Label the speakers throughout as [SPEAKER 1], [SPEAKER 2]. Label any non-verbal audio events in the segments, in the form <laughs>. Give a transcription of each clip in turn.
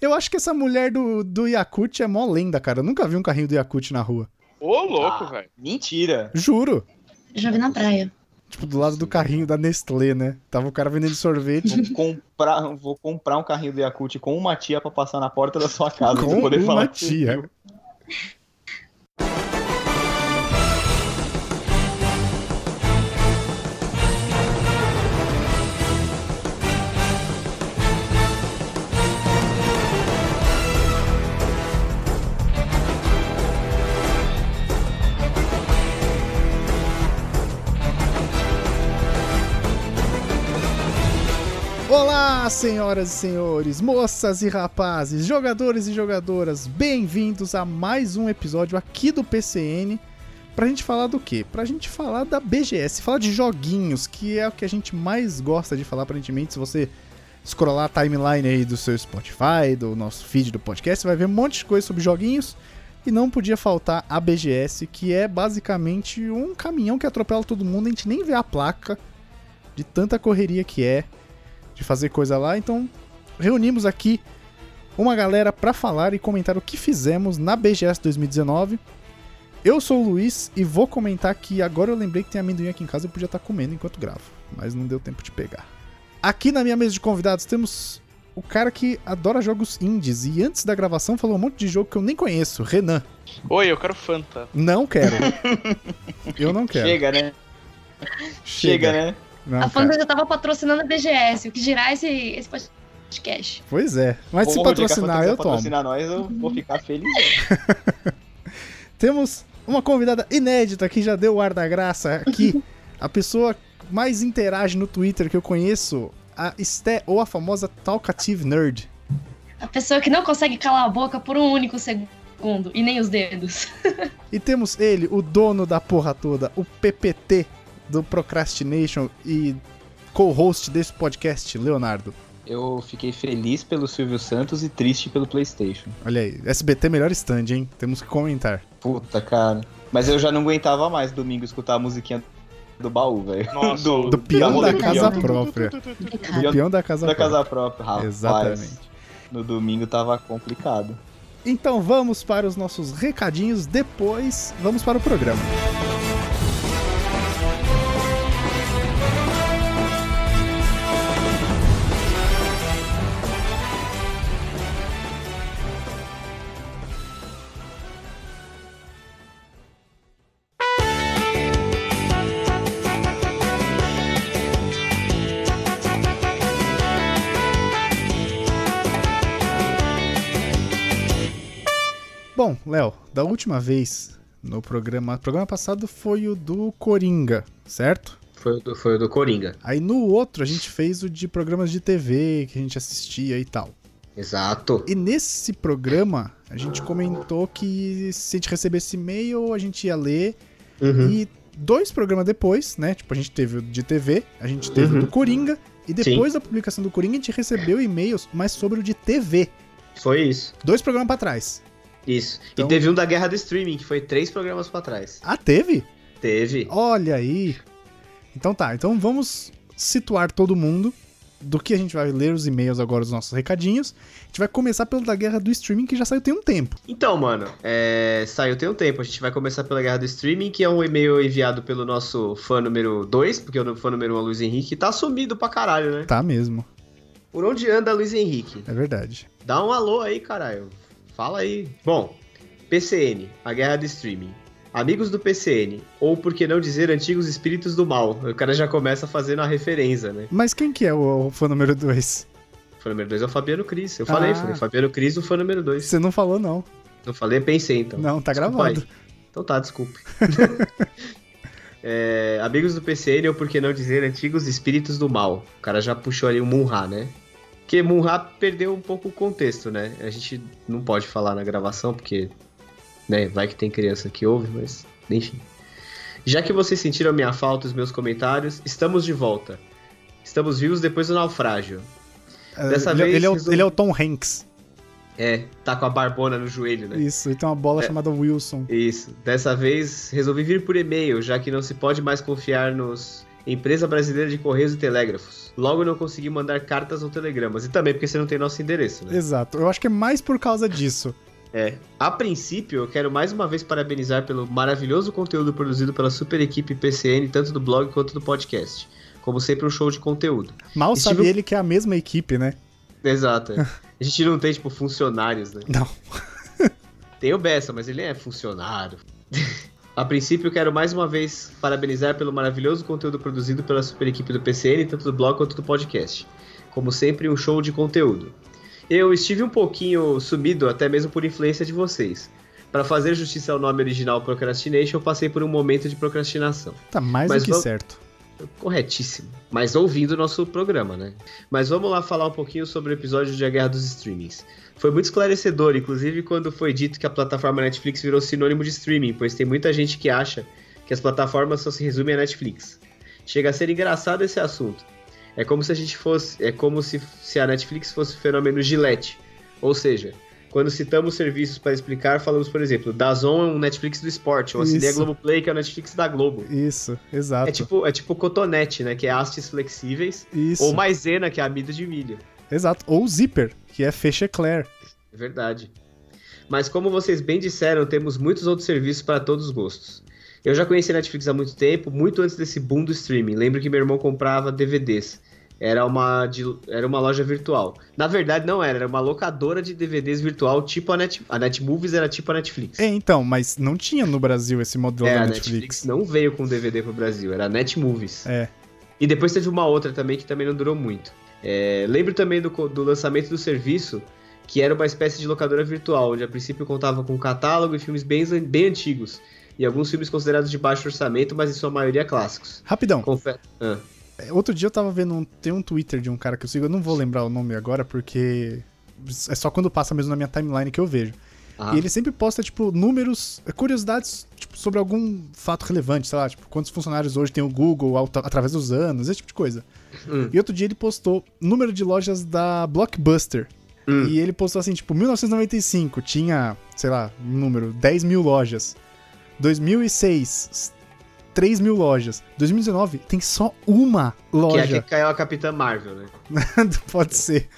[SPEAKER 1] Eu acho que essa mulher do, do Yakut é mó lenda, cara. Eu nunca vi um carrinho do Yakut na rua.
[SPEAKER 2] Ô, louco,
[SPEAKER 3] Ah,
[SPEAKER 2] velho.
[SPEAKER 3] Mentira.
[SPEAKER 1] Juro.
[SPEAKER 4] Já vi na praia.
[SPEAKER 1] Tipo, do lado do carrinho da Nestlé, né? Tava o cara vendendo sorvete. <laughs>
[SPEAKER 3] Vou comprar, vou comprar um carrinho do Yakult com uma tia pra passar na porta da sua casa. pra
[SPEAKER 1] Com
[SPEAKER 3] poder
[SPEAKER 1] uma
[SPEAKER 3] falar que você
[SPEAKER 1] tia.
[SPEAKER 3] viu.
[SPEAKER 1] Olá, senhoras e senhores, moças e rapazes, jogadores e jogadoras, bem-vindos a mais um episódio aqui do PCN. Pra gente falar do quê? Pra gente falar da BGS, falar de joguinhos, que é o que a gente mais gosta de falar, aparentemente. Se você scrollar a timeline aí do seu Spotify, do nosso feed do podcast, você vai ver um monte de coisa sobre joguinhos. E não podia faltar a BGS, que é basicamente um caminhão que atropela todo mundo, a gente nem vê a placa de tanta correria que é de fazer coisa lá. Então, reunimos aqui uma galera pra falar e comentar o que fizemos na BGS 2019. Eu sou o Luiz e vou comentar que agora eu lembrei que tem amendoim aqui em casa, eu podia estar comendo enquanto gravo, mas não deu tempo de pegar. Aqui na minha mesa de convidados temos o cara que adora jogos indies e antes da gravação falou um monte de jogo que eu nem conheço, Renan.
[SPEAKER 2] Oi, eu quero Fanta.
[SPEAKER 1] Não
[SPEAKER 3] <laughs>
[SPEAKER 1] quero. eu não quero.
[SPEAKER 3] Chega, né? Chega, né?
[SPEAKER 1] Não, cara.
[SPEAKER 4] a Fanta já tava patrocinando a BGS, o que girar esse, esse podcast.
[SPEAKER 1] Pois é. Mas se
[SPEAKER 3] Porra, o dia que a
[SPEAKER 1] patrocinar,
[SPEAKER 3] Fantasia
[SPEAKER 1] eu tomo.
[SPEAKER 3] é patrocinar nós, eu vou ficar feliz.
[SPEAKER 1] Temos uma convidada inédita que já deu o ar da graça aqui. a pessoa mais interage no Twitter que eu conheço, a Esté, ou a famosa Talkative Nerd.
[SPEAKER 4] A pessoa que não consegue calar a boca por um único segundo, e nem os dedos.
[SPEAKER 1] E temos ele, o dono da porra toda, o PPT do Procrastination e co-host desse podcast, Leonardo.
[SPEAKER 3] Eu fiquei feliz pelo Silvio Santos e triste pelo PlayStation.
[SPEAKER 1] Olha aí, SBT é melhor stand, hein? Temos que comentar.
[SPEAKER 3] Puta, cara. Mas eu já não aguentava mais domingo escutar a musiquinha do baú, velho.
[SPEAKER 2] Nossa,
[SPEAKER 3] Do-
[SPEAKER 2] o-
[SPEAKER 1] Do peão da
[SPEAKER 3] rolando
[SPEAKER 1] casa
[SPEAKER 3] peão.
[SPEAKER 1] própria.
[SPEAKER 4] Complicado.
[SPEAKER 1] Do peão da casa
[SPEAKER 3] Da
[SPEAKER 1] própria.
[SPEAKER 3] casa própria, rapaz.
[SPEAKER 1] Exatamente.
[SPEAKER 3] No domingo tava complicado.
[SPEAKER 1] Então vamos para os nossos recadinhos, depois vamos para o programa. Bom, Léo, da última vez no programa, o programa passado foi o do Coringa, certo?
[SPEAKER 5] Foi, o do- foi o do Coringa.
[SPEAKER 1] Aí no outro a gente fez o de programas de TV que a gente assistia e tal.
[SPEAKER 5] Exato.
[SPEAKER 1] E nesse programa a gente comentou que se a gente recebesse e-mail a gente ia ler
[SPEAKER 5] Uhum.
[SPEAKER 1] e dois programas depois, né? Tipo, a gente teve o de TV, a gente teve o do
[SPEAKER 5] Uhum.
[SPEAKER 1] Coringa e depois da publicação do Coringa a gente recebeu e-mails, mas sobre o de TV,
[SPEAKER 5] Foi isso.
[SPEAKER 1] dois programas pra trás.
[SPEAKER 5] Isso.
[SPEAKER 1] Então-
[SPEAKER 5] E teve um da Guerra do Streaming, que foi três programas pra trás.
[SPEAKER 1] Ah, teve?
[SPEAKER 5] Teve.
[SPEAKER 1] Olha aí. Então tá, então vamos situar todo mundo do que a gente vai ler os e-mails agora, os nossos recadinhos. A gente vai começar pelo da guerra do streaming, que já saiu tem um tempo.
[SPEAKER 5] Então, mano, é, saiu tem um tempo. A gente vai começar pela Guerra do Streaming, que é um e-mail enviado pelo nosso fã número 2, porque o fã número 1 um é o Luiz Henrique, tá sumido pra caralho, né?
[SPEAKER 1] Tá mesmo,
[SPEAKER 5] Por onde anda Luiz Henrique?
[SPEAKER 1] é verdade.
[SPEAKER 5] Dá um alô aí, caralho. Fala aí. Bom, PCN, a guerra do streaming. Amigos do PCN, ou por que não dizer antigos espíritos do mal. O cara já começa fazendo a referência, né?
[SPEAKER 1] Mas quem que é o, o fã número 2?
[SPEAKER 5] Fã número 2 é o Fabiano Cris. Eu falei,
[SPEAKER 1] Ah.
[SPEAKER 5] falei, Fabiano Cris, o fã número 2.
[SPEAKER 1] Você não falou não.
[SPEAKER 5] Não falei, pensei então.
[SPEAKER 1] não, tá
[SPEAKER 5] Desculpa
[SPEAKER 1] gravado.
[SPEAKER 5] aí. Então tá, desculpe. <laughs> É, amigos do PCN, ou por que não dizer antigos espíritos do mal. O cara já puxou ali o Munha, né? Porque Munha perdeu um pouco o contexto, né? A gente não pode falar na gravação, porque né, vai que tem criança que ouve, mas enfim. Já que vocês sentiram a minha falta, os meus comentários, estamos de volta. Estamos vivos depois do naufrágio.
[SPEAKER 1] É,
[SPEAKER 5] Dessa
[SPEAKER 1] ele,
[SPEAKER 5] vez
[SPEAKER 1] ele é o,
[SPEAKER 5] resolvi-
[SPEAKER 1] ele é o Tom Hanks.
[SPEAKER 5] É, tá com a barbona no joelho, né?
[SPEAKER 1] Isso, e tem uma bola chamada Wilson.
[SPEAKER 5] Isso. Dessa vez resolvi vir por e-mail, já que não se pode mais confiar nos Empresa Brasileira de Correios e Telégrafos. Logo não consegui mandar cartas ou telegramas. E também porque você não tem nosso endereço, né?
[SPEAKER 1] Exato. Eu acho que é mais por causa disso.
[SPEAKER 5] É. A princípio, eu quero mais uma vez parabenizar pelo maravilhoso conteúdo produzido pela super equipe PCN, tanto do blog quanto do podcast. Como sempre, um show de conteúdo.
[SPEAKER 1] Mal
[SPEAKER 5] Estive-
[SPEAKER 1] sabe ele que é a mesma equipe, né?
[SPEAKER 5] Exato. é. A gente não tem, tipo, funcionários, né?
[SPEAKER 1] Não.
[SPEAKER 5] <laughs> Tem o Bessa, mas ele é funcionário. <laughs> A princípio, quero mais uma vez parabenizar pelo maravilhoso conteúdo produzido pela super equipe do PCN, tanto do blog quanto do podcast. Como sempre, um show de conteúdo. Eu estive um pouquinho sumido, até mesmo por influência de vocês. Para fazer justiça ao nome original Procrastination, eu passei por um momento de procrastinação.
[SPEAKER 1] Tá mais
[SPEAKER 5] Mas
[SPEAKER 1] do que
[SPEAKER 5] vamos-
[SPEAKER 1] certo.
[SPEAKER 5] Corretíssimo. Mas ouvindo o nosso programa, né? Mas vamos lá falar um pouquinho sobre o episódio de A Guerra dos Streamings. Foi muito esclarecedor, inclusive quando foi dito que a plataforma Netflix virou sinônimo de streaming, pois tem muita gente que acha que as plataformas só se resumem a Netflix. Chega a ser engraçado esse assunto. É como se a gente fosse, é como se, se a Netflix fosse o fenômeno Gillette. Ou seja, quando citamos serviços para explicar, falamos, por exemplo, Dazon é um Netflix do esporte, ou a CD é
[SPEAKER 1] Isso.
[SPEAKER 5] Globoplay, que é o Netflix da Globo.
[SPEAKER 1] Isso, exato.
[SPEAKER 5] É tipo, é tipo cotonete, né? Que é hastes flexíveis.
[SPEAKER 1] Isso.
[SPEAKER 5] Ou maisena, que é amido de milho.
[SPEAKER 1] Exato. Ou zíper, que é fecha eclair.
[SPEAKER 5] É verdade. Mas como vocês bem disseram, temos muitos outros serviços para todos os gostos. Eu já conheci a Netflix há muito tempo, muito antes desse boom do streaming. Lembro que meu irmão comprava DVDs. Era uma, de- era uma loja virtual. Na verdade, não era. Era uma locadora de DVDs virtual, tipo a, Net, a Netmovies era tipo a Netflix.
[SPEAKER 1] É, então, mas não tinha no Brasil esse modelo
[SPEAKER 5] É,
[SPEAKER 1] da
[SPEAKER 5] a
[SPEAKER 1] Netflix.
[SPEAKER 5] Netflix não veio com DVD pro Brasil, era a Netmovies.
[SPEAKER 1] É.
[SPEAKER 5] E depois teve uma outra também que também não durou muito. É, lembro também do, co- do lançamento do serviço, que era uma espécie de locadora virtual, onde a princípio contava com um catálogo e filmes bem, bem antigos. E alguns filmes considerados de baixo orçamento, mas em sua maioria clássicos.
[SPEAKER 1] Rapidão.
[SPEAKER 5] Confe- Ah,
[SPEAKER 1] É, Outro dia eu tava vendo um, tem um Twitter de um cara que eu sigo, eu não vou lembrar o nome agora porque é só quando passa mesmo na minha timeline que eu vejo.
[SPEAKER 5] ah,
[SPEAKER 1] E ele sempre posta tipo números, curiosidades tipo, sobre algum fato relevante, sei lá, tipo quantos funcionários hoje tem o Google ao- através dos anos, esse tipo de coisa.
[SPEAKER 5] Hum.
[SPEAKER 1] E outro dia ele postou número de lojas da Blockbuster.
[SPEAKER 5] Hum.
[SPEAKER 1] E ele postou assim, tipo, 1995 tinha, sei lá, um número, 10 mil lojas. 2006, 3 mil lojas. 2019 tem só uma
[SPEAKER 5] Que é
[SPEAKER 1] loja.
[SPEAKER 5] a que caiu a Capitã Marvel, né?
[SPEAKER 1] <laughs> Pode ser.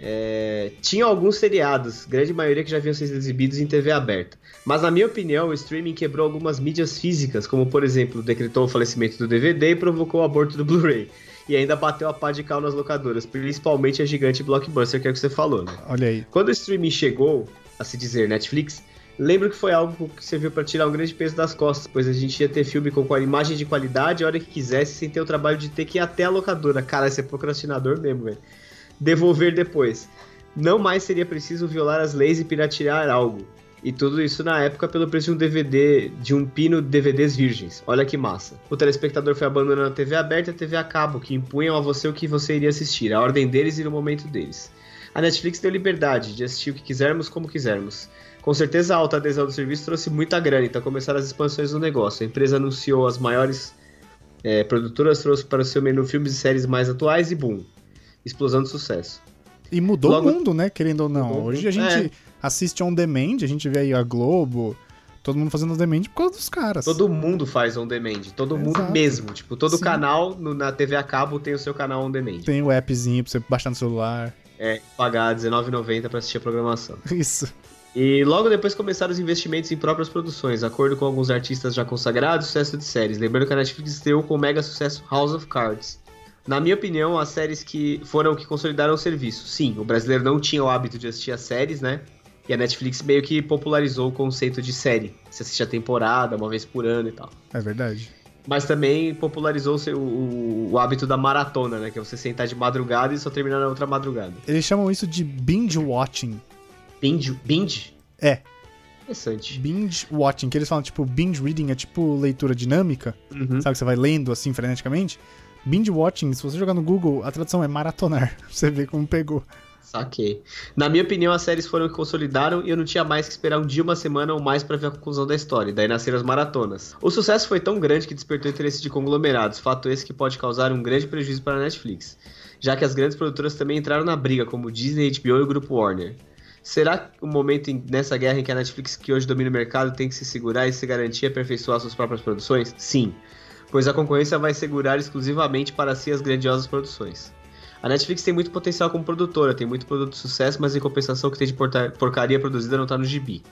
[SPEAKER 5] É, tinha alguns seriados, grande maioria que já haviam sido exibidos em TV aberta. Mas na minha opinião, o streaming quebrou algumas mídias físicas, como por exemplo, decretou o falecimento do DVD e provocou o aborto do Blu-ray. E ainda bateu a pá de cal nas locadoras, principalmente a gigante Blockbuster, que é o que você falou, né?
[SPEAKER 1] Olha aí.
[SPEAKER 5] Quando o streaming chegou, a se dizer Netflix, lembro que foi algo que serviu para tirar um grande peso das costas, pois a gente ia ter filme com a imagem de qualidade a hora que quisesse, sem ter o trabalho de ter que ir até a locadora. Cara, esse é procrastinador mesmo, velho. Devolver depois. Não mais seria preciso violar as leis e piratear algo. E tudo isso na época pelo preço de um DVD, de um pino de DVDs virgens. Olha que massa. O telespectador foi abandonando a TV aberta e a TV a cabo, que impunham a você o que você iria assistir, a ordem deles e no momento deles. A Netflix deu liberdade de assistir o que quisermos, como quisermos. Com certeza a alta adesão do serviço trouxe muita grana, então começaram as expansões do negócio. A empresa anunciou as maiores eh, produtoras, trouxe para o seu menu filmes e séries mais atuais e boom. Explosão de sucesso.
[SPEAKER 1] E mudou
[SPEAKER 5] Logo-
[SPEAKER 1] o mundo, né? Querendo ou não.
[SPEAKER 5] Mudou o
[SPEAKER 1] Hoje a
[SPEAKER 5] mundo. É.
[SPEAKER 1] gente assiste on demand, a gente vê aí a Globo, todo mundo fazendo on demand por causa dos caras.
[SPEAKER 5] Todo mundo faz on-demand, todo
[SPEAKER 1] Exato.
[SPEAKER 5] mundo mesmo. Tipo, todo
[SPEAKER 1] Sim.
[SPEAKER 5] canal no- na TV a cabo tem o seu canal on-demand.
[SPEAKER 1] Tem o appzinho pra você baixar no celular. <laughs>
[SPEAKER 5] É, pagar R$19,90 para assistir a programação.
[SPEAKER 1] Isso.
[SPEAKER 5] E logo depois começaram os investimentos em próprias produções, acordo com alguns artistas já consagrados, sucesso de séries. Lembrando que a Netflix estreou com o mega sucesso House of Cards. Na minha opinião, as séries que foram que consolidaram o serviço. Sim, o brasileiro não tinha o hábito de assistir as séries, né? E a Netflix meio que popularizou o conceito de série. Você assiste a temporada uma vez por ano e tal.
[SPEAKER 1] É verdade.
[SPEAKER 5] Mas também popularizou o, seu- o- o hábito da maratona, né? Que é você sentar de madrugada e só terminar na outra madrugada.
[SPEAKER 1] Eles chamam isso de binge watching.
[SPEAKER 5] Binge? Binge?
[SPEAKER 1] É.
[SPEAKER 5] Interessante.
[SPEAKER 1] Binge watching, que eles falam tipo binge reading é tipo leitura dinâmica,
[SPEAKER 5] Uhum.
[SPEAKER 1] sabe que você vai lendo assim freneticamente? Binge watching, se você jogar no Google, a tradução é maratonar. <laughs> Pra você ver como pegou.
[SPEAKER 5] Saquei. Na minha opinião, as séries foram que consolidaram e eu não tinha mais que esperar um dia, uma semana ou mais pra ver a conclusão da história. e Daí nasceram as maratonas. O sucesso foi tão grande que despertou interesse de conglomerados, fato esse que pode causar um grande prejuízo para a Netflix, já que as grandes produtoras também entraram na briga, como Disney, HBO e o grupo Warner. Será o momento em- nessa guerra em que a Netflix, que hoje domina o mercado, tem que se segurar e se garantir e aperfeiçoar suas próprias produções? Sim. pois a concorrência vai segurar exclusivamente para si as grandiosas produções. A Netflix tem muito potencial como produtora, tem muito produto de sucesso, mas em compensação o que tem de porta- porcaria produzida não tá no gibi.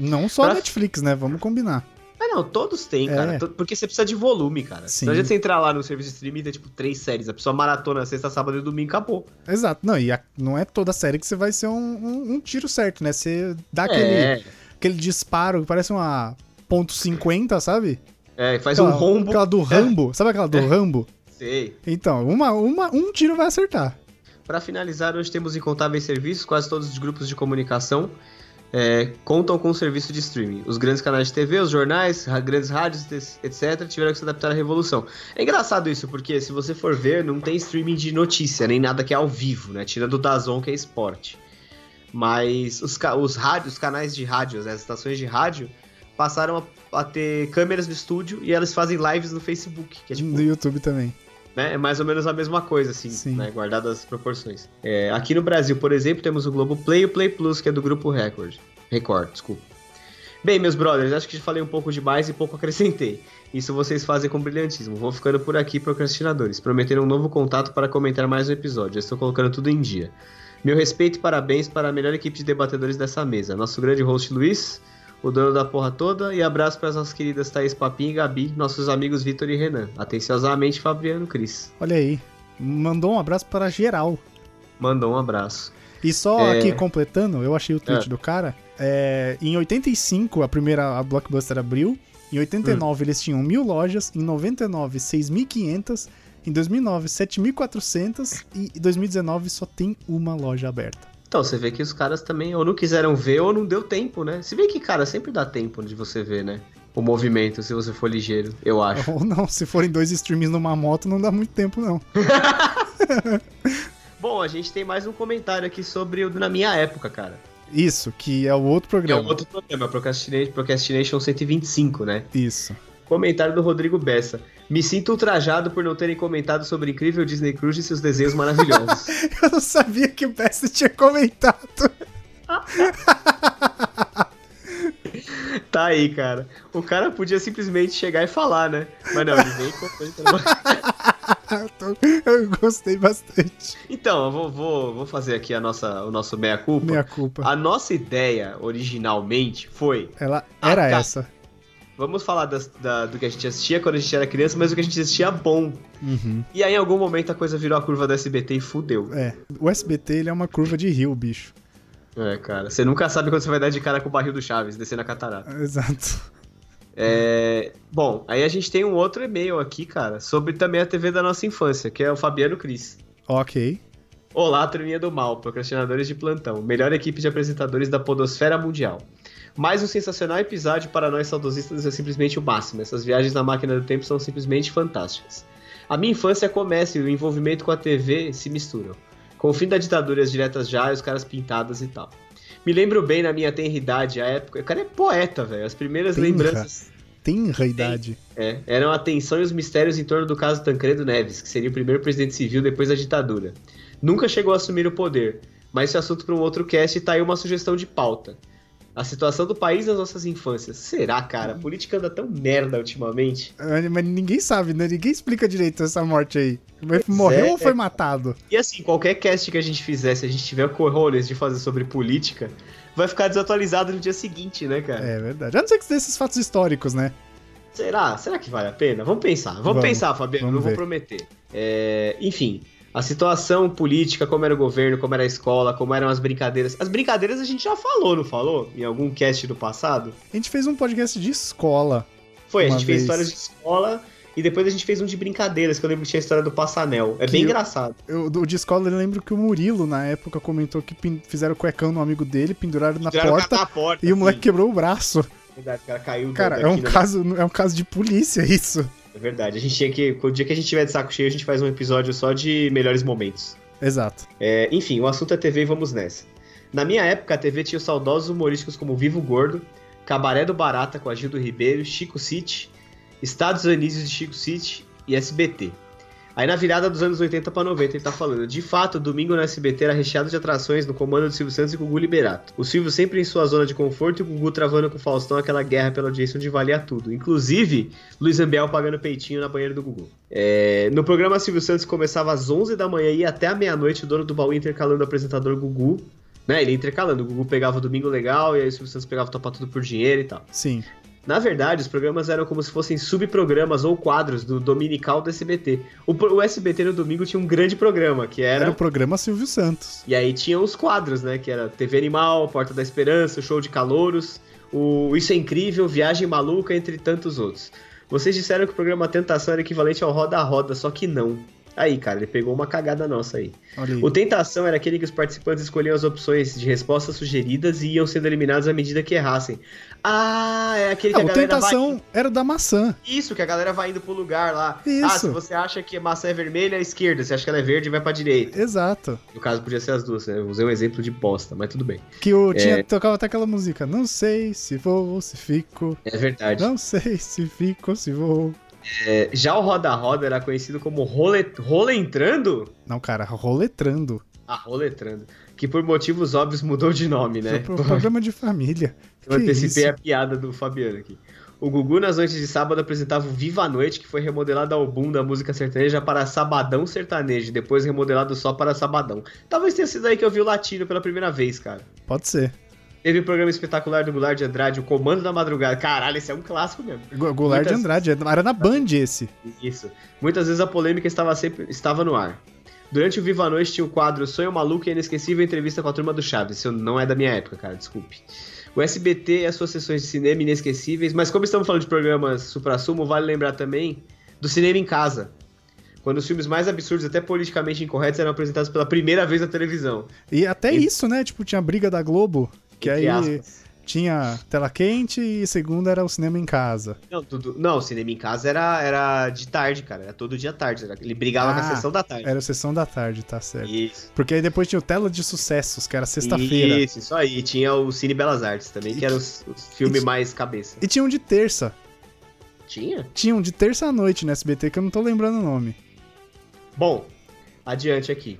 [SPEAKER 1] Não só a
[SPEAKER 5] Pra-
[SPEAKER 1] Netflix, né? Vamos combinar.
[SPEAKER 5] Ah, não, todos têm,
[SPEAKER 1] É.
[SPEAKER 5] cara. To- Porque você precisa de volume, cara.
[SPEAKER 1] Sim.
[SPEAKER 5] Não adianta você entrar lá no serviço de streaming e ter, tipo, três séries. A pessoa maratona sexta, sábado e domingo, acabou.
[SPEAKER 1] Exato. Não, e a- não é toda série que você vai ser um, um- um tiro certo, né? Você dá aquele,
[SPEAKER 5] É,
[SPEAKER 1] aquele disparo que parece uma ponto .50, sabe?
[SPEAKER 5] é, faz um
[SPEAKER 1] Aquela-
[SPEAKER 5] rombo.
[SPEAKER 1] Aquela do Rambo. Sabe aquela do
[SPEAKER 5] É.
[SPEAKER 1] Rambo?
[SPEAKER 5] Sei.
[SPEAKER 1] Então, uma, uma, um tiro vai acertar.
[SPEAKER 5] Pra finalizar, hoje temos incontáveis serviços, quase todos os grupos de comunicação é, contam com o serviço de streaming. Os grandes canais de TV, os jornais, ra- grandes rádios, des- etc., tiveram que se adaptar à revolução. É engraçado isso, porque se você for ver, não tem streaming de notícia, nem nada que é ao vivo, né? Tirando o Dazon, que é esporte. Mas os, ca- os rádios, os canais de rádio, né, as estações de rádio, passaram a, a ter câmeras no estúdio e elas fazem lives no Facebook, que é tipo
[SPEAKER 1] No YouTube também.
[SPEAKER 5] né? É mais ou menos a mesma coisa, assim,
[SPEAKER 1] Sim.
[SPEAKER 5] né? Guardadas as proporções. É, aqui no Brasil, por exemplo, temos o Globo Play e o Play Plus, que é do grupo Record. Record, desculpa. Bem, meus brothers, acho que já falei um pouco demais e pouco acrescentei. Isso vocês fazem com brilhantismo. Vou ficando por aqui, procrastinadores. Prometeram um novo contato para comentar mais um episódio. Já estou colocando tudo em dia. Meu respeito e parabéns para a melhor equipe de debatedores dessa mesa. Nosso grande host Luiz, o dono da porra toda, e abraço para as nossas queridas Thaís Papinha e Gabi, nossos amigos Vitor e Renan. Atenciosamente, Fabiano Cris.
[SPEAKER 1] Olha aí. Mandou um abraço para geral.
[SPEAKER 5] Mandou um abraço.
[SPEAKER 1] E só
[SPEAKER 5] É. Ah.
[SPEAKER 1] aqui completando, eu achei o tweet do cara. é, em 85, a primeira a Blockbuster abriu. Em 89,
[SPEAKER 5] Hum.
[SPEAKER 1] eles tinham mil lojas. Em 99, 6.500. Em 2009, 7.400. E em 2019, só tem uma loja aberta.
[SPEAKER 5] Então, você vê que os caras também ou não quiseram ver ou não deu tempo, né? Se bem que, cara, sempre dá tempo de você ver, né? O movimento, se você for ligeiro, eu
[SPEAKER 1] <laughs>
[SPEAKER 5] acho.
[SPEAKER 1] Ou não, se forem dois streams numa moto, não dá muito tempo, não.
[SPEAKER 5] Bom, a gente tem mais um comentário aqui sobre o Na Minha Época, cara.
[SPEAKER 1] Isso, que é o outro
[SPEAKER 5] É
[SPEAKER 1] programa.
[SPEAKER 5] um outro programa, Procrastination, Procrastination 125, né?
[SPEAKER 1] Isso. <laughs>
[SPEAKER 5] Comentário do Rodrigo Bessa. Me sinto ultrajado por não terem comentado sobre a incrível Disney Cruise e seus desenhos maravilhosos.
[SPEAKER 1] Eu não sabia que o Best tinha comentado. <laughs>
[SPEAKER 5] tá aí, cara. O cara podia simplesmente chegar e falar, né? Mas não, ele vem e comenta.
[SPEAKER 1] Eu tô- Eu gostei bastante.
[SPEAKER 5] Então, eu vou, vou, vou fazer aqui a nossa, o nosso meia-culpa.
[SPEAKER 1] Minha culpa.
[SPEAKER 5] A nossa ideia, originalmente, foi...
[SPEAKER 1] Ela era
[SPEAKER 5] Ah, tá.
[SPEAKER 1] essa.
[SPEAKER 5] Vamos falar das- da- do que a gente assistia quando a gente era criança, mas o que a gente assistia bom.
[SPEAKER 1] Uhum.
[SPEAKER 5] E aí, em algum momento, a coisa virou a curva do SBT e fudeu.
[SPEAKER 1] É, o SBT ele é uma curva de rio, bicho. <laughs>
[SPEAKER 5] É, cara. Você nunca sabe quando você vai dar de cara com o barril do Chaves, descendo a catarata.
[SPEAKER 1] Exato.
[SPEAKER 5] É, Bom, aí a gente tem um outro e-mail aqui, cara, sobre também a TV da nossa infância, que é o Fabiano Cris.
[SPEAKER 1] Ok.
[SPEAKER 5] Olá, turminha do mal, procrastinadores de plantão, melhor equipe de apresentadores da podosfera mundial. Mais um sensacional episódio para nós saudosistas é simplesmente o máximo. Essas viagens na máquina do tempo são simplesmente fantásticas. A minha infância começa e o envolvimento com a TV se misturam. Com o fim da ditadura, as diretas já, e os caras pintadas e tal. Me lembro bem na minha tenridade, a época. O cara é poeta, velho. As primeiras
[SPEAKER 1] Tenra.
[SPEAKER 5] lembranças
[SPEAKER 1] Tem raidade.
[SPEAKER 5] é, eram a tensão e os mistérios em torno do caso Tancredo Neves, que seria o primeiro presidente civil depois da ditadura. Nunca chegou a assumir o poder, mas esse assunto para um outro cast e tá aí uma sugestão de pauta. A situação do país nas nossas infâncias. Será, cara? A política anda tão merda ultimamente.
[SPEAKER 1] Ah, Mas ninguém sabe, né? Ninguém explica direito essa morte aí. Mas Morreu
[SPEAKER 5] é,
[SPEAKER 1] ou foi
[SPEAKER 5] é.
[SPEAKER 1] matado?
[SPEAKER 5] E assim, qualquer cast que a gente fizer, se a gente tiver corrones de fazer sobre política, vai ficar desatualizado no dia seguinte, né, cara?
[SPEAKER 1] É verdade. A não ser que desses fatos históricos, né?
[SPEAKER 5] Será? Será que vale a pena? Vamos pensar. Vamos,
[SPEAKER 1] Vamos,
[SPEAKER 5] pensar, Fabiano.
[SPEAKER 1] vamos
[SPEAKER 5] não vou
[SPEAKER 1] ver.
[SPEAKER 5] prometer. É, enfim, a situação política, como era o governo, como era a escola, como eram as brincadeiras. As brincadeiras a gente já falou, não falou? Em algum cast do passado?
[SPEAKER 1] A gente fez um podcast de escola.
[SPEAKER 5] Foi, a
[SPEAKER 1] Uma
[SPEAKER 5] gente
[SPEAKER 1] vez.
[SPEAKER 5] fez histórias de escola e depois a gente fez um de brincadeiras, que eu lembro que tinha a história do Passanel. É
[SPEAKER 1] Que
[SPEAKER 5] bem
[SPEAKER 1] eu-
[SPEAKER 5] engraçado.
[SPEAKER 1] Eu, do- de escola eu lembro que o Murilo, na época, comentou que pin- fizeram cuecão no amigo dele, penduraram na
[SPEAKER 5] Tiraram o cara
[SPEAKER 1] porta.
[SPEAKER 5] da porta,
[SPEAKER 1] E o
[SPEAKER 5] assim.
[SPEAKER 1] moleque quebrou o braço.
[SPEAKER 5] Verdade, né? o cara caiu
[SPEAKER 1] Cara, é
[SPEAKER 5] daqui
[SPEAKER 1] um,
[SPEAKER 5] na-
[SPEAKER 1] caso, é um caso de polícia isso. <laughs>
[SPEAKER 5] É verdade. A gente tinha que. O dia que a gente tiver de saco cheio, a gente faz um episódio só de melhores momentos.
[SPEAKER 1] Exato.
[SPEAKER 5] É, enfim, o assunto é TV e vamos nessa. Na minha época, a TV tinha os saudosos humorísticos como Vivo Gordo, Cabaré do Barata com Agildo Ribeiro, Chico City, Estados Unidos de Chico City e SBT. Aí na virada dos anos 80 pra 90 ele tá falando, de fato, domingo no SBT era recheado de atrações no comando do Silvio Santos e Gugu Liberato. O Silvio sempre em sua zona de conforto e o Gugu travando com o Faustão aquela guerra pela audiência onde valia tudo. Inclusive, Luiz Ambiel pagando peitinho na banheira do Gugu. É, no programa Silvio Santos começava às 11 da manhã e ia até a meia-noite o dono do baú intercalando o apresentador Gugu. Né, ele ia intercalando, o Gugu pegava o Domingo Legal e aí o Silvio Santos pegava o Topa Tudo por Dinheiro e tal.
[SPEAKER 1] Sim.
[SPEAKER 5] Na verdade, os programas eram como se fossem subprogramas ou quadros do dominical do SBT. O, pro- o SBT no domingo tinha um grande programa, que
[SPEAKER 1] Era
[SPEAKER 5] era.
[SPEAKER 1] o programa Silvio Santos.
[SPEAKER 5] E aí tinha os quadros, né? Que era TV Animal, Porta da Esperança, o Show de Calouros, o Isso é Incrível, Viagem Maluca, entre tantos outros. Vocês disseram que o programa Tentação era equivalente ao Roda a Roda, só que não. Aí, cara, ele pegou uma cagada nossa aí.
[SPEAKER 1] Olha aí.
[SPEAKER 5] O Tentação era aquele que os participantes escolhiam as opções de respostas sugeridas e iam sendo eliminados à medida que errassem. Ah, é aquele que
[SPEAKER 1] Ah,
[SPEAKER 5] a
[SPEAKER 1] o
[SPEAKER 5] galera vai-
[SPEAKER 1] Tentação era da maçã.
[SPEAKER 5] isso, que a galera vai indo pro lugar lá. Ah,
[SPEAKER 1] Isso.
[SPEAKER 5] se você acha que a maçã é vermelha, é esquerda. Se acha que ela é verde, vai pra direita.
[SPEAKER 1] Exato.
[SPEAKER 5] No caso, podia ser as duas, né? Eu Usei um exemplo de bosta, mas tudo bem.
[SPEAKER 1] Que eu
[SPEAKER 5] É.
[SPEAKER 1] tinha, tocava até aquela música. Não sei se vou, se fico.
[SPEAKER 5] É verdade.
[SPEAKER 1] Não sei se fico, se vou.
[SPEAKER 5] É, já o Roda a Roda era conhecido como role... Roletrando?
[SPEAKER 1] Não, cara, roletrando.
[SPEAKER 5] Ah, Roletrando. Que por motivos óbvios mudou de nome, né?
[SPEAKER 1] Isso é pro- Programa de família.
[SPEAKER 5] <laughs> Eu
[SPEAKER 1] Que
[SPEAKER 5] antecipei
[SPEAKER 1] é isso?
[SPEAKER 5] a piada do Fabiano aqui. O Gugu, nas noites de sábado, apresentava o Viva a Noite, que foi remodelado ao boom da música sertaneja para Sabadão Sertanejo, e depois remodelado só para Sabadão. Talvez tenha sido aí que eu vi o latino pela primeira vez, cara.
[SPEAKER 1] Pode ser.
[SPEAKER 5] Teve o programa espetacular do Goulart de Andrade, o Comando da Madrugada. Caralho, esse é um clássico mesmo.
[SPEAKER 1] Gu- Goulart de
[SPEAKER 5] Muitas-
[SPEAKER 1] Andrade. Era na Band esse.
[SPEAKER 5] Isso. Muitas vezes a polêmica estava sempre estava no ar. Durante o Viva a Noite tinha o quadro Sonho Maluco e a Inesquecível Entrevista com a Turma do Chaves. Isso não é da minha época, cara, desculpe. O SBT e as suas sessões de cinema inesquecíveis, mas como estamos falando de programas supra-sumo, vale lembrar também do cinema em casa. Quando os filmes mais absurdos, até politicamente incorretos, eram apresentados pela primeira vez na televisão.
[SPEAKER 1] E até
[SPEAKER 5] E-
[SPEAKER 1] isso, né? Tipo, tinha a briga da Globo. Que
[SPEAKER 5] Entre
[SPEAKER 1] aí
[SPEAKER 5] aspas.
[SPEAKER 1] tinha tela quente e segunda era o cinema em casa.
[SPEAKER 5] Não, tudo... não, o cinema em casa era, era de tarde, cara. Era todo dia à tarde. Era... Ele brigava com
[SPEAKER 1] Ah,
[SPEAKER 5] a sessão da tarde.
[SPEAKER 1] Era a sessão da tarde, tá certo.
[SPEAKER 5] Isso.
[SPEAKER 1] Porque aí depois tinha o Tela de Sucessos, que era sexta-feira.
[SPEAKER 5] Isso, isso aí. E tinha o Cine Belas Artes também, que era os, os filmes
[SPEAKER 1] E-
[SPEAKER 5] mais cabeça.
[SPEAKER 1] E tinha um de terça.
[SPEAKER 5] Tinha?
[SPEAKER 1] Tinha um de terça à noite no SBT, que eu não tô lembrando o nome.
[SPEAKER 5] Bom, adiante aqui.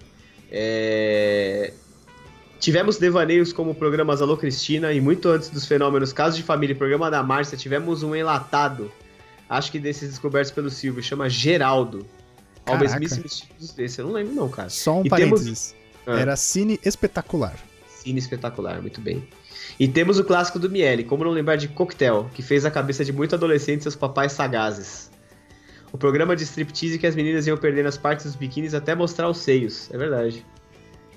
[SPEAKER 5] É, Tivemos devaneios como programas Alô Cristina e muito antes dos fenômenos Caso de Família e Programa da Márcia, tivemos um enlatado, acho que desses descobertos pelo Silvio, chama Geraldo. Ao
[SPEAKER 1] Caraca.
[SPEAKER 5] mesmíssimo estilo desse, eu não lembro não, cara.
[SPEAKER 1] Só um
[SPEAKER 5] E temos-
[SPEAKER 1] parênteses.
[SPEAKER 5] Ah.
[SPEAKER 1] Era cine espetacular.
[SPEAKER 5] Cine espetacular, muito bem. E temos o clássico do Miele, como não lembrar de Coquetel, que fez a cabeça de muito adolescente e seus papais sagazes. O programa de striptease que as meninas iam perdendo as partes dos biquínis até mostrar os seios, é verdade.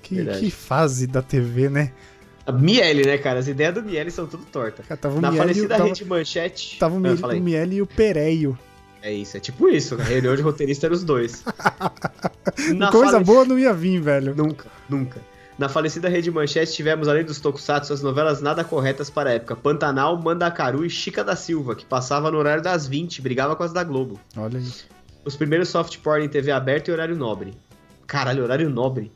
[SPEAKER 1] Que,
[SPEAKER 5] Verdade.
[SPEAKER 1] que fase da TV, né?
[SPEAKER 5] A Miele, né, cara? As ideias do Miele são tudo torta.
[SPEAKER 1] Cara, tava o
[SPEAKER 5] Na
[SPEAKER 1] Miele, e o-
[SPEAKER 5] falecida
[SPEAKER 1] tava,
[SPEAKER 5] Rede Manchete.
[SPEAKER 1] tava o
[SPEAKER 5] Ah,
[SPEAKER 1] Miele,
[SPEAKER 5] fala
[SPEAKER 1] o
[SPEAKER 5] aí.
[SPEAKER 1] Miele e o Pereio.
[SPEAKER 5] É isso, é tipo isso, cara. Reunião de roteirista era
[SPEAKER 1] <laughs>
[SPEAKER 5] os dois. Na
[SPEAKER 1] Coisa
[SPEAKER 5] fale-
[SPEAKER 1] boa não ia vir, velho.
[SPEAKER 5] Nunca, nunca. Na falecida Rede Manchete tivemos, além dos Tokusatsu, as novelas nada corretas para a época. Pantanal, Mandacaru e Chica da Silva, que passava no horário das 20, brigava com as da Globo.
[SPEAKER 1] Olha aí.
[SPEAKER 5] Os primeiros soft porn em TV aberta e horário nobre. Caralho, horário nobre.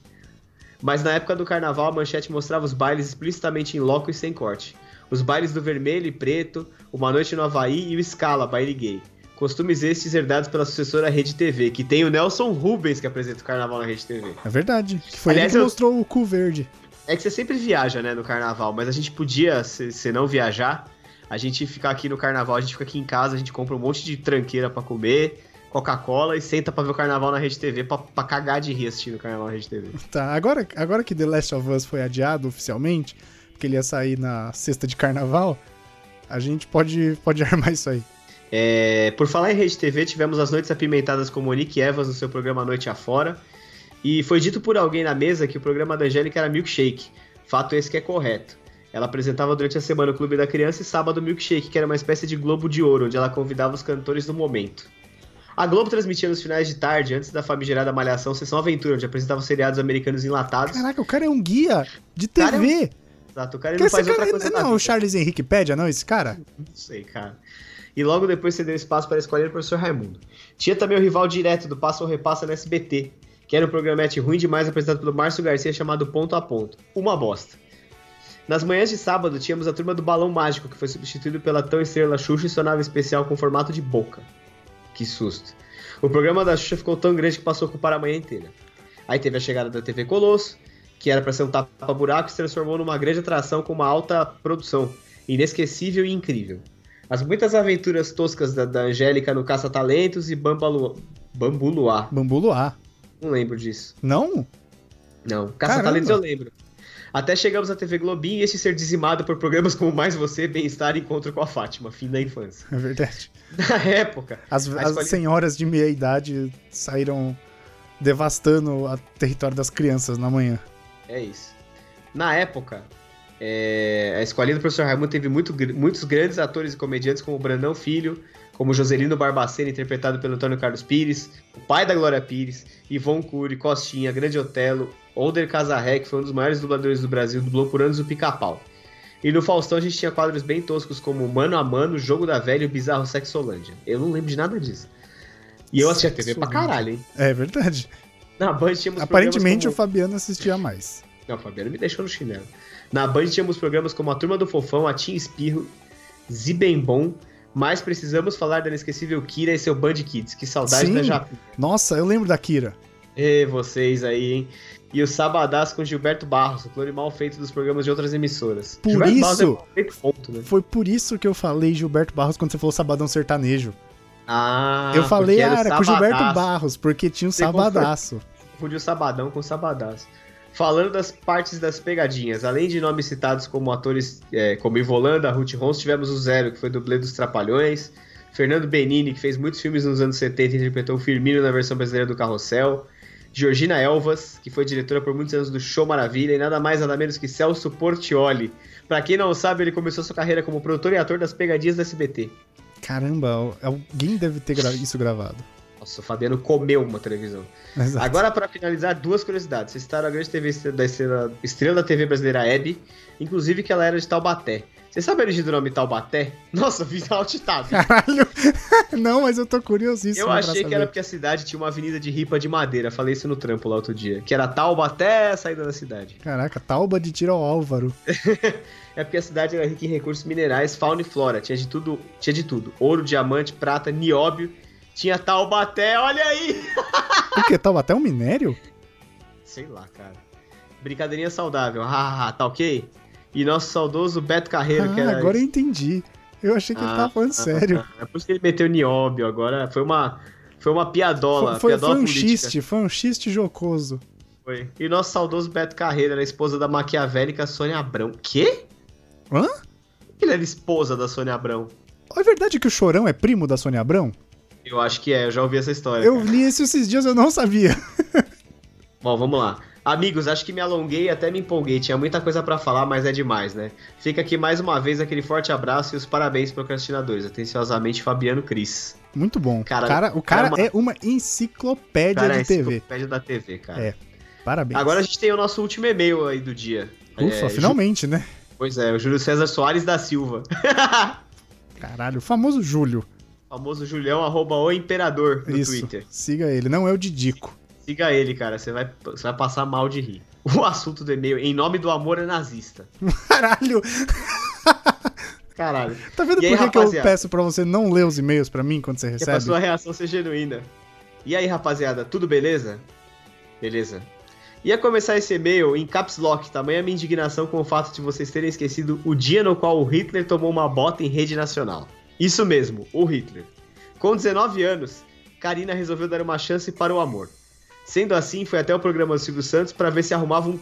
[SPEAKER 5] Mas na época do carnaval, a manchete mostrava os bailes explicitamente em loco e sem corte. Os bailes do vermelho e preto, Uma Noite no Havaí e o Scala, baile gay. Costumes estes herdados pela sucessora Rede TV, que tem o Nelson Rubens que apresenta o carnaval na Rede TV.
[SPEAKER 1] É verdade. Que foi
[SPEAKER 5] Aliás,
[SPEAKER 1] ele que
[SPEAKER 5] eu-
[SPEAKER 1] mostrou o cu verde. <laughs>
[SPEAKER 5] É que você sempre viaja, né, no carnaval, mas a gente podia, se, se não viajar, a gente ficar aqui no carnaval, a gente fica aqui em casa, a gente compra um monte de tranqueira pra comer, Coca-Cola e senta pra ver o carnaval na Rede TV, pra, pra cagar de rir assistindo o carnaval na Rede TV.
[SPEAKER 1] Tá, agora, agora que The Last of Us foi adiado oficialmente, porque ele ia sair na sexta de carnaval, a gente pode, pode <laughs> armar isso aí.
[SPEAKER 5] É, por falar em Rede TV, tivemos as noites apimentadas com Monique Evas no seu programa Noite Afora, e foi dito por alguém na mesa que o programa da Angélica era milkshake, fato esse que é correto. Ela apresentava durante a semana o Clube da Criança e sábado o Milkshake, que era uma espécie de Globo de Ouro, onde ela convidava os cantores do momento. A Globo transmitia nos finais de tarde, antes da famigerada Malhação, Sessão Aventura, onde apresentava os seriados americanos enlatados.
[SPEAKER 1] Caraca, o cara é um guia de TV.
[SPEAKER 5] Cara, é um- Exato, o cara ele
[SPEAKER 1] Que
[SPEAKER 5] não
[SPEAKER 1] esse
[SPEAKER 5] faz outra
[SPEAKER 1] cara- é
[SPEAKER 5] coisa na
[SPEAKER 1] não, o
[SPEAKER 5] vida.
[SPEAKER 1] Charles Henrique Pédia, não, esse cara?
[SPEAKER 5] Não sei, cara. E logo depois cedeu espaço para escolher o professor Raimundo. Tinha também o rival direto do Passa ou Repassa no SBT, que era um programete ruim demais apresentado pelo Márcio Garcia chamado Ponto a Ponto. Uma bosta. Nas manhãs de sábado tínhamos a turma do Balão Mágico, que foi substituído pela tão estrela Xuxa e sua nave especial com formato de boca. Que susto. O programa da Xuxa ficou tão grande que passou a ocupar a manhã inteira. Aí teve a chegada da TV Colosso, que era pra ser um tapa-buraco e se transformou numa grande atração com uma alta produção, inesquecível e incrível. As muitas aventuras toscas da, da Angélica no Caça-Talentos e Bambalu... Bambu Luar.
[SPEAKER 1] Bambu Luar.
[SPEAKER 5] Não lembro disso.
[SPEAKER 1] Não?
[SPEAKER 5] Não. Caça-Talentos eu lembro. Até chegamos à TV Globinho e este ser dizimado por programas como Mais Você, Bem-Estar e Encontro com a Fátima, fim da infância. <laughs>
[SPEAKER 1] É verdade.
[SPEAKER 5] Na época,
[SPEAKER 1] As,
[SPEAKER 5] Mas
[SPEAKER 1] as
[SPEAKER 5] quali-
[SPEAKER 1] senhoras de meia idade saíram devastando o território das crianças na manhã.
[SPEAKER 5] É isso. Na época, é, a escolinha do professor Raimundo teve muito gr- muitos grandes atores e comediantes, como o Brandão Filho, como Joselino Barbacena, interpretado pelo Antônio Carlos Pires, o pai da Glória Pires, Ivon Cury, Costinha, Grande Otelo, Older Casarré, que foi um dos maiores dubladores do Brasil, dublou por anos o Pica-Pau. E no Faustão a gente tinha quadros bem toscos como Mano a Mano, Jogo da Velha e o Bizarro Sexolândia. Eu não lembro de nada disso. E eu assistia TV pra
[SPEAKER 1] Sexolândia.
[SPEAKER 5] caralho, hein?
[SPEAKER 1] É verdade.
[SPEAKER 5] Na Band tínhamos programas
[SPEAKER 1] Aparentemente
[SPEAKER 5] como-
[SPEAKER 1] o Fabiano assistia mais.
[SPEAKER 5] não, Fabiano me deixou no chinelo. Na Band tínhamos programas como A Turma do Fofão, A Tim Espirro, Zibembom, mas precisamos falar da inesquecível Kira e seu Band Kids. Que né, saudade
[SPEAKER 1] Sim.
[SPEAKER 5] da Japinha.
[SPEAKER 1] Nossa, eu lembro da Kira.
[SPEAKER 5] Ê, vocês aí, hein? E o Sabadás com Gilberto Barros, o clone mal feito dos programas de outras emissoras.
[SPEAKER 1] Por
[SPEAKER 5] Gilberto Barros é
[SPEAKER 1] isso-
[SPEAKER 5] mal feito, ponto, né?
[SPEAKER 1] Foi por isso que eu falei Gilberto Barros quando você falou Sabadão Sertanejo.
[SPEAKER 5] Ah,
[SPEAKER 1] eu falei,
[SPEAKER 5] porque era o
[SPEAKER 1] ah, era com Gilberto
[SPEAKER 5] Sabadás.
[SPEAKER 1] Barros, porque tinha um
[SPEAKER 5] Você confundiu.
[SPEAKER 1] sabadaço.
[SPEAKER 5] Confundi o Sabadão com o Sabadás. Falando das partes das pegadinhas, além de nomes citados como atores é, como Ivolanda, Ruth Rons, tivemos o Zero, que foi dublê dos Trapalhões, Fernando Benini, que fez muitos filmes nos anos 70 e interpretou o Firmino na versão brasileira do Carrossel, Georgina Elvas, que foi diretora por muitos anos do Show Maravilha, e nada mais nada menos que Celso Portioli. Pra quem não sabe, ele começou sua carreira como produtor e ator das pegadinhas da SBT.
[SPEAKER 1] Caramba, alguém deve ter gra- isso gravado.
[SPEAKER 5] Nossa, o Fabiano comeu uma televisão.
[SPEAKER 1] Exato.
[SPEAKER 5] Agora, para finalizar, duas curiosidades. Vocês citaram a grande TV estrela da estrela, estrela da TV brasileira Hebe, inclusive que ela era de Taubaté. Vocês sabem a origem do nome Taubaté? <laughs> Nossa, eu fiz altitado.
[SPEAKER 1] Caralho. <laughs> Não, mas eu tô curiosíssimo.
[SPEAKER 5] Eu
[SPEAKER 1] Ah, pra
[SPEAKER 5] achei que
[SPEAKER 1] saber.
[SPEAKER 5] era porque a cidade tinha uma avenida de ripa de madeira. Falei isso no trampo lá outro dia. Que era Taubaté a saída da cidade.
[SPEAKER 1] Caraca, Tauba de Tiro ao Álvaro.
[SPEAKER 5] É porque a cidade era rica em recursos minerais, fauna e flora. Tinha de tudo, tinha de tudo. Ouro, diamante, prata, nióbio. Tinha Taubaté, olha aí!
[SPEAKER 1] O que? Tauba até um minério?
[SPEAKER 5] Sei lá, cara. Brincadeirinha saudável. Hahaha, tá ok? E nosso saudoso Beto Carreiro, que
[SPEAKER 1] Ah,
[SPEAKER 5] era.
[SPEAKER 1] agora eu entendi. Eu achei que
[SPEAKER 5] Ah,
[SPEAKER 1] ele tava falando sério.
[SPEAKER 5] É por isso que ele meteu nióbio agora. Foi uma, foi uma piadola.
[SPEAKER 1] Foi- Foi,
[SPEAKER 5] piadola
[SPEAKER 1] foi um
[SPEAKER 5] política.
[SPEAKER 1] xiste, foi um xiste jocoso.
[SPEAKER 5] Foi. E nosso saudoso Beto Carreira era esposa da maquiavélica Sônia Abrão. Quê?
[SPEAKER 1] Hã?
[SPEAKER 5] Ele era esposa da Sônia Abrão.
[SPEAKER 1] É verdade que o Chorão é primo da Sônia Abrão?
[SPEAKER 5] Eu acho que é, eu já ouvi essa história.
[SPEAKER 1] Eu
[SPEAKER 5] cara.
[SPEAKER 1] li isso esses dias, eu não sabia.
[SPEAKER 5] Bom, vamos lá. Amigos, acho que me alonguei e até me empolguei. Tinha muita coisa pra falar, mas é demais, né? Fica aqui mais uma vez aquele forte abraço e os parabéns, procrastinadores. Atenciosamente, Fabiano Cris.
[SPEAKER 1] Muito bom.
[SPEAKER 5] Cara,
[SPEAKER 1] Cara- o
[SPEAKER 5] cara
[SPEAKER 1] cara,
[SPEAKER 5] é uma-
[SPEAKER 1] é uma enciclopédia
[SPEAKER 5] Cara, é
[SPEAKER 1] de TV.
[SPEAKER 5] enciclopédia da TV, cara.
[SPEAKER 1] É. Parabéns.
[SPEAKER 5] Agora a gente tem o nosso último e-mail aí do dia.
[SPEAKER 1] Ufa,
[SPEAKER 5] É,
[SPEAKER 1] finalmente, né?
[SPEAKER 5] Ju- Pois é, o Júlio César Soares da Silva.
[SPEAKER 1] Caralho, o famoso Júlio.
[SPEAKER 5] Famoso Julião, arroba o imperador no
[SPEAKER 1] Isso.
[SPEAKER 5] Twitter.
[SPEAKER 1] Siga ele, não é o Didico. <laughs>
[SPEAKER 5] Siga ele, cara, você vai, você vai passar mal de rir. O assunto do e-mail, em nome do amor é nazista.
[SPEAKER 1] Caralho,
[SPEAKER 5] Caralho.
[SPEAKER 1] tá vendo
[SPEAKER 5] E aí,
[SPEAKER 1] por que que eu
[SPEAKER 5] rapaziada?
[SPEAKER 1] peço pra você não ler os e-mails pra mim quando você
[SPEAKER 5] Que é pra
[SPEAKER 1] recebe?
[SPEAKER 5] sua reação ser genuína. E aí, rapaziada, tudo beleza? Beleza. Ia começar esse e-mail em caps lock, tamanha minha indignação com o fato de vocês terem esquecido o dia no qual o Hitler tomou uma bota em rede nacional. Isso mesmo, o Hitler. Com 19 anos, Karina resolveu dar uma chance para o amor. Sendo assim, foi até o programa do Silvio Santos para ver se arrumava um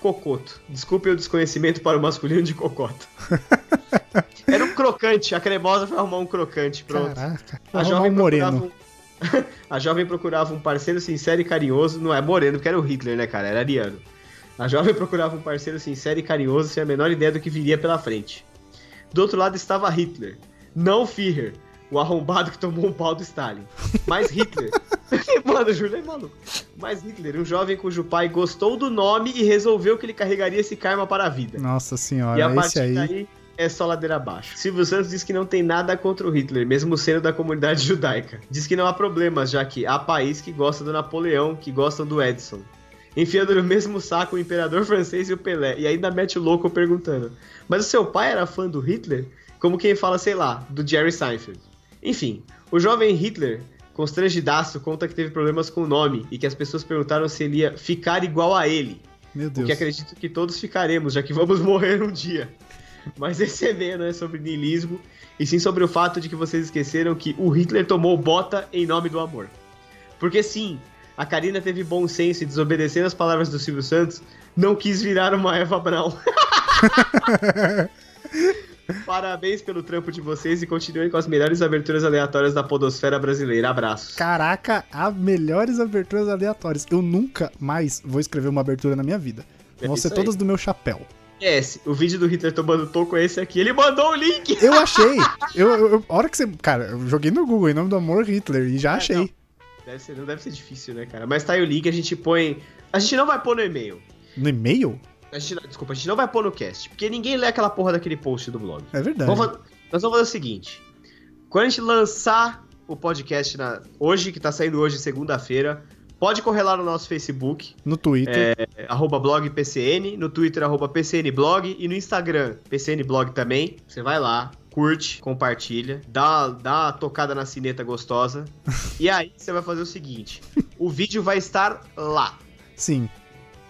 [SPEAKER 5] cocoto. Desculpe o desconhecimento para o masculino de cocota. Era um crocante, a cremosa foi arrumar um crocante, pronto.
[SPEAKER 1] Caraca,
[SPEAKER 5] A
[SPEAKER 1] arrumar
[SPEAKER 5] jovem
[SPEAKER 1] um moreno.
[SPEAKER 5] procurava um... <laughs> A jovem procurava um parceiro sincero e carinhoso. Não é moreno, porque era o Hitler, né, cara? Era ariano. A jovem <laughs> procurava um parceiro sincero e carinhoso sem a menor ideia do que viria pela frente. Do outro lado estava Hitler. Não Führer, o arrombado que tomou um pau do Stalin.
[SPEAKER 1] <laughs>
[SPEAKER 5] Mas Hitler. Mano, o Júlio é maluco. Mas Hitler, um jovem cujo pai gostou do nome e resolveu que ele carregaria esse karma para a vida.
[SPEAKER 1] Nossa
[SPEAKER 5] E a
[SPEAKER 1] senhora, esse
[SPEAKER 5] partir
[SPEAKER 1] aí.
[SPEAKER 5] daí é só ladeira abaixo. Silvio Santos diz que não tem nada contra o Hitler, mesmo sendo da comunidade <laughs> judaica. Diz que não há problemas, já que há país que gosta do Napoleão, que gostam do Edson. Enfiando no mesmo saco o imperador <laughs> francês e o Pelé, e ainda mete o louco perguntando: Mas o seu pai era fã do Hitler? Como quem fala, sei lá, do Jerry Seinfeld. Enfim, o jovem Hitler constrangidaço, conta que teve problemas com o nome e que as pessoas perguntaram se ele ia ficar igual a ele.
[SPEAKER 1] Meu
[SPEAKER 5] O
[SPEAKER 1] Deus.
[SPEAKER 5] que acredito que todos ficaremos, já que vamos <laughs> morrer um dia. Mas esse e-mail não é sobre niilismo, e sim sobre o fato de que vocês esqueceram que o Hitler tomou bota em nome do amor. Porque sim, a Karina teve bom senso e desobedecendo as palavras do Silvio Santos, não quis virar uma Eva Brown. Parabéns pelo trampo de vocês e continuem com as melhores aberturas aleatórias da podosfera brasileira. Abraços.
[SPEAKER 1] Caraca, as melhores aberturas aleatórias. Eu nunca mais vou escrever uma abertura na minha vida.
[SPEAKER 5] É
[SPEAKER 1] Vão ser
[SPEAKER 5] isso aí.
[SPEAKER 1] todas do meu chapéu.
[SPEAKER 5] Esquece, É, o vídeo do Hitler tomando toco é esse aqui. Ele mandou o link!
[SPEAKER 1] Eu achei. Eu, eu- eu- a hora que você. Cara, eu joguei no Google em nome do amor Hitler e já
[SPEAKER 5] É,
[SPEAKER 1] achei.
[SPEAKER 5] não. Deve ser, não deve ser difícil, né, cara? Mas tá aí o link, a gente põe. A gente não vai pôr no e-mail.
[SPEAKER 1] No e-mail?
[SPEAKER 5] A gente, não- desculpa, a gente não vai pôr no cast, porque ninguém lê aquela porra daquele post do blog.
[SPEAKER 1] É verdade.
[SPEAKER 5] Vamos fa- nós vamos fazer o seguinte: quando a gente lançar o podcast na, hoje, que tá saindo hoje, segunda-feira, pode correr lá no nosso Facebook,
[SPEAKER 1] No Twitter.
[SPEAKER 5] é, arroba blog PCN, no Twitter, arroba PCN Blog e no Instagram, PCN Blog também. Você vai lá, curte, compartilha, dá, dá uma tocada na sineta gostosa.
[SPEAKER 1] <laughs>
[SPEAKER 5] e aí você vai fazer o seguinte: o vídeo vai estar lá,
[SPEAKER 1] Sim,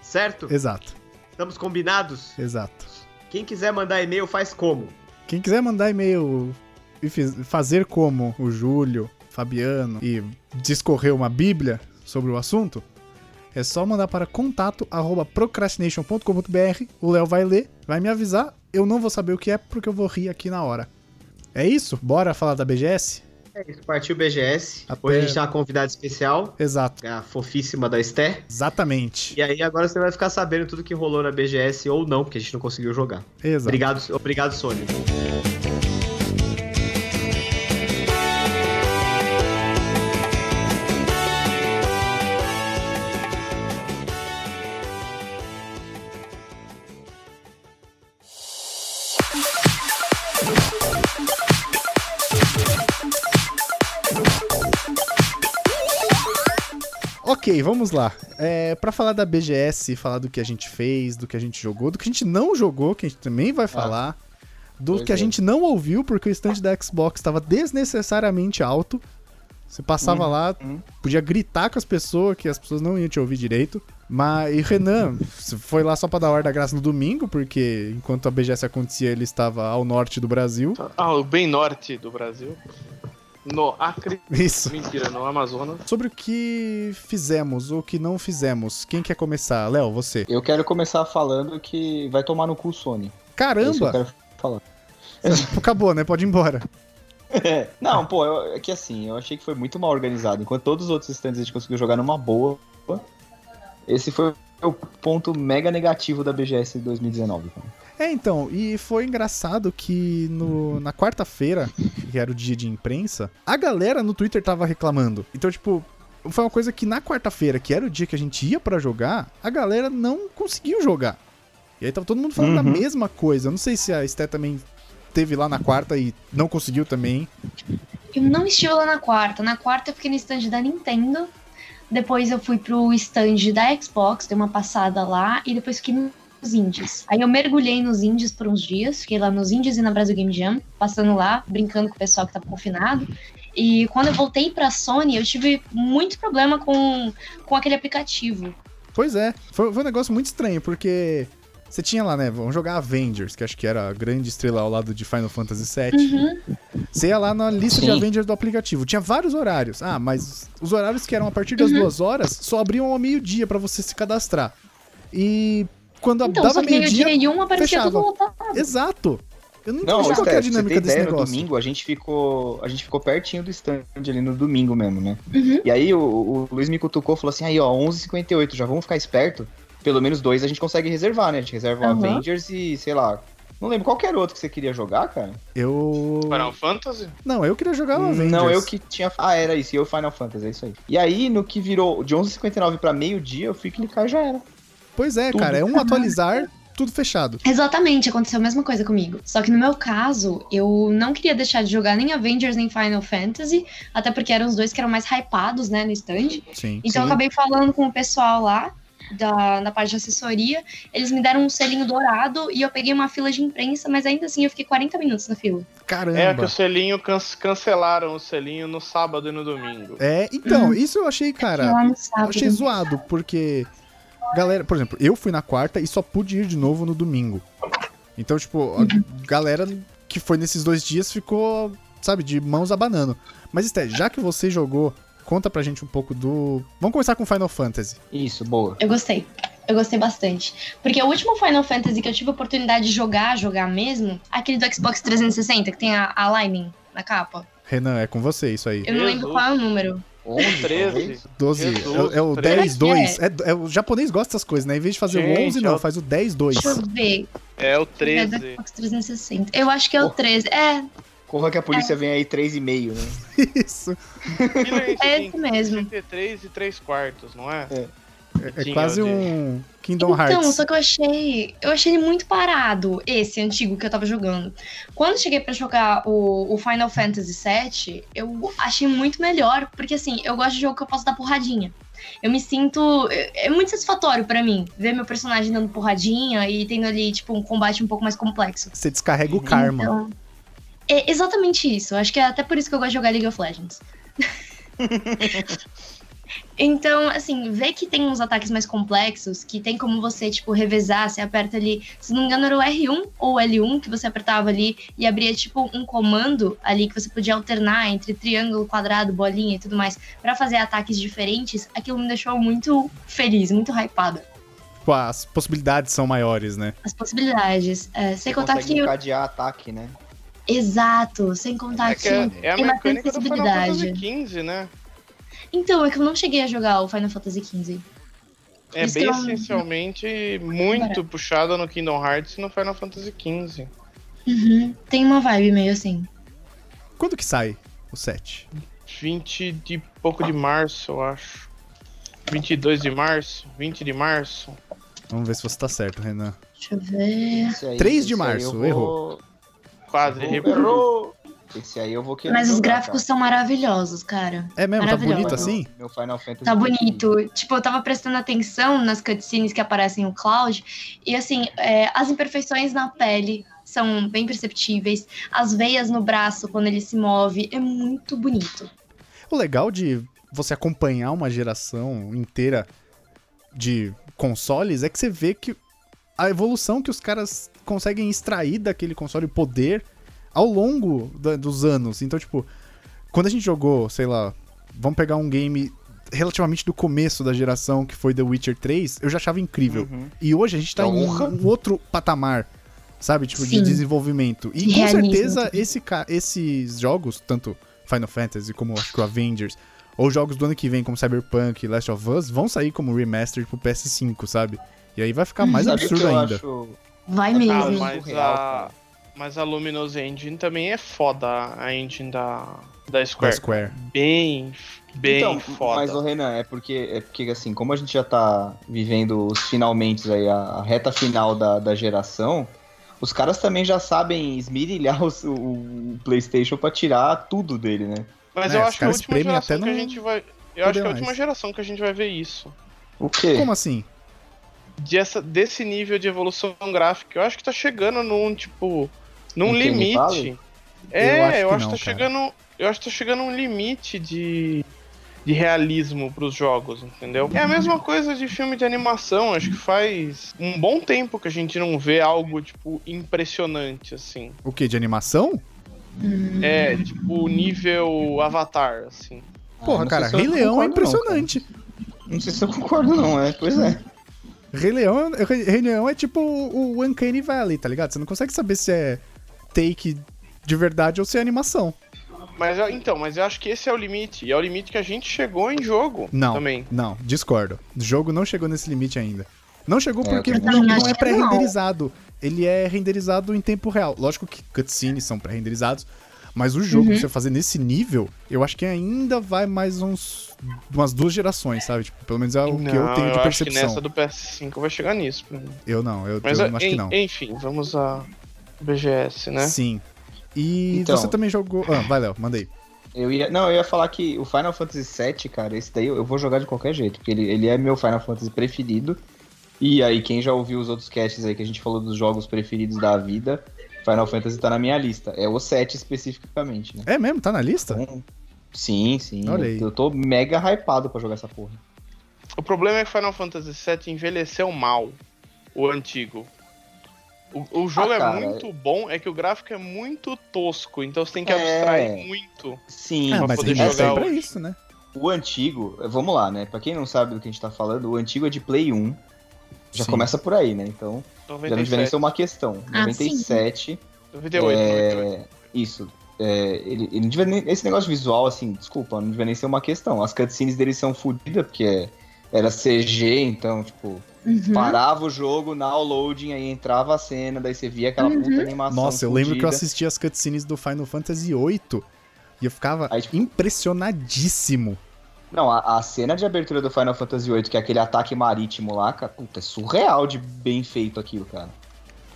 [SPEAKER 5] certo?
[SPEAKER 1] exato.
[SPEAKER 5] Estamos combinados?
[SPEAKER 1] Exato.
[SPEAKER 5] Quem quiser mandar e-mail, faz como?
[SPEAKER 1] Quem quiser mandar e-mail e fiz- fazer como o Júlio, Fabiano e discorrer uma bíblia sobre o assunto, é só mandar para contato arroba procrastination.com.br. O Léo vai ler, vai me avisar. Eu não vou saber o que é porque eu vou rir aqui na hora. É isso? Bora falar da BGS?
[SPEAKER 5] É isso, partiu o BGS.
[SPEAKER 1] Até-
[SPEAKER 5] Hoje a gente tem uma convidada especial,
[SPEAKER 1] Exato.
[SPEAKER 5] a fofíssima da Esté.
[SPEAKER 1] Exatamente.
[SPEAKER 5] E aí agora você vai ficar sabendo tudo que rolou na BGS ou não, porque a gente não conseguiu jogar.
[SPEAKER 1] Exato.
[SPEAKER 5] Obrigado, obrigado, Sony.
[SPEAKER 1] Ok, vamos lá. É, para falar da BGS, falar do que a gente fez, do que a gente jogou, do que a gente não jogou, que a gente também vai falar, do
[SPEAKER 3] Ah, pois
[SPEAKER 1] que a
[SPEAKER 3] é.
[SPEAKER 1] gente não ouviu, porque o stand da Xbox estava desnecessariamente alto. Você passava lá,
[SPEAKER 3] uhum.
[SPEAKER 1] podia gritar com as pessoas, que as pessoas não iam te ouvir direito. Mas, e Renan, você foi lá só pra dar hora da graça no domingo, porque enquanto a BGS acontecia, ele estava ao norte do Brasil. <laughs>
[SPEAKER 2] Ah, o bem norte do Brasil. No Acre.
[SPEAKER 1] Isso.
[SPEAKER 2] Mentira, no Amazonas.
[SPEAKER 1] Sobre o que fizemos ou que não fizemos, quem quer começar? Léo, você.
[SPEAKER 3] Eu quero começar falando que vai tomar no cu o Sony. É isso que eu
[SPEAKER 1] Caramba!
[SPEAKER 3] quero <laughs> falar.
[SPEAKER 1] Acabou, né? Pode ir embora.
[SPEAKER 3] É, não, pô, eu- é que assim, eu achei que foi muito mal organizado. Enquanto todos os outros stands a gente conseguiu jogar numa boa, esse foi o ponto mega negativo da BGS 2019. cara.
[SPEAKER 1] É, então, e foi engraçado que no- na quarta-feira, que era o dia de imprensa, a galera no Twitter tava reclamando. Então, tipo, foi uma coisa que na quarta-feira, que era o dia que a gente ia pra jogar, a galera não conseguiu jogar. E aí tava todo mundo falando a
[SPEAKER 3] Uhum.
[SPEAKER 1] mesma coisa. Eu não sei se a Esté também teve lá na quarta e não conseguiu também.
[SPEAKER 4] Eu não estive lá na quarta. Na quarta eu fiquei no stand da Nintendo. Depois eu fui pro stand da Xbox, dei uma passada lá. E depois fiquei nos indies. Aí eu mergulhei nos indies por uns dias. Fiquei lá nos indies e na Brasil Game Jam. Passando lá, brincando com o pessoal que tava confinado. E quando eu voltei pra Sony, eu tive muito problema com, com aquele aplicativo.
[SPEAKER 1] Pois é, foi, foi um negócio muito estranho, porque você tinha lá, né? Vamos jogar Avengers, que acho que era a grande estrela ao lado de Final Fantasy VII.
[SPEAKER 4] Uhum.
[SPEAKER 1] Você ia lá na lista de
[SPEAKER 3] Sim.
[SPEAKER 1] Avengers do aplicativo. Tinha vários horários. Ah, mas os horários que eram a partir
[SPEAKER 4] Uhum.
[SPEAKER 1] das duas horas só abriam ao meio-dia pra você se cadastrar. E quando
[SPEAKER 4] Então,
[SPEAKER 1] dava
[SPEAKER 4] só que meio-dia
[SPEAKER 1] meio-dia.
[SPEAKER 4] e um aparecia
[SPEAKER 1] fechava.
[SPEAKER 4] tudo lotado.
[SPEAKER 1] Exato! Eu não
[SPEAKER 3] Não,
[SPEAKER 1] entendi qual que é a
[SPEAKER 3] Steph, você tem
[SPEAKER 1] dinâmica desse
[SPEAKER 3] ideia, no
[SPEAKER 1] negócio.
[SPEAKER 3] domingo a gente ficou. A gente ficou pertinho do stand ali no domingo mesmo, né?
[SPEAKER 4] Uhum.
[SPEAKER 3] E aí o, o Luiz me cutucou e falou assim, aí ó, 11h58, já vamos ficar esperto? Pelo menos dois a gente consegue reservar, né? A gente reserva o
[SPEAKER 4] Aham.
[SPEAKER 3] Avengers e, sei lá, não lembro, qual que era o outro que você queria jogar, cara?
[SPEAKER 1] Eu.
[SPEAKER 2] Final Fantasy?
[SPEAKER 1] Não, eu queria jogar o Avengers.
[SPEAKER 3] Não, eu que tinha. Ah, era isso, e eu Final Fantasy, é isso aí. E aí, no que virou de 11h59 pra meio-dia, eu fui clicar e já era.
[SPEAKER 1] Pois é,
[SPEAKER 3] Tudo.
[SPEAKER 1] cara. É um atualizar, tudo fechado.
[SPEAKER 4] Exatamente, aconteceu a mesma coisa comigo. Só que no meu caso, eu não queria deixar de jogar nem Avengers nem Final Fantasy, até porque eram os dois que eram mais hypados, né, no stand.
[SPEAKER 1] Sim.
[SPEAKER 4] Então eu
[SPEAKER 3] Sim.
[SPEAKER 4] acabei falando com o pessoal lá. da, da parte de assessoria, eles me deram um selinho dourado e eu peguei uma fila de imprensa, mas ainda assim eu fiquei 40 minutos na fila.
[SPEAKER 1] Caramba.
[SPEAKER 2] É que o selinho can- cancelaram o selinho no sábado e no domingo.
[SPEAKER 1] É,
[SPEAKER 4] Uhum.
[SPEAKER 1] então, isso eu achei, cara.
[SPEAKER 4] Lá no
[SPEAKER 1] Eu
[SPEAKER 4] sábado.
[SPEAKER 1] achei zoado, porque. Galera, por exemplo, eu fui na quarta e só pude ir de novo no domingo. Então, tipo,
[SPEAKER 4] Uhum.
[SPEAKER 1] a galera que foi nesses dois dias ficou, sabe, de mãos abanando. Mas, Esté, já que você jogou, conta pra gente um pouco do. Vamos começar com Final Fantasy.
[SPEAKER 3] Isso, boa.
[SPEAKER 4] Eu gostei. Eu gostei bastante. Porque o último Final Fantasy que eu tive a oportunidade de jogar, jogar mesmo, aquele do Xbox 360, que tem a, a Lightning na capa.
[SPEAKER 1] Renan, é com você isso aí.
[SPEAKER 4] Eu não lembro
[SPEAKER 2] Jesus.
[SPEAKER 4] qual é o número.
[SPEAKER 1] É
[SPEAKER 3] 11,
[SPEAKER 2] 13.
[SPEAKER 1] 12.
[SPEAKER 2] Jesus,
[SPEAKER 1] É, é o
[SPEAKER 2] três.
[SPEAKER 1] 10, 2. É, é, o japonês gosta dessas coisas, né? Em vez de fazer o
[SPEAKER 2] Gente,
[SPEAKER 1] 11, não,
[SPEAKER 2] ó.
[SPEAKER 1] faz o 10, 2.
[SPEAKER 4] Deixa eu ver.
[SPEAKER 2] É o
[SPEAKER 4] É do
[SPEAKER 2] 13.
[SPEAKER 4] Xbox 360. Eu acho que é o
[SPEAKER 3] Oh.
[SPEAKER 4] 13. É,
[SPEAKER 3] Corra que a polícia
[SPEAKER 1] É.
[SPEAKER 3] vem aí 3,5, né?
[SPEAKER 1] <laughs> Isso.
[SPEAKER 2] Killer
[SPEAKER 4] é
[SPEAKER 2] Instinct,
[SPEAKER 4] esse mesmo.
[SPEAKER 2] 33 e 3 quartos, não é?
[SPEAKER 1] É
[SPEAKER 2] Tinha
[SPEAKER 1] quase
[SPEAKER 2] o de-
[SPEAKER 1] um Kingdom
[SPEAKER 4] Então,
[SPEAKER 1] Hearts.
[SPEAKER 4] só que eu achei. Eu achei ele muito parado, esse antigo que eu tava jogando. Quando eu cheguei pra jogar o, o Final Fantasy VII, eu achei muito melhor, porque assim, eu gosto de jogo que eu posso dar porradinha. Eu me sinto. É é muito satisfatório pra mim ver meu personagem dando porradinha e tendo ali, tipo, um combate um pouco mais complexo.
[SPEAKER 1] Você descarrega o karma.
[SPEAKER 4] Então, é exatamente isso. Acho que é até por isso que eu gosto de jogar League of Legends. então, assim, ver que tem uns ataques mais complexos, que tem como você, tipo, revezar, você aperta ali, se não me engano, era o R1 ou o L1 que você apertava ali e abria, tipo, um comando ali que você podia alternar entre triângulo, quadrado, bolinha e tudo mais, pra fazer ataques diferentes, aquilo me deixou muito feliz, muito hypada.
[SPEAKER 1] Tipo, as possibilidades são maiores, né?
[SPEAKER 4] As possibilidades. É, sem contar
[SPEAKER 3] consegue
[SPEAKER 4] que.
[SPEAKER 3] encadear ataque, né?
[SPEAKER 4] Exato, sem contar
[SPEAKER 2] É,
[SPEAKER 4] que.
[SPEAKER 2] que é, é a
[SPEAKER 4] tem bastante
[SPEAKER 2] mecânica do Final
[SPEAKER 4] sensibilidade.
[SPEAKER 2] Fantasy 15, né?
[SPEAKER 4] Então, é que eu não cheguei a jogar o Final Fantasy XV.
[SPEAKER 2] É bem
[SPEAKER 4] Isso um- que eu não-
[SPEAKER 2] essencialmente muito puxada no Kingdom Hearts e no Final Fantasy XV.
[SPEAKER 4] Tem uma vibe meio assim.
[SPEAKER 1] Quando que sai o 7?
[SPEAKER 2] 20 de pouco de março, eu acho. 22 de março, 20 de março.
[SPEAKER 1] Vamos ver se você tá certo, Renan.
[SPEAKER 4] Deixa eu ver.
[SPEAKER 3] Esse aí-
[SPEAKER 1] 3 de
[SPEAKER 3] esse aí
[SPEAKER 1] março,
[SPEAKER 3] eu vou-
[SPEAKER 1] errou.
[SPEAKER 2] Quase
[SPEAKER 3] eu
[SPEAKER 2] errei.
[SPEAKER 3] vou- Errou! Esse aí eu vou querer.
[SPEAKER 4] Mas os
[SPEAKER 3] jogar,
[SPEAKER 4] gráficos são maravilhosos, cara.
[SPEAKER 1] É mesmo? Tá
[SPEAKER 4] Maravilhoso.
[SPEAKER 1] bonito
[SPEAKER 3] cara.
[SPEAKER 1] assim?
[SPEAKER 3] Meu Final Fantasy.
[SPEAKER 4] Tá bonito. Tipo, eu tava prestando atenção nas cutscenes que aparecem o Cloud. E assim, é, as imperfeições na pele são bem perceptíveis. As veias no braço, quando ele se move, é muito bonito.
[SPEAKER 1] O legal de você acompanhar uma geração inteira de consoles é que você vê que a evolução que os caras conseguem extrair daquele console, o poder, ao longo da- dos anos. Então, tipo, quando a gente jogou, sei lá, vamos pegar um game relativamente do começo da geração, que foi The Witcher 3, eu já achava incrível.
[SPEAKER 3] Uhum.
[SPEAKER 1] E hoje a gente tá em um,
[SPEAKER 3] Honra.
[SPEAKER 1] um outro patamar, sabe? Tipo, de
[SPEAKER 4] Sim.
[SPEAKER 1] desenvolvimento. E
[SPEAKER 4] De
[SPEAKER 1] com
[SPEAKER 4] realismo
[SPEAKER 1] certeza
[SPEAKER 4] também.
[SPEAKER 1] esse, ca- esses jogos, tanto Final Fantasy como acho que o Avengers, ou jogos do ano que vem, como Cyberpunk e Last of Us, vão sair como remastered pro PS5, sabe? E aí vai ficar mais
[SPEAKER 3] Uhum. Sabe o que
[SPEAKER 1] absurdo
[SPEAKER 3] eu
[SPEAKER 1] ainda.
[SPEAKER 3] acho-
[SPEAKER 4] Vai
[SPEAKER 3] Ah,
[SPEAKER 2] Ah,
[SPEAKER 4] mesmo.
[SPEAKER 2] mas
[SPEAKER 3] Surreal,
[SPEAKER 2] a,
[SPEAKER 3] cara.
[SPEAKER 2] mas a Luminous Engine também é foda, a engine da, da
[SPEAKER 1] Da
[SPEAKER 2] Square.
[SPEAKER 1] Square.
[SPEAKER 2] Bem, bem
[SPEAKER 3] então,
[SPEAKER 2] foda.
[SPEAKER 3] Mas, ô Renan, é porque, é porque, assim, como a gente já tá vivendo os finalmente aí, a, a reta final da, da geração, os caras também já sabem esmirilhar os- o, o PlayStation pra tirar tudo dele, né?
[SPEAKER 2] Mas
[SPEAKER 1] É,
[SPEAKER 2] eu
[SPEAKER 1] os
[SPEAKER 2] acho que é a
[SPEAKER 1] caras
[SPEAKER 2] última
[SPEAKER 1] espremem
[SPEAKER 2] geração
[SPEAKER 1] até
[SPEAKER 2] que a
[SPEAKER 1] não
[SPEAKER 2] gente vai. Eu acho que é a
[SPEAKER 1] mais.
[SPEAKER 2] última geração que a gente vai ver isso.
[SPEAKER 3] O quê?
[SPEAKER 1] Como assim?
[SPEAKER 2] Dessa, desse nível de evolução gráfica. Eu acho que tá chegando num, tipo. Num
[SPEAKER 3] Uncanny
[SPEAKER 2] limite.
[SPEAKER 3] Valley?
[SPEAKER 2] É,
[SPEAKER 1] Eu acho
[SPEAKER 2] eu
[SPEAKER 1] que
[SPEAKER 2] acho que
[SPEAKER 1] não,
[SPEAKER 2] tá
[SPEAKER 1] cara.
[SPEAKER 2] chegando. Eu acho que tá chegando um limite de. De realismo pros jogos, entendeu? É a mesma coisa de filme de animação. Acho que faz um bom tempo que a gente não vê algo, tipo, impressionante, assim.
[SPEAKER 1] O que? De animação?
[SPEAKER 2] É, tipo, nível Avatar, assim.
[SPEAKER 1] Porra,
[SPEAKER 3] Ah, não
[SPEAKER 1] cara,
[SPEAKER 3] sei
[SPEAKER 1] Rei
[SPEAKER 3] se eu
[SPEAKER 1] Leão é
[SPEAKER 3] concordo, não, cara.
[SPEAKER 1] impressionante.
[SPEAKER 3] Não sei se eu concordo, não, é. Pois é.
[SPEAKER 1] Rei Leão, Rei Rei Leão é tipo o o Uncanny Valley, tá ligado? Você não consegue saber se é take de verdade ou se é animação.
[SPEAKER 2] Mas eu- então, mas eu acho que esse é o limite. E é o limite que a gente chegou em jogo
[SPEAKER 1] Não.
[SPEAKER 2] também.
[SPEAKER 1] Não, discordo. O jogo não chegou nesse limite ainda. Não chegou
[SPEAKER 3] É,
[SPEAKER 1] porque
[SPEAKER 3] eu
[SPEAKER 1] não,
[SPEAKER 4] também acho
[SPEAKER 1] não é
[SPEAKER 4] que não.
[SPEAKER 1] pré-renderizado. Ele é renderizado em tempo real. Lógico que cutscenes são pré-renderizados, mas o jogo pra você fazer nesse nível, eu acho que ainda vai mais uns umas duas gerações, sabe? Tipo, pelo menos é o que eu tenho de
[SPEAKER 2] acho que
[SPEAKER 1] percepção.
[SPEAKER 2] nessa do PS5 vai chegar nisso. pra mim.
[SPEAKER 1] Eu não, eu,
[SPEAKER 2] Mas
[SPEAKER 1] eu
[SPEAKER 2] en-
[SPEAKER 1] acho que não.
[SPEAKER 2] enfim, vamos a BGS, né?
[SPEAKER 1] Sim. E
[SPEAKER 3] Então.
[SPEAKER 1] você também jogou. Ah, vai, Léo, mandei.
[SPEAKER 3] Eu ia, não, eu ia falar que o Final Fantasy VII, cara, esse daí eu eu vou jogar de qualquer jeito, porque ele, ele é meu Final Fantasy preferido. E aí, quem já ouviu os outros casts aí que a gente falou dos jogos preferidos da vida, Final Fantasy tá na minha lista. É o 7 especificamente, né?
[SPEAKER 1] É mesmo? Tá na lista?
[SPEAKER 3] Então, sim, sim.
[SPEAKER 1] Olha aí.
[SPEAKER 3] Eu tô mega hypado pra jogar essa porra.
[SPEAKER 2] O problema é que Final Fantasy VII envelheceu mal, o antigo. O, o jogo
[SPEAKER 3] Ah, cara,
[SPEAKER 2] é muito bom, é que o gráfico é muito tosco, então você tem que
[SPEAKER 3] É.
[SPEAKER 2] abstrair muito.
[SPEAKER 3] Sim,
[SPEAKER 1] Ah,
[SPEAKER 2] pra
[SPEAKER 1] mas
[SPEAKER 2] poder
[SPEAKER 1] remake
[SPEAKER 2] jogar
[SPEAKER 1] é pra
[SPEAKER 2] hoje.
[SPEAKER 1] isso, né?
[SPEAKER 3] O antigo, vamos lá, né? Pra quem não sabe do que a gente tá falando, o antigo é de Play 1. Já
[SPEAKER 1] Sim.
[SPEAKER 3] começa por aí, né? Então, já não devia nem
[SPEAKER 2] 97,
[SPEAKER 3] ser uma questão.
[SPEAKER 4] Ah,
[SPEAKER 3] 97.
[SPEAKER 2] 98,
[SPEAKER 3] é,
[SPEAKER 2] 98.
[SPEAKER 3] Isso. É, ele, ele não devia nem- esse negócio visual, assim, desculpa, não devia nem ser uma questão. As cutscenes dele são fodidas, porque é- era CG, então, tipo,
[SPEAKER 4] Uhum.
[SPEAKER 3] parava o jogo na loading, aí entrava a cena, daí você via aquela
[SPEAKER 5] Uhum.
[SPEAKER 3] puta animação.
[SPEAKER 1] Nossa, eu lembro que eu
[SPEAKER 3] fodida.
[SPEAKER 1] assisti as cutscenes do Final Fantasy VIII e eu ficava
[SPEAKER 3] Aí, tipo-
[SPEAKER 1] impressionadíssimo.
[SPEAKER 3] Não, a, a cena de abertura do Final Fantasy VIII, que é aquele ataque marítimo lá, cara, puta, é surreal de bem feito aquilo, cara.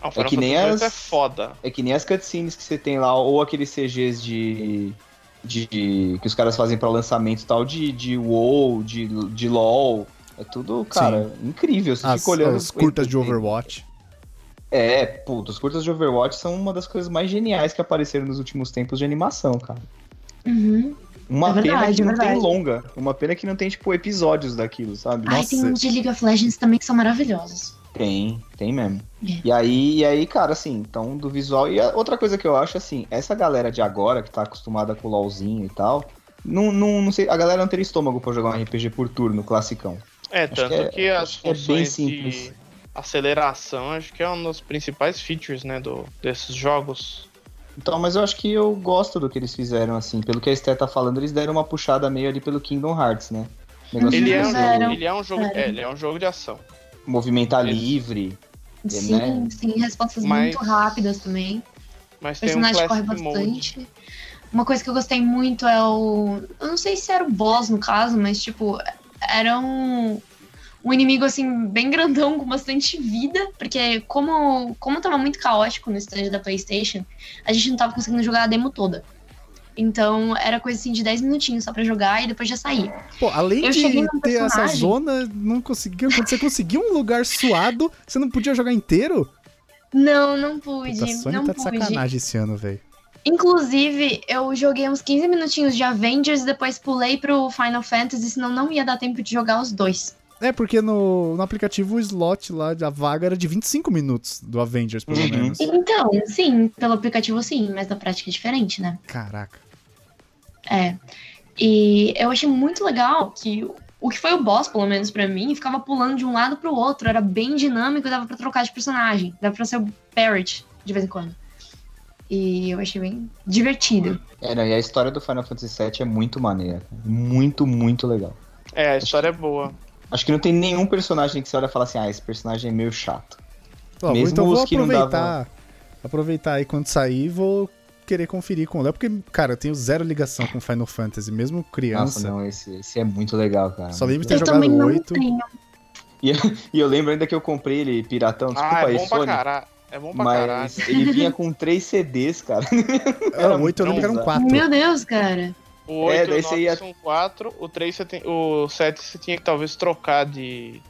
[SPEAKER 2] Ah, o Final
[SPEAKER 3] que nem
[SPEAKER 2] Fantasy VIII é
[SPEAKER 3] as-
[SPEAKER 2] foda.
[SPEAKER 3] É que nem as cutscenes que você tem lá, ou aqueles CGs de. de, de- que os caras fazem pra lançamento e tal, de, de WoW, de, de LOL. É tudo, cara, incrível. Você
[SPEAKER 1] As,
[SPEAKER 3] fica olhando.
[SPEAKER 1] as curtas de Overwatch.
[SPEAKER 3] É, puta, os curtas de Overwatch são uma das coisas mais geniais que apareceram nos últimos tempos de animação, cara.
[SPEAKER 4] Uhum.
[SPEAKER 3] Uma pena
[SPEAKER 4] É verdade,
[SPEAKER 3] que
[SPEAKER 4] é
[SPEAKER 3] não tem
[SPEAKER 4] verdade.
[SPEAKER 3] longa. Uma pena que não tem, tipo, episódios daquilo, sabe?
[SPEAKER 4] Ai, tem uns de League of Legends também que são maravilhosos.
[SPEAKER 3] Tem, tem mesmo.
[SPEAKER 4] É.
[SPEAKER 3] E aí, e aí, cara, assim, então do visual. E a outra coisa que eu acho, assim, essa galera de agora, que tá acostumada com o LOLzinho e tal, não, não, não sei, a galera não teria estômago pra jogar um RPG por turno, classicão.
[SPEAKER 2] É,
[SPEAKER 3] que
[SPEAKER 2] tanto
[SPEAKER 3] é-
[SPEAKER 2] que as
[SPEAKER 3] acho que é bem
[SPEAKER 2] funções de
[SPEAKER 3] simples.
[SPEAKER 2] aceleração acho que é uma das principais features, né, do, desses jogos.
[SPEAKER 3] Então, mas eu acho que eu gosto do que eles fizeram, assim. Pelo que a Esté tá falando, eles deram uma puxada meio ali pelo Kingdom Hearts, né? Negócio
[SPEAKER 2] Ele
[SPEAKER 3] de
[SPEAKER 2] é,
[SPEAKER 4] Eles
[SPEAKER 2] um-
[SPEAKER 4] fizeram.
[SPEAKER 2] ele é um jogo,
[SPEAKER 4] Fizeram.
[SPEAKER 2] é, ele é um jogo de ação.
[SPEAKER 3] movimentar
[SPEAKER 2] Eles-
[SPEAKER 3] livre.
[SPEAKER 4] Sim,
[SPEAKER 3] né?
[SPEAKER 4] sim, respostas
[SPEAKER 2] Mas-
[SPEAKER 4] muito rápidas também.
[SPEAKER 2] Mas
[SPEAKER 4] O
[SPEAKER 2] tem um
[SPEAKER 4] personagem corre
[SPEAKER 2] classic mode.
[SPEAKER 4] bastante. Uma coisa que eu gostei muito é o. Eu não sei se era o boss no caso, mas tipo, era um. Um inimigo, assim, bem grandão, com bastante vida. Porque como, como tava muito caótico no stand da Playstation, a gente não tava conseguindo jogar a demo toda. Então, era coisa assim de 10 minutinhos só pra jogar e depois já sair.
[SPEAKER 1] Pô, além
[SPEAKER 4] Eu
[SPEAKER 1] de
[SPEAKER 4] cheguei num
[SPEAKER 1] ter essa
[SPEAKER 4] personagem-
[SPEAKER 1] zona, não conseguia. Quando você conseguia um lugar suado, você não podia jogar inteiro?
[SPEAKER 4] Não, não pude.
[SPEAKER 1] Puta, a Sony
[SPEAKER 4] não
[SPEAKER 1] tá de
[SPEAKER 4] pude.
[SPEAKER 1] sacanagem esse ano, velho.
[SPEAKER 4] Inclusive, eu joguei uns 15 minutinhos de Avengers e depois pulei pro Final Fantasy, senão não ia dar tempo de jogar os dois.
[SPEAKER 1] É, porque no, no aplicativo o slot lá, a vaga era de 25 minutos do Avengers, pelo
[SPEAKER 3] Uhum.
[SPEAKER 1] menos.
[SPEAKER 4] Então, sim, pelo aplicativo sim, mas na prática é diferente, né?
[SPEAKER 1] Caraca.
[SPEAKER 4] É. E eu achei muito legal que o que foi o boss, pelo menos pra mim, ficava pulando de um lado pro outro, era bem dinâmico, dava pra trocar de personagem, dava pra ser o Parrot de vez em quando. E eu achei bem divertido.
[SPEAKER 3] É, não, e a história do Final Fantasy VII é muito maneira. cara. Muito, muito legal.
[SPEAKER 2] É, a história é boa.
[SPEAKER 3] Acho que não tem nenhum personagem que você olha e fala assim, ah, esse personagem é meio chato.
[SPEAKER 1] Ó,
[SPEAKER 3] Mesmo
[SPEAKER 1] então vou
[SPEAKER 3] os que não
[SPEAKER 1] aproveitar.
[SPEAKER 3] davam-
[SPEAKER 1] Aproveitar aí quando sair, vou querer conferir com o Léo, porque, cara, eu tenho zero ligação com Final Fantasy, mesmo
[SPEAKER 3] Nossa,
[SPEAKER 1] criança.
[SPEAKER 3] não, esse, esse é muito legal, cara.
[SPEAKER 1] Só lembro de ter
[SPEAKER 4] Eu
[SPEAKER 1] jogado
[SPEAKER 4] também não
[SPEAKER 1] oito.
[SPEAKER 4] tenho.
[SPEAKER 3] E eu lembro ainda que eu comprei ele piratão, Então, desculpa
[SPEAKER 2] ah, é
[SPEAKER 3] aí,
[SPEAKER 2] bom pra
[SPEAKER 3] Sony.
[SPEAKER 2] caralho. É bom pra caralho.
[SPEAKER 3] mas ele vinha com três CDs, cara.
[SPEAKER 1] Ah, o 8 eu lembro que eram
[SPEAKER 3] Não,
[SPEAKER 1] 4.
[SPEAKER 4] Meu Deus, cara.
[SPEAKER 2] O 8 e
[SPEAKER 3] é, daí
[SPEAKER 2] o
[SPEAKER 3] você
[SPEAKER 2] 9
[SPEAKER 3] ia-
[SPEAKER 2] são 4, o 3 você tem. O 7 você tinha que talvez trocar de.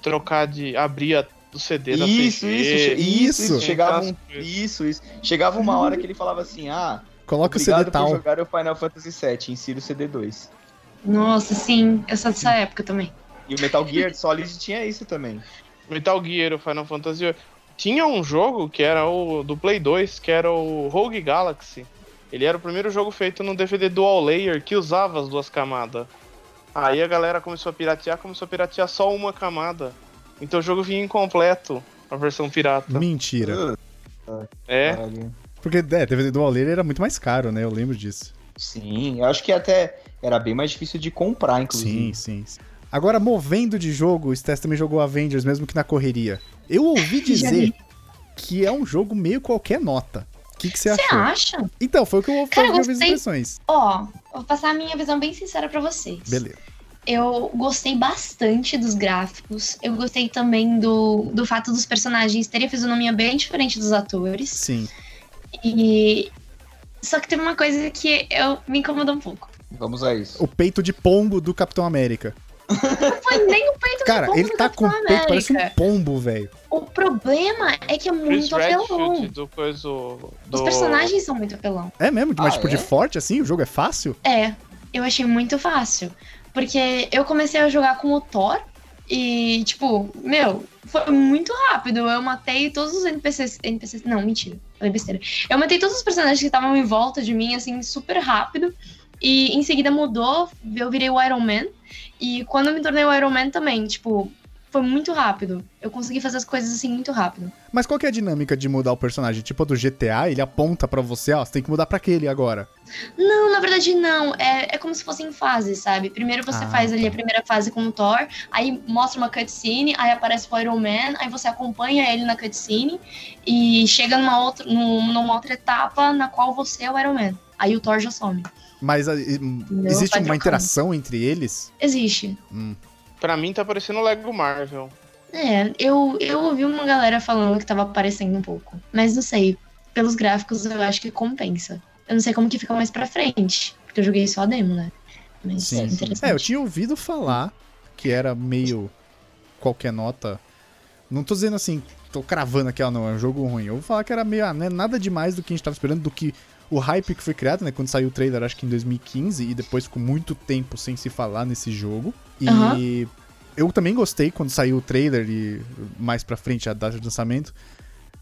[SPEAKER 2] Trocar de. abrir a- o CD da
[SPEAKER 3] Isso, isso,
[SPEAKER 2] CD.
[SPEAKER 3] che- isso,
[SPEAKER 1] Isso.
[SPEAKER 3] isso, chegava um,
[SPEAKER 2] Essas coisas.
[SPEAKER 3] isso, isso. Chegava uma hora que ele falava assim: "Ah,
[SPEAKER 1] Coloca o CD
[SPEAKER 3] obrigado por
[SPEAKER 1] tal.
[SPEAKER 3] jogar o Final Fantasy VII, insira o CD2".
[SPEAKER 4] Nossa, sim, eu sou dessa época também.
[SPEAKER 3] E o Metal Gear Solid tinha isso também.
[SPEAKER 2] Metal Gear, o Final Fantasy VIII. Tinha um jogo que era o do Play 2, que era o Rogue Galaxy. Ele era o primeiro jogo feito no DVD dual layer que usava as duas camadas. Aí a galera começou a piratear, começou a piratear só uma camada. Então o jogo vinha incompleto, a versão pirata.
[SPEAKER 1] Mentira.
[SPEAKER 3] Uh,
[SPEAKER 2] É,
[SPEAKER 3] caralho.
[SPEAKER 1] Porque, é, DVD do Alê era muito mais caro, né? Eu lembro disso.
[SPEAKER 3] Sim, eu acho que até era bem mais difícil de comprar,
[SPEAKER 1] Sim,
[SPEAKER 3] inclusive.
[SPEAKER 1] sim. sim. Agora, movendo de jogo, o Stess também jogou Avengers, mesmo que na correria. Eu ouvi dizer que é um jogo meio qualquer nota. O que, que você
[SPEAKER 4] Você
[SPEAKER 1] achou?
[SPEAKER 4] acha?
[SPEAKER 1] Então, foi o que eu ouvi
[SPEAKER 4] Cara, eu
[SPEAKER 1] as minhas
[SPEAKER 4] gostei.
[SPEAKER 1] impressões.
[SPEAKER 4] Ó, vou passar a minha visão bem sincera pra vocês.
[SPEAKER 1] Beleza.
[SPEAKER 4] Eu gostei bastante dos gráficos. Eu gostei também do, do fato dos personagens terem a fisionomia bem diferente dos atores.
[SPEAKER 1] Sim.
[SPEAKER 4] E Só que tem uma coisa que eu me incomodou um pouco.
[SPEAKER 3] Vamos a isso.
[SPEAKER 1] O peito de pombo do Capitão América. <laughs>
[SPEAKER 4] Não foi nem o peito
[SPEAKER 1] Cara,
[SPEAKER 4] do pombo
[SPEAKER 1] ele
[SPEAKER 4] do
[SPEAKER 1] tá com
[SPEAKER 4] Capitão
[SPEAKER 1] o peito, parece um
[SPEAKER 4] América.
[SPEAKER 1] pombo, velho.
[SPEAKER 4] O problema é que é
[SPEAKER 3] Hum,
[SPEAKER 2] Chris
[SPEAKER 4] muito
[SPEAKER 2] Redfield
[SPEAKER 4] apelão.
[SPEAKER 2] do coisa. Do...
[SPEAKER 4] um. Os personagens são muito apelão.
[SPEAKER 1] É mesmo? Mas,
[SPEAKER 3] Ah,
[SPEAKER 1] tipo,
[SPEAKER 3] é?
[SPEAKER 1] de forte, assim? O jogo é fácil?
[SPEAKER 4] É, eu achei muito fácil. Porque eu comecei a jogar com o Thor e, tipo, meu, foi muito rápido. Eu matei todos os NPCs. NPCs não, mentira, falei besteira. Eu matei todos os personagens que estavam em volta de mim, assim, super rápido. E em seguida mudou, eu virei o Iron Man. E quando eu me tornei o Iron Man também, tipo, foi muito rápido. Eu consegui fazer as coisas assim muito rápido.
[SPEAKER 1] Mas qual que é a dinâmica de mudar o personagem? Tipo, a do GTA, ele aponta pra você, ó, você tem que mudar pra aquele agora.
[SPEAKER 4] Não, na verdade não. É, é como se fossem fases, sabe? Primeiro você
[SPEAKER 1] Ah,
[SPEAKER 4] faz ali
[SPEAKER 1] tá.
[SPEAKER 4] a primeira fase com o Thor, aí mostra uma cutscene, aí aparece o Iron Man, aí você acompanha ele na cutscene e chega numa outra, num- numa outra etapa na qual você é o Iron Man. Aí o Thor já some.
[SPEAKER 1] Mas a- e- existe
[SPEAKER 4] vai
[SPEAKER 1] uma
[SPEAKER 4] trocando.
[SPEAKER 1] interação entre eles?
[SPEAKER 4] Existe.
[SPEAKER 1] Hum.
[SPEAKER 2] Pra mim tá parecendo Lego Marvel.
[SPEAKER 4] É, eu, eu ouvi uma galera falando que tava aparecendo um pouco. Mas não sei. Pelos gráficos eu acho que compensa. Eu não sei como que fica mais pra frente. Porque eu joguei só a demo, né? Mas
[SPEAKER 1] Sim.
[SPEAKER 4] é interessante.
[SPEAKER 1] É, eu tinha ouvido falar que era meio qualquer nota. Não tô dizendo assim, tô cravando aqui, ó, não, é um jogo ruim. Eu vou falar que era meio, ah, não é nada demais do que a gente tava esperando, do que o hype que foi criado, né? Quando saiu o trailer, acho que em 2015, e depois ficou muito tempo sem se falar nesse jogo. E
[SPEAKER 4] Aham.
[SPEAKER 1] eu também gostei quando saiu o trailer e mais pra frente a data de lançamento,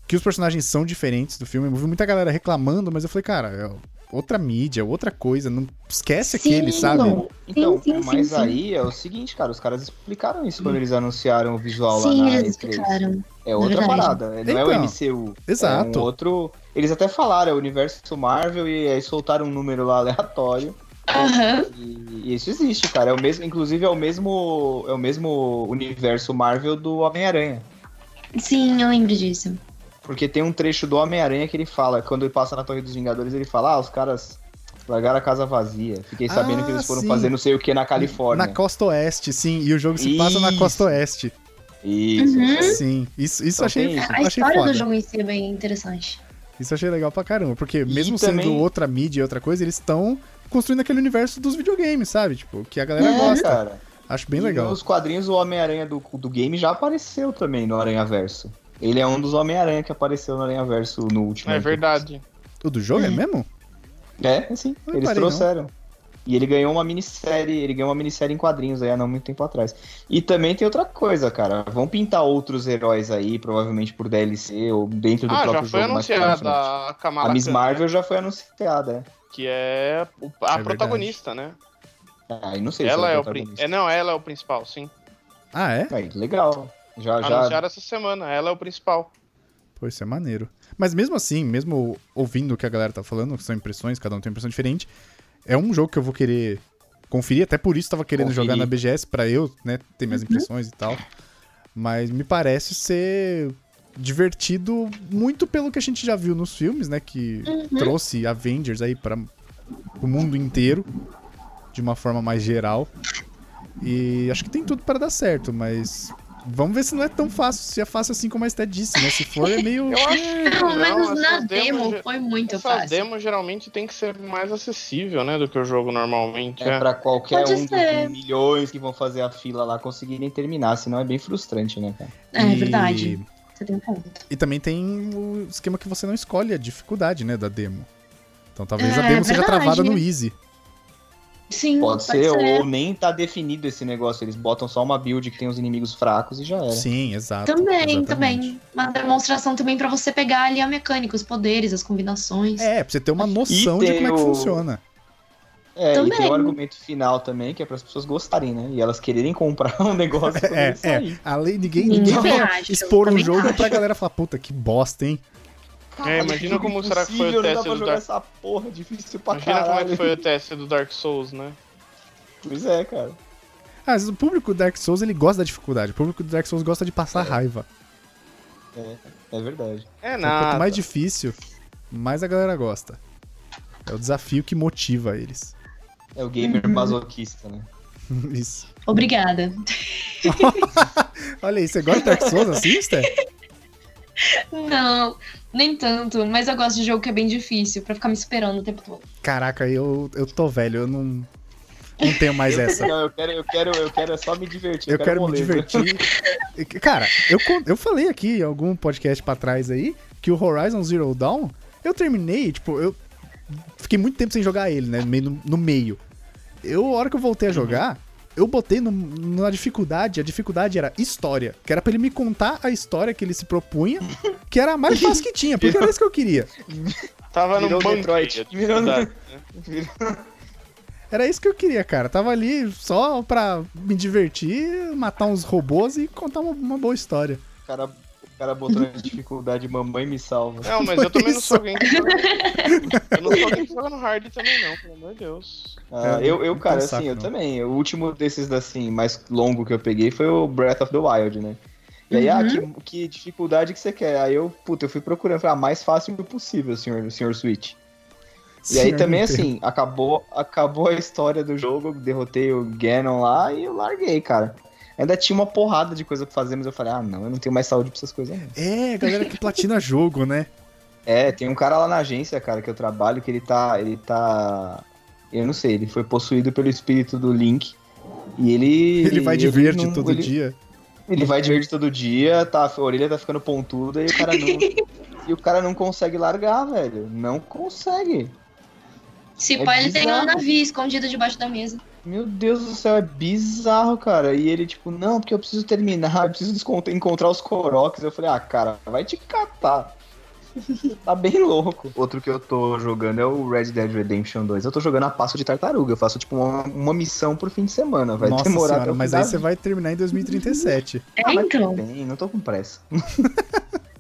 [SPEAKER 1] que os personagens são diferentes do filme. Eu vi muita galera reclamando, mas eu falei, cara, é outra mídia, outra coisa, não esquece aquele, sabe?
[SPEAKER 3] Então,
[SPEAKER 4] sim, sim,
[SPEAKER 3] mas
[SPEAKER 4] sim.
[SPEAKER 3] aí é o seguinte, cara, os caras explicaram isso quando eles anunciaram o visual lá
[SPEAKER 4] Sim,
[SPEAKER 3] na
[SPEAKER 4] eles
[SPEAKER 3] E3.
[SPEAKER 4] explicaram.
[SPEAKER 3] É outra
[SPEAKER 4] verdade.
[SPEAKER 3] parada, não é o
[SPEAKER 1] Então,
[SPEAKER 3] MCU.
[SPEAKER 1] Exato.
[SPEAKER 3] É um outro. Eles até falaram, é o universo Marvel, e aí soltaram um número lá aleatório.
[SPEAKER 4] Aham.
[SPEAKER 3] E, e isso existe, cara. É o mesmo, inclusive é o mesmo. É o mesmo universo Marvel do Homem-Aranha.
[SPEAKER 4] Sim, eu lembro disso.
[SPEAKER 3] Porque tem um trecho do Homem-Aranha que ele fala, quando ele passa na Torre dos Vingadores, ele fala, ah, os caras largaram a casa vazia. Fiquei sabendo
[SPEAKER 1] Ah,
[SPEAKER 3] que eles foram
[SPEAKER 1] sim.
[SPEAKER 3] fazer não sei o que na Califórnia.
[SPEAKER 1] Na costa oeste, sim. E o jogo se passa na
[SPEAKER 3] Isso.
[SPEAKER 1] costa oeste.
[SPEAKER 3] Isso.
[SPEAKER 4] Uhum.
[SPEAKER 3] isso aí.
[SPEAKER 1] Sim. Isso, isso
[SPEAKER 3] Então
[SPEAKER 1] achei,
[SPEAKER 3] tem isso.
[SPEAKER 4] A
[SPEAKER 1] achei
[SPEAKER 4] história
[SPEAKER 1] foda.
[SPEAKER 4] do jogo em si é bem interessante.
[SPEAKER 1] Isso achei legal pra caramba. Porque mesmo
[SPEAKER 3] também-
[SPEAKER 1] sendo outra mídia e outra coisa, eles estão construindo aquele universo dos videogames, sabe? Tipo, que a galera
[SPEAKER 3] É,
[SPEAKER 1] gosta.
[SPEAKER 3] cara.
[SPEAKER 1] Acho bem
[SPEAKER 3] E
[SPEAKER 1] legal.
[SPEAKER 3] Nos quadrinhos, o Homem-Aranha do, do game já apareceu também no Aranha Verso. Ele é um dos Homem-Aranha que apareceu no Aranha Verso no último.
[SPEAKER 2] É verdade.
[SPEAKER 1] O do jogo é,
[SPEAKER 4] É.
[SPEAKER 3] Hum.
[SPEAKER 1] mesmo?
[SPEAKER 3] É, sim.
[SPEAKER 1] Não
[SPEAKER 3] eles
[SPEAKER 1] reparei,
[SPEAKER 3] trouxeram. E ele ganhou uma minissérie, ele ganhou uma minissérie em quadrinhos aí há não muito tempo atrás. E também tem outra coisa, cara. Vão pintar outros heróis aí, provavelmente por DLC ou dentro do
[SPEAKER 2] Ah, já
[SPEAKER 3] próprio
[SPEAKER 2] foi
[SPEAKER 3] jogo. mais pra frente.
[SPEAKER 2] anunciada a Kamala
[SPEAKER 3] A Miss
[SPEAKER 2] Khan,
[SPEAKER 3] Marvel já foi anunciada, é.
[SPEAKER 2] que é o-
[SPEAKER 1] É
[SPEAKER 2] a
[SPEAKER 1] verdade.
[SPEAKER 2] protagonista, né?
[SPEAKER 3] Aí não sei
[SPEAKER 2] Ela
[SPEAKER 3] se
[SPEAKER 2] é o prin...
[SPEAKER 3] protagonista.
[SPEAKER 2] é, não, ela é o principal, sim.
[SPEAKER 1] Ah, é?
[SPEAKER 3] Aí, legal. Ah, Já, já.
[SPEAKER 2] Anunciaram essa semana, ela é o principal.
[SPEAKER 1] Pô, isso é maneiro. Mas mesmo assim, mesmo ouvindo o que a galera tá falando, que são impressões, cada um tem uma impressão diferente, é um jogo que eu vou querer conferir, até por isso tava querendo
[SPEAKER 3] Conferir.
[SPEAKER 1] jogar na BGS pra eu, né, ter minhas impressões e tal. Mas me parece ser divertido muito pelo que a gente já viu nos filmes, né, que trouxe Avengers aí para o mundo inteiro de uma forma mais geral. E acho que tem tudo pra dar certo, mas vamos ver se não é tão fácil, se é fácil assim como a Sté disse, né? Se for é meio
[SPEAKER 2] Eu acho que
[SPEAKER 4] Pelo
[SPEAKER 2] não,
[SPEAKER 4] menos na
[SPEAKER 2] essas demos
[SPEAKER 4] demo
[SPEAKER 2] ge-
[SPEAKER 4] foi muito
[SPEAKER 2] Essas
[SPEAKER 4] fácil.
[SPEAKER 2] demos geralmente tem que ser mais acessível, né, do que o jogo normalmente.
[SPEAKER 3] É
[SPEAKER 2] é.
[SPEAKER 3] pra qualquer
[SPEAKER 4] Pode
[SPEAKER 3] um
[SPEAKER 4] ser.
[SPEAKER 3] dos milhões que vão fazer a fila lá conseguirem terminar, senão é bem frustrante, né, cara?
[SPEAKER 4] É,
[SPEAKER 1] E-
[SPEAKER 4] verdade. Você tem um ponto.
[SPEAKER 1] E também tem o esquema que você não escolhe a dificuldade, né, da demo. Então talvez a
[SPEAKER 4] É,
[SPEAKER 1] demo seja
[SPEAKER 4] verdade.
[SPEAKER 1] travada no easy.
[SPEAKER 4] Sim,
[SPEAKER 3] Pode ser, ou nem tá definido esse negócio. Eles botam só uma build que tem os inimigos fracos e já era.
[SPEAKER 1] Sim, exato.
[SPEAKER 4] Também,
[SPEAKER 1] exatamente.
[SPEAKER 4] também. Uma demonstração também pra você pegar ali a mecânica, os poderes, as combinações.
[SPEAKER 1] É, pra você ter uma noção de
[SPEAKER 3] tem
[SPEAKER 1] como é que
[SPEAKER 3] o-
[SPEAKER 1] funciona.
[SPEAKER 3] É,
[SPEAKER 4] Também.
[SPEAKER 3] e tem o argumento final também, que é para as pessoas gostarem, né? E elas quererem comprar <laughs> um negócio quando
[SPEAKER 1] É,
[SPEAKER 3] ele sair.
[SPEAKER 1] Além ninguém,
[SPEAKER 4] Ninguém
[SPEAKER 1] ninguém quer
[SPEAKER 4] acha, eu
[SPEAKER 1] expor um
[SPEAKER 4] também
[SPEAKER 1] jogo
[SPEAKER 4] acho.
[SPEAKER 1] pra galera falar, puta, que bosta, hein?
[SPEAKER 2] É, imagina como será que foi o
[SPEAKER 3] Impossível, Não dá
[SPEAKER 2] teste
[SPEAKER 3] pra
[SPEAKER 2] do
[SPEAKER 3] jogar
[SPEAKER 2] Dark
[SPEAKER 3] essa porra, difícil pra
[SPEAKER 2] Imagina
[SPEAKER 3] caralho.
[SPEAKER 2] como é que foi o teste do Dark Souls, né?
[SPEAKER 3] Pois é, cara.
[SPEAKER 1] Ah, mas o público do Dark Souls, ele gosta da dificuldade. O público do Dark Souls gosta de passar raiva.
[SPEAKER 3] É verdade.
[SPEAKER 2] É
[SPEAKER 1] Então,
[SPEAKER 2] nada.
[SPEAKER 1] quanto mais difícil, mais a galera gosta. É o desafio que motiva eles. <laughs>
[SPEAKER 3] É o gamer
[SPEAKER 1] Uhum.
[SPEAKER 3] masoquista, né?
[SPEAKER 1] Isso.
[SPEAKER 4] Obrigada.
[SPEAKER 1] Olha aí, você gosta de Dark Souls assim, Sté?
[SPEAKER 4] Não, Nem tanto, mas eu gosto de jogo que é bem difícil, pra ficar me esperando o tempo todo.
[SPEAKER 1] Caraca, eu, eu tô velho, eu não, não tenho <laughs> mais essa.
[SPEAKER 3] Não, eu quero, eu quero, eu quero é só me divertir.
[SPEAKER 1] Eu quero me
[SPEAKER 3] moleza.
[SPEAKER 1] divertir. E, Cara, eu, con- eu falei aqui em algum podcast pra trás aí que o Horizon Zero Dawn, eu terminei, tipo, eu fiquei muito tempo sem jogar ele, né? meio No, no meio. Eu, a hora que eu voltei a jogar, eu botei no- na dificuldade, a dificuldade era história, que era pra ele me contar a história que ele se propunha, que era a <laughs> mais fácil que tinha, porque era isso que eu queria.
[SPEAKER 2] Tava
[SPEAKER 3] Virou
[SPEAKER 2] no banco.
[SPEAKER 3] Detroit.
[SPEAKER 2] <laughs>
[SPEAKER 3] Virou no-
[SPEAKER 1] Era isso que eu queria, cara. Tava ali só pra me divertir, matar uns robôs e contar uma- uma boa história.
[SPEAKER 3] O cara, o cara botou na dificuldade, mamãe me salva.
[SPEAKER 2] Não, mas eu também não
[SPEAKER 1] Isso.
[SPEAKER 2] sou
[SPEAKER 3] <laughs>
[SPEAKER 2] alguém que joga. Eu não sou alguém que joga no hard também, não, pelo amor de Deus.
[SPEAKER 3] Ah,
[SPEAKER 1] É,
[SPEAKER 3] eu, eu,
[SPEAKER 1] não
[SPEAKER 3] cara,
[SPEAKER 1] tem saco,
[SPEAKER 3] assim, eu
[SPEAKER 1] não.
[SPEAKER 3] também. O último desses, assim, mais longo que eu peguei foi o Breath of the Wild, né? E aí, ah, que, que dificuldade que você quer? Aí eu, puta, eu fui procurando, falei, ah, mais fácil possível, senhor, senhor Switch. E aí
[SPEAKER 1] Senhor
[SPEAKER 3] também,
[SPEAKER 1] Nintendo.
[SPEAKER 3] assim, acabou, acabou a história do jogo, derrotei o Ganon lá e eu larguei, cara. Ainda tinha uma porrada de coisa pra fazer, mas eu falei, ah, não, eu não tenho mais saúde pra essas coisas, não.
[SPEAKER 1] É, galera que
[SPEAKER 3] <laughs>
[SPEAKER 1] platina jogo, né?
[SPEAKER 3] É, tem um cara lá na agência, cara, que eu trabalho, que ele tá. Ele tá. Eu não sei, ele foi possuído pelo espírito do Link. E ele.
[SPEAKER 1] <laughs> Ele vai de verde
[SPEAKER 3] não-
[SPEAKER 1] todo
[SPEAKER 3] ele-
[SPEAKER 1] dia.
[SPEAKER 3] Ele vai de verde todo dia, tá, a orelha tá ficando pontuda e o cara não.
[SPEAKER 2] <laughs>
[SPEAKER 3] e o cara não consegue largar, velho. Não consegue.
[SPEAKER 4] Se
[SPEAKER 3] É
[SPEAKER 4] pai, ele tem um
[SPEAKER 3] bizarro. Ah,
[SPEAKER 4] navio escondido debaixo da mesa.
[SPEAKER 3] Meu Deus do céu, é bizarro, cara. E ele, tipo, não, porque eu preciso terminar, eu preciso descont- encontrar os Koroks. Eu falei, ah, cara, vai te catar. <laughs> tá bem louco. Outro que eu tô jogando é o Red Dead Redemption 2. Eu tô jogando a passo de tartaruga. Eu faço, tipo, uma, uma missão por fim de semana. Vai
[SPEAKER 1] Nossa
[SPEAKER 3] demorar até
[SPEAKER 1] senhora,
[SPEAKER 3] o
[SPEAKER 1] mas
[SPEAKER 3] final.
[SPEAKER 1] aí você vai terminar em 2037.
[SPEAKER 4] É,
[SPEAKER 3] Ah, mas tudo
[SPEAKER 4] então.
[SPEAKER 3] bem, não tô com pressa.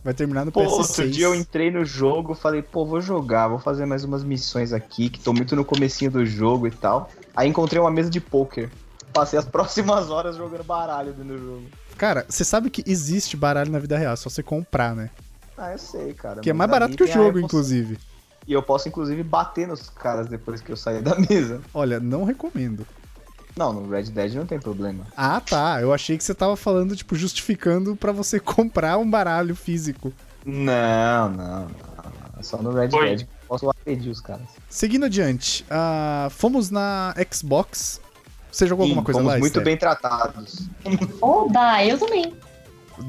[SPEAKER 1] Vai terminar no
[SPEAKER 3] Pô, outro dia eu
[SPEAKER 1] PS6.
[SPEAKER 3] entrei no jogo, falei, pô, vou jogar, vou fazer mais umas missões aqui, que tô muito no comecinho do jogo e tal. Aí encontrei uma mesa de poker. Passei as <laughs> próximas horas jogando baralho dentro do jogo.
[SPEAKER 1] Cara, você sabe que existe baralho na vida real, é só você comprar, né?
[SPEAKER 3] Ah, eu sei, cara.
[SPEAKER 1] Que é
[SPEAKER 3] mas
[SPEAKER 1] mais
[SPEAKER 3] ali
[SPEAKER 1] barato que o
[SPEAKER 3] tem a
[SPEAKER 1] jogo,
[SPEAKER 3] emoção.
[SPEAKER 1] inclusive.
[SPEAKER 3] E eu posso, inclusive, bater nos caras depois que eu sair da mesa.
[SPEAKER 1] Olha, não recomendo.
[SPEAKER 3] Não, no Red Dead não tem problema.
[SPEAKER 1] Ah, tá. Eu achei que você tava falando, tipo, justificando pra você <laughs> comprar um baralho físico.
[SPEAKER 3] Não, não, não. não. É Só no Red
[SPEAKER 2] Oi.
[SPEAKER 3] Dead que eu posso agredir os caras.
[SPEAKER 1] Seguindo adiante, ah, fomos na Xbox. Você jogou alguma
[SPEAKER 3] Sim,
[SPEAKER 1] coisa
[SPEAKER 3] fomos
[SPEAKER 1] lá?
[SPEAKER 3] muito
[SPEAKER 1] Esther?
[SPEAKER 3] bem tratados.
[SPEAKER 4] Oba, eu também.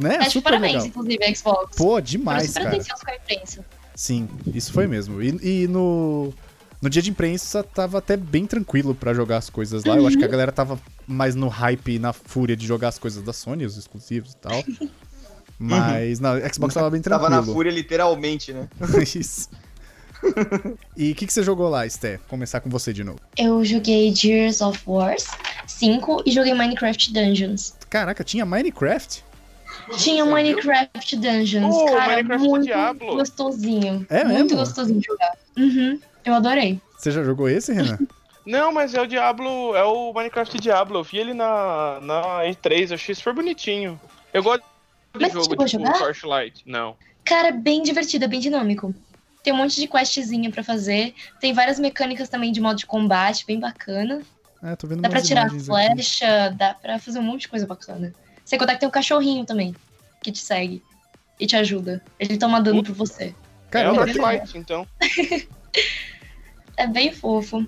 [SPEAKER 1] Né?
[SPEAKER 4] Mas de
[SPEAKER 1] Super
[SPEAKER 4] parabéns,
[SPEAKER 1] legal.
[SPEAKER 4] inclusive, Xbox.
[SPEAKER 1] Pô,
[SPEAKER 4] Foram
[SPEAKER 1] demais,
[SPEAKER 4] super
[SPEAKER 1] cara.
[SPEAKER 4] atenciosos com a imprensa.
[SPEAKER 1] Sim, isso foi mesmo. E, e no, no dia de imprensa tava até bem tranquilo pra jogar as coisas lá. Eu acho que a galera tava mais no hype e na fúria de jogar as coisas da Sony, os exclusivos e tal. Mas na Xbox tava bem
[SPEAKER 3] Tava
[SPEAKER 1] tranquilo.
[SPEAKER 3] na fúria, literalmente, né?
[SPEAKER 1] <laughs> Isso. E o que, que você jogou lá, Sté? Começar com você de novo.
[SPEAKER 4] Eu joguei Gears of Wars 5 e joguei Minecraft Dungeons.
[SPEAKER 1] Caraca, tinha Minecraft?
[SPEAKER 4] Tinha Minecraft Dungeons,
[SPEAKER 2] Oh,
[SPEAKER 4] cara,
[SPEAKER 2] Minecraft
[SPEAKER 4] muito
[SPEAKER 2] Diablo.
[SPEAKER 4] gostosinho.
[SPEAKER 1] É
[SPEAKER 4] muito
[SPEAKER 1] mesmo?
[SPEAKER 4] gostosinho de jogar. Uhum, eu adorei.
[SPEAKER 1] Você já jogou esse, Renan?
[SPEAKER 2] Não, mas é o Diablo, é o Minecraft Diablo. Eu vi ele na, na E3, eu achei super bonitinho. Eu gosto de
[SPEAKER 4] Mas
[SPEAKER 2] jogo
[SPEAKER 4] chegou a
[SPEAKER 2] tipo
[SPEAKER 4] jogar?
[SPEAKER 2] Torchlight. Não.
[SPEAKER 4] Cara, é bem divertido, é bem dinâmico. Tem um monte de questzinha pra fazer. Tem várias mecânicas também de modo de combate, bem bacana.
[SPEAKER 1] É, tô vendo
[SPEAKER 4] Dá pra
[SPEAKER 1] umas
[SPEAKER 4] tirar
[SPEAKER 1] imagens aqui.
[SPEAKER 4] flecha, dá pra fazer um monte de coisa bacana. Sem contar que tem um cachorrinho também, que te segue e te ajuda. Ele toma dano pra você.
[SPEAKER 2] é o
[SPEAKER 1] Caramba,
[SPEAKER 2] Torchlight, então.
[SPEAKER 4] É bem fofo.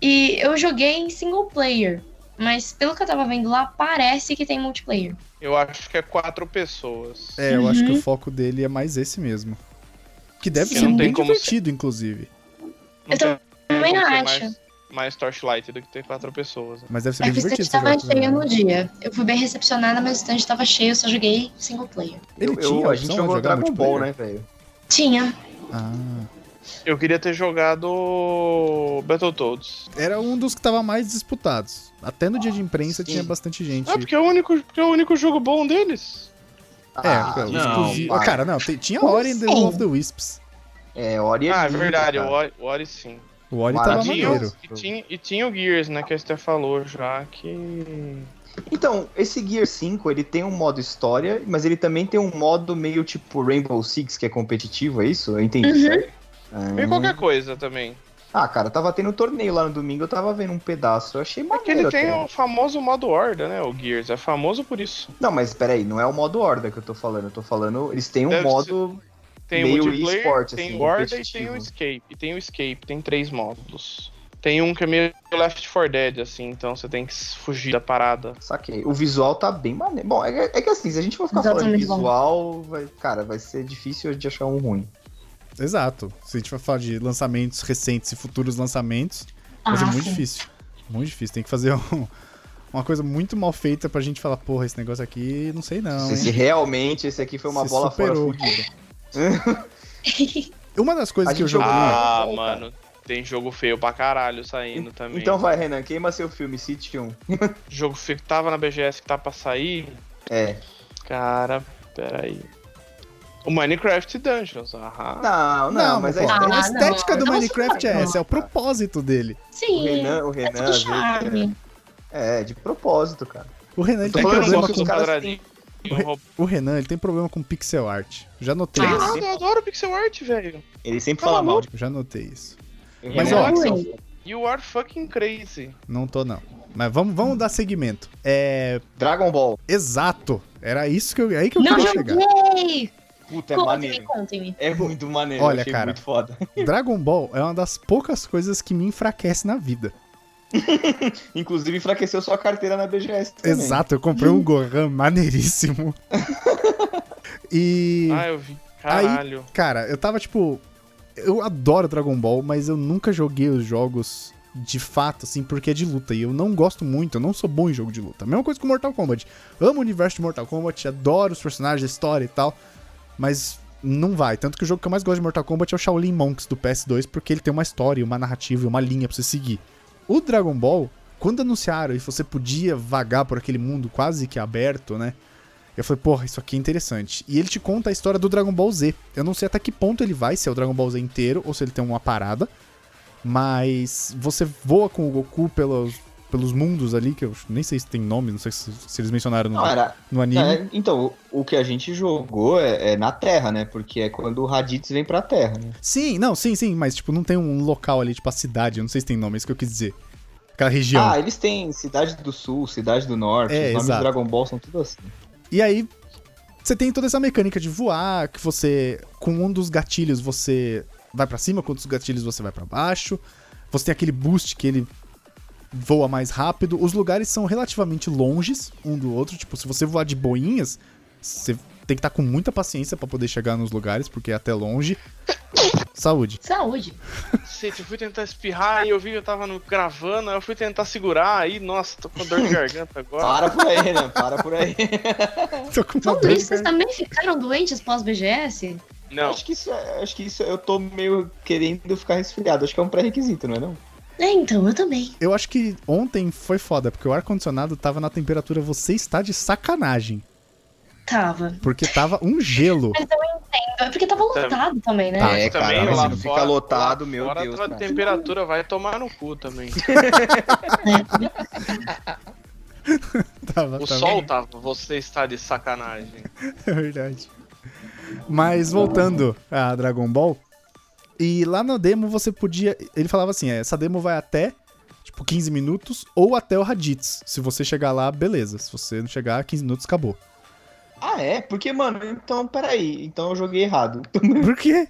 [SPEAKER 4] E eu joguei em single player, mas pelo que eu tava vendo lá, parece que tem multiplayer.
[SPEAKER 2] Eu acho que é quatro pessoas.
[SPEAKER 1] É, eu acho que
[SPEAKER 4] Uhum.
[SPEAKER 1] o foco dele é mais esse mesmo. Que deve
[SPEAKER 4] Sim.
[SPEAKER 1] ser
[SPEAKER 4] Não
[SPEAKER 2] tem
[SPEAKER 1] bem
[SPEAKER 2] como ser.
[SPEAKER 1] divertido, inclusive.
[SPEAKER 2] Não
[SPEAKER 4] eu
[SPEAKER 2] tem
[SPEAKER 4] também
[SPEAKER 2] como ter
[SPEAKER 4] acho.
[SPEAKER 2] Mais, mais Torchlight do que ter quatro pessoas. né?
[SPEAKER 1] Mas deve ser
[SPEAKER 4] É
[SPEAKER 1] bem
[SPEAKER 4] que o
[SPEAKER 1] divertido.
[SPEAKER 4] stand
[SPEAKER 1] esse
[SPEAKER 4] tava
[SPEAKER 1] jogo também, né?
[SPEAKER 4] cheio no dia. Eu fui bem recepcionada, mas o stand tava cheio, eu só joguei single player.
[SPEAKER 1] Ele
[SPEAKER 3] Eu- eu-
[SPEAKER 1] tinha a
[SPEAKER 3] a gente
[SPEAKER 1] opção de
[SPEAKER 3] jogou
[SPEAKER 1] jogar
[SPEAKER 3] Dragon Ball, né,
[SPEAKER 1] multiplayer?
[SPEAKER 3] velho?
[SPEAKER 4] Tinha.
[SPEAKER 1] Ah.
[SPEAKER 2] Eu queria ter jogado Battletoads.
[SPEAKER 1] Era um dos que tava mais disputados. Até no dia de imprensa
[SPEAKER 3] Sim.
[SPEAKER 1] tinha bastante gente.
[SPEAKER 2] Ah, porque é o único, porque é o único jogo bom deles.
[SPEAKER 1] É,
[SPEAKER 3] Ah,
[SPEAKER 1] cara, os
[SPEAKER 5] não,
[SPEAKER 1] exclusi-
[SPEAKER 3] vai.
[SPEAKER 1] Cara, não, tem- tinha Ori and the Will
[SPEAKER 4] Sim.
[SPEAKER 1] of the Wisps.
[SPEAKER 3] É, Ori
[SPEAKER 2] ah, é
[SPEAKER 3] lindo,
[SPEAKER 2] verdade, o
[SPEAKER 3] cara.
[SPEAKER 2] Ori, tá o Ori sim.
[SPEAKER 1] O Ori tava
[SPEAKER 2] Tinha,
[SPEAKER 1] maneiro.
[SPEAKER 3] Maravilhoso.
[SPEAKER 2] e, tinha, e tinha o Gears, né, que a Esther falou já, que...
[SPEAKER 3] Então, esse Gear 5, ele tem um modo história, mas ele também tem um modo meio tipo Rainbow Six, que é competitivo, é isso? Eu entendi
[SPEAKER 2] Uhum.
[SPEAKER 3] certo? Ah,
[SPEAKER 2] Meio qualquer coisa também.
[SPEAKER 3] Ah, cara, tava tendo um torneio lá no domingo, eu tava vendo um pedaço, eu achei
[SPEAKER 2] É que
[SPEAKER 3] maneiro
[SPEAKER 2] ele tem
[SPEAKER 3] até.
[SPEAKER 2] o famoso modo horda, né, o Gears. É famoso por isso.
[SPEAKER 3] Não, mas peraí, não é o modo horda que eu tô falando, eu tô falando, eles têm um
[SPEAKER 2] Deve
[SPEAKER 3] modo...
[SPEAKER 2] Tem
[SPEAKER 3] Meio
[SPEAKER 2] o multiplayer,
[SPEAKER 3] esporte,
[SPEAKER 2] tem
[SPEAKER 3] assim,
[SPEAKER 2] o Horda e
[SPEAKER 3] competitivo.
[SPEAKER 2] tem o Escape. Tem o Escape, tem três módulos. Tem um que é meio Left 4 Dead, assim, então você tem que fugir da parada.
[SPEAKER 3] Saquei. O visual tá bem maneiro. Bom, é, é que assim, se a gente for ficar
[SPEAKER 4] Visual tá
[SPEAKER 3] falando de
[SPEAKER 4] muito bom.
[SPEAKER 3] visual, vai- cara, vai ser difícil de achar um ruim.
[SPEAKER 1] Exato. Se a gente for falar de lançamentos recentes e futuros lançamentos,
[SPEAKER 4] Ah,
[SPEAKER 1] Mas é muito
[SPEAKER 4] sim.
[SPEAKER 1] difícil. Muito difícil. Tem que fazer <laughs> um- uma coisa muito mal feita pra gente falar, porra, esse negócio aqui, não sei não,
[SPEAKER 3] se, se
[SPEAKER 1] hein?
[SPEAKER 3] realmente esse aqui foi uma
[SPEAKER 1] Se
[SPEAKER 3] bola
[SPEAKER 1] superou.
[SPEAKER 3] fora fudida.
[SPEAKER 1] <laughs> Uma das coisas
[SPEAKER 3] A
[SPEAKER 1] que eu
[SPEAKER 3] gente joga-
[SPEAKER 1] joguei.
[SPEAKER 2] Ah,
[SPEAKER 3] Não, cara.
[SPEAKER 2] mano, tem jogo feio pra caralho saindo também.
[SPEAKER 3] Então vai, Renan, queima seu filme, City 1.
[SPEAKER 2] Jogo feio que tava na BGS que tá pra sair.
[SPEAKER 3] É.
[SPEAKER 2] Cara, peraí. O Minecraft Dungeons, aham.
[SPEAKER 3] Não, não,
[SPEAKER 1] Não,
[SPEAKER 3] mas é
[SPEAKER 1] mas
[SPEAKER 3] aí.
[SPEAKER 4] Ah,
[SPEAKER 1] a
[SPEAKER 4] não.
[SPEAKER 1] estética do
[SPEAKER 4] Não,
[SPEAKER 1] Minecraft é
[SPEAKER 4] não.
[SPEAKER 1] essa, é o propósito dele.
[SPEAKER 3] O
[SPEAKER 4] Sim.
[SPEAKER 3] Renan, o
[SPEAKER 4] é
[SPEAKER 3] Renan.
[SPEAKER 4] tudo
[SPEAKER 3] às vezes,
[SPEAKER 4] charme.
[SPEAKER 3] é, é, de propósito, cara.
[SPEAKER 1] O Renan, ele
[SPEAKER 3] tô
[SPEAKER 1] tem
[SPEAKER 3] falando
[SPEAKER 1] problema
[SPEAKER 3] que
[SPEAKER 1] com,
[SPEAKER 3] os caras
[SPEAKER 2] um quadradinho. um
[SPEAKER 1] o Renan ele tem problema com pixel art. Já notei
[SPEAKER 4] Ah.
[SPEAKER 1] isso.
[SPEAKER 2] Caralho, eu adoro pixel art, velho.
[SPEAKER 3] Ele sempre
[SPEAKER 2] Fala
[SPEAKER 3] fala mal.
[SPEAKER 1] Eu Já notei isso.
[SPEAKER 3] de-
[SPEAKER 1] Mas,
[SPEAKER 3] Renan,
[SPEAKER 1] ó,
[SPEAKER 3] que são-
[SPEAKER 4] Ui.
[SPEAKER 2] You are fucking crazy.
[SPEAKER 1] Não tô, não. Mas vamos, vamos dar seguimento. É.
[SPEAKER 3] Dragon Ball.
[SPEAKER 1] Exato. Era isso que eu. é Aí que eu
[SPEAKER 4] Não
[SPEAKER 1] queria chegar.
[SPEAKER 4] joguei!
[SPEAKER 3] Puta, é
[SPEAKER 4] Contem-me,
[SPEAKER 3] maneiro.
[SPEAKER 4] contem-me.
[SPEAKER 3] É muito maneiro.
[SPEAKER 1] Olha,
[SPEAKER 3] eu achei
[SPEAKER 1] cara.
[SPEAKER 3] muito foda. <laughs>
[SPEAKER 1] Dragon Ball é uma das poucas coisas que me enfraquece na vida.
[SPEAKER 3] Inclusive enfraqueceu sua carteira na BGS. também.
[SPEAKER 1] Exato, eu comprei um Gohan maneiríssimo. e,
[SPEAKER 2] Ah, é. eu vi. Caralho.
[SPEAKER 1] cara, eu tava tipo. Eu adoro Dragon Ball, mas eu nunca joguei os jogos de fato, assim, porque é de luta. E eu não gosto muito, eu não sou bom em jogo de luta. Mesma coisa com Mortal Kombat. Amo o universo de Mortal Kombat, adoro os personagens, a história e tal. Mas não vai. Tanto que o jogo que eu mais gosto de Mortal Kombat é o Shaolin Monks do PS2, porque ele tem uma história, uma narrativa e uma linha pra você seguir. O Dragon Ball, quando anunciaram e você podia vagar por aquele mundo quase que aberto, né? Eu falei, porra, isso aqui é interessante. E ele te conta a história do Dragon Ball Z. Eu não sei até que ponto ele vai, se é o Dragon Ball Z inteiro ou se ele tem uma parada. Mas você voa com o Goku pelos, pelos mundos ali, que eu nem sei se tem nome, não sei se, se eles mencionaram no,
[SPEAKER 3] Não, era,
[SPEAKER 1] no anime.
[SPEAKER 3] É, então, o o que a gente jogou é, é na Terra, né? Porque é quando o Raditz vem pra Terra, né?
[SPEAKER 1] Sim, não, sim, sim, mas tipo, não tem um local ali, tipo a cidade, eu não sei se tem nome, é isso que eu quis dizer. Aquela região.
[SPEAKER 3] Ah, eles têm Cidade do Sul, Cidade do Norte,
[SPEAKER 1] É,
[SPEAKER 3] os nomes
[SPEAKER 1] exato.
[SPEAKER 3] do Dragon Ball são tudo assim.
[SPEAKER 1] E aí você tem toda essa mecânica de voar, que você com um dos gatilhos você vai pra cima, com outros gatilhos você vai pra baixo. Você tem aquele boost que ele voa mais rápido. Os lugares são relativamente longes um do outro, tipo, se você voar de boinhas, você tem que estar com muita paciência pra poder chegar nos lugares, porque é até longe. Saúde.
[SPEAKER 4] Saúde.
[SPEAKER 2] Cacete, eu fui tentar espirrar e eu vi que eu tava no, gravando, aí eu fui tentar segurar, aí, nossa, tô com dor de garganta
[SPEAKER 3] <laughs>
[SPEAKER 2] agora.
[SPEAKER 3] Para por aí, Renan, para por aí.
[SPEAKER 1] Tô com uma
[SPEAKER 4] Falando
[SPEAKER 1] dor de
[SPEAKER 4] isso, vocês
[SPEAKER 1] garganta.
[SPEAKER 4] também ficaram doentes pós-BGS?
[SPEAKER 2] Não,
[SPEAKER 3] Acho que isso, é- acho que isso eu tô meio querendo ficar resfriado. Acho que é um pré-requisito, não é não?
[SPEAKER 4] É, então, eu também.
[SPEAKER 1] Eu acho que ontem foi foda, porque o ar-condicionado tava na temperatura, você está de sacanagem.
[SPEAKER 4] Tava.
[SPEAKER 1] Porque tava um
[SPEAKER 2] <laughs>
[SPEAKER 1] gelo.
[SPEAKER 4] Mas eu entendo. É porque tava lotado também, né?
[SPEAKER 1] Tá.
[SPEAKER 3] É, cara,
[SPEAKER 2] também
[SPEAKER 3] mas
[SPEAKER 2] lá
[SPEAKER 3] não fica
[SPEAKER 2] fora-
[SPEAKER 3] lotado,
[SPEAKER 2] lá
[SPEAKER 3] meu
[SPEAKER 2] fora
[SPEAKER 3] Deus,
[SPEAKER 2] A
[SPEAKER 3] cara.
[SPEAKER 2] temperatura vai tomar no cu também.
[SPEAKER 1] Tava,
[SPEAKER 2] O
[SPEAKER 1] tava-
[SPEAKER 2] sol tava, você está de sacanagem.
[SPEAKER 1] <laughs> É verdade. Mas voltando a Dragon Ball, e lá na demo você podia. Ele falava assim: é, essa demo vai até tipo 15 minutos ou até o Raditz. Se você chegar lá, beleza. Se você não chegar, 15 minutos
[SPEAKER 3] <laughs>
[SPEAKER 1] acabou.
[SPEAKER 3] Ah, é? Porque, mano, então, peraí. Então eu joguei errado.
[SPEAKER 1] Por quê?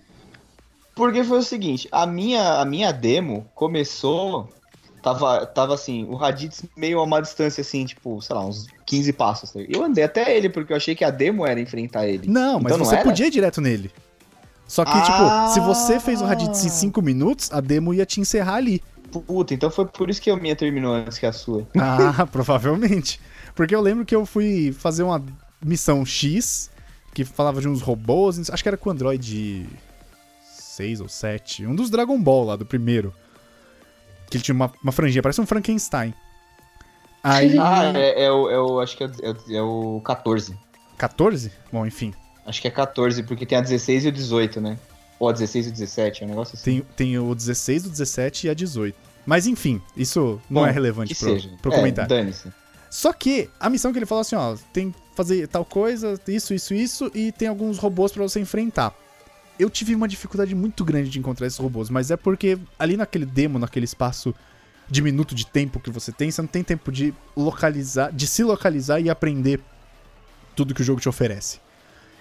[SPEAKER 3] Porque foi o seguinte, a minha, a minha demo começou. Tava, tava assim, o Raditz meio a uma distância assim, tipo, sei lá, uns 15 passos. tá ligado? Eu andei até ele, porque eu achei que a demo era enfrentar ele.
[SPEAKER 1] Não, mas
[SPEAKER 3] Então não
[SPEAKER 1] você
[SPEAKER 3] era?
[SPEAKER 1] podia ir direto nele. Só que,
[SPEAKER 3] Ah!
[SPEAKER 1] tipo, se você fez o Raditz em 5 minutos, a demo ia te encerrar ali.
[SPEAKER 3] Puta, então foi por isso que a minha terminou antes que a sua.
[SPEAKER 1] Ah, <laughs> provavelmente. Porque eu lembro que eu fui fazer uma missão X, que falava de uns robôs, acho que era com o Android 6 ou 7, um dos Dragon Ball lá, do primeiro. Que ele tinha uma, uma franjinha, parece um Frankenstein.
[SPEAKER 3] <laughs>
[SPEAKER 1] Aí,
[SPEAKER 3] Ah, é, é o, é o. Acho que é o, é o- é o 14.
[SPEAKER 1] 14? Bom, enfim,
[SPEAKER 3] Acho que é 14, porque tem a 16 e o 18, né? Ou a 16 e o 17, é um negócio assim.
[SPEAKER 1] tem, tem o 16, o 17 e a 18. Mas enfim, isso não
[SPEAKER 3] Bom,
[SPEAKER 1] é relevante
[SPEAKER 3] que
[SPEAKER 1] pro,
[SPEAKER 3] seja.
[SPEAKER 1] pro
[SPEAKER 3] é,
[SPEAKER 1] comentário.
[SPEAKER 3] Dane-se.
[SPEAKER 1] Só que a missão que ele falou assim, ó, tem que fazer tal coisa, isso, isso, isso, e tem alguns robôs pra você enfrentar. Eu tive uma dificuldade muito grande de encontrar esses robôs, mas é porque ali naquele demo, naquele espaço de minuto de tempo que você tem, você não tem tempo de localizar, de se localizar e aprender tudo que o jogo te oferece.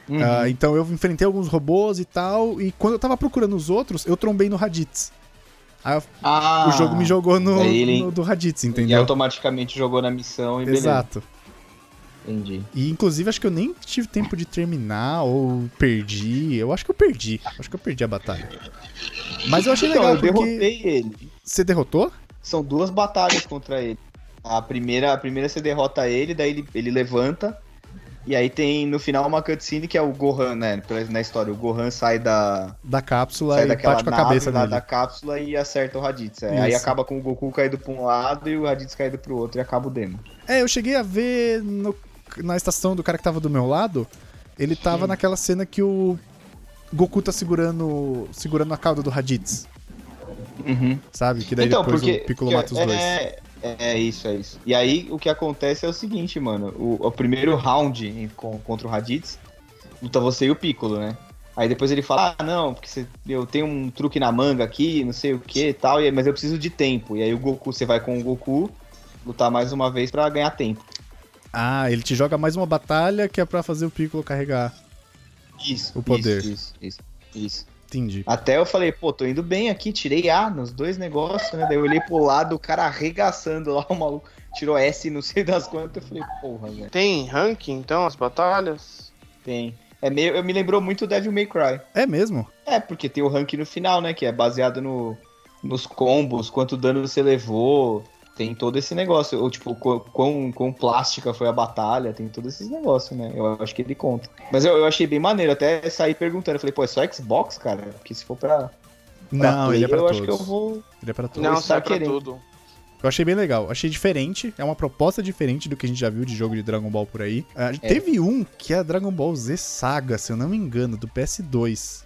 [SPEAKER 2] Uhum.
[SPEAKER 1] Ah, então eu enfrentei alguns robôs e tal, e quando eu tava procurando os outros, eu trombei no Raditz. Aí eu-
[SPEAKER 3] Ah,
[SPEAKER 1] o jogo me jogou no,
[SPEAKER 3] é ele, hein?
[SPEAKER 1] no do Raditz,
[SPEAKER 3] E
[SPEAKER 1] entendeu?
[SPEAKER 3] automaticamente jogou na missão e beleza.
[SPEAKER 1] Exato.
[SPEAKER 3] Entendi.
[SPEAKER 1] E inclusive acho que eu nem tive tempo de terminar ou perdi. Eu acho que eu perdi. Acho que eu perdi a batalha. Mas eu achei
[SPEAKER 3] Então,
[SPEAKER 1] legal
[SPEAKER 3] eu
[SPEAKER 1] porque
[SPEAKER 3] derrotei ele.
[SPEAKER 1] você derrotou?
[SPEAKER 3] São duas batalhas contra ele. A primeira, a primeira você derrota ele, daí ele, ele levanta. E aí tem no final uma cutscene que é o Gohan, né? pra- Na história, o Gohan sai da,
[SPEAKER 1] Da cápsula
[SPEAKER 3] sai
[SPEAKER 1] e
[SPEAKER 3] daquela
[SPEAKER 1] bate com a cabeça
[SPEAKER 3] lá
[SPEAKER 1] dele.
[SPEAKER 3] da cápsula e acerta o Raditz. É, Aí
[SPEAKER 1] Isso.
[SPEAKER 3] acaba com o Goku caído pra um lado e o Raditz caído pro outro e acaba o demo.
[SPEAKER 1] É, eu cheguei a ver no- na estação do cara que tava do meu lado. Ele tava naquela cena que o Goku tá segurando segurando a cauda do Raditz, sabe? Que daí
[SPEAKER 3] Então,
[SPEAKER 1] depois
[SPEAKER 3] porque.
[SPEAKER 1] o Piccolo
[SPEAKER 3] porque
[SPEAKER 1] mata os
[SPEAKER 3] é,
[SPEAKER 1] dois.
[SPEAKER 3] É, é isso, é isso. E aí o que acontece é o seguinte, mano. O, o primeiro round em- com- contra o Raditz, luta você e o Piccolo, né? Aí depois ele fala, ah, não, porque você- eu tenho um truque na manga aqui, não sei o que e tal, e aí- mas eu preciso de tempo. E aí o Goku, você vai com o Goku lutar mais uma vez pra ganhar tempo.
[SPEAKER 1] Ah, ele te joga mais uma batalha que é pra fazer o Piccolo carregar.
[SPEAKER 3] Isso.
[SPEAKER 1] O poder.
[SPEAKER 3] Isso, isso, isso. isso.
[SPEAKER 1] Entendi.
[SPEAKER 3] Até eu falei, pô, tô indo bem aqui, tirei A nos dois negócios, né? Daí eu olhei pro lado, o cara arregaçando lá, <laughs> o maluco tirou S e não sei das quantas. Eu falei, porra, velho,
[SPEAKER 2] Tem ranking, então, as batalhas?
[SPEAKER 3] tem. É meio, eu me lembrou muito do Devil May Cry.
[SPEAKER 1] É mesmo?
[SPEAKER 3] É, porque tem o rank no final, né? Que é baseado no, nos combos, quanto dano você levou, tem todo esse negócio. Ou, tipo, qu- quão, quão plástica foi a batalha, tem todos esses negócios, né? Eu acho que ele conta. Mas eu, eu achei bem maneiro, até saí perguntando. Eu falei, pô, é só Xbox, cara? Porque se for pra, pra
[SPEAKER 1] Não,
[SPEAKER 3] Play,
[SPEAKER 1] ele é pra
[SPEAKER 3] eu
[SPEAKER 1] todos.
[SPEAKER 3] acho que eu vou...
[SPEAKER 1] Ele é pra todos.
[SPEAKER 2] Não,
[SPEAKER 3] está
[SPEAKER 2] sai pra
[SPEAKER 3] querendo.
[SPEAKER 2] tudo.
[SPEAKER 1] Eu achei bem legal, achei diferente, é uma proposta diferente do que a gente já viu de jogo de Dragon Ball por aí. Ah, Teve um que é a Dragon Ball Z Saga, se eu não me engano, do PS2.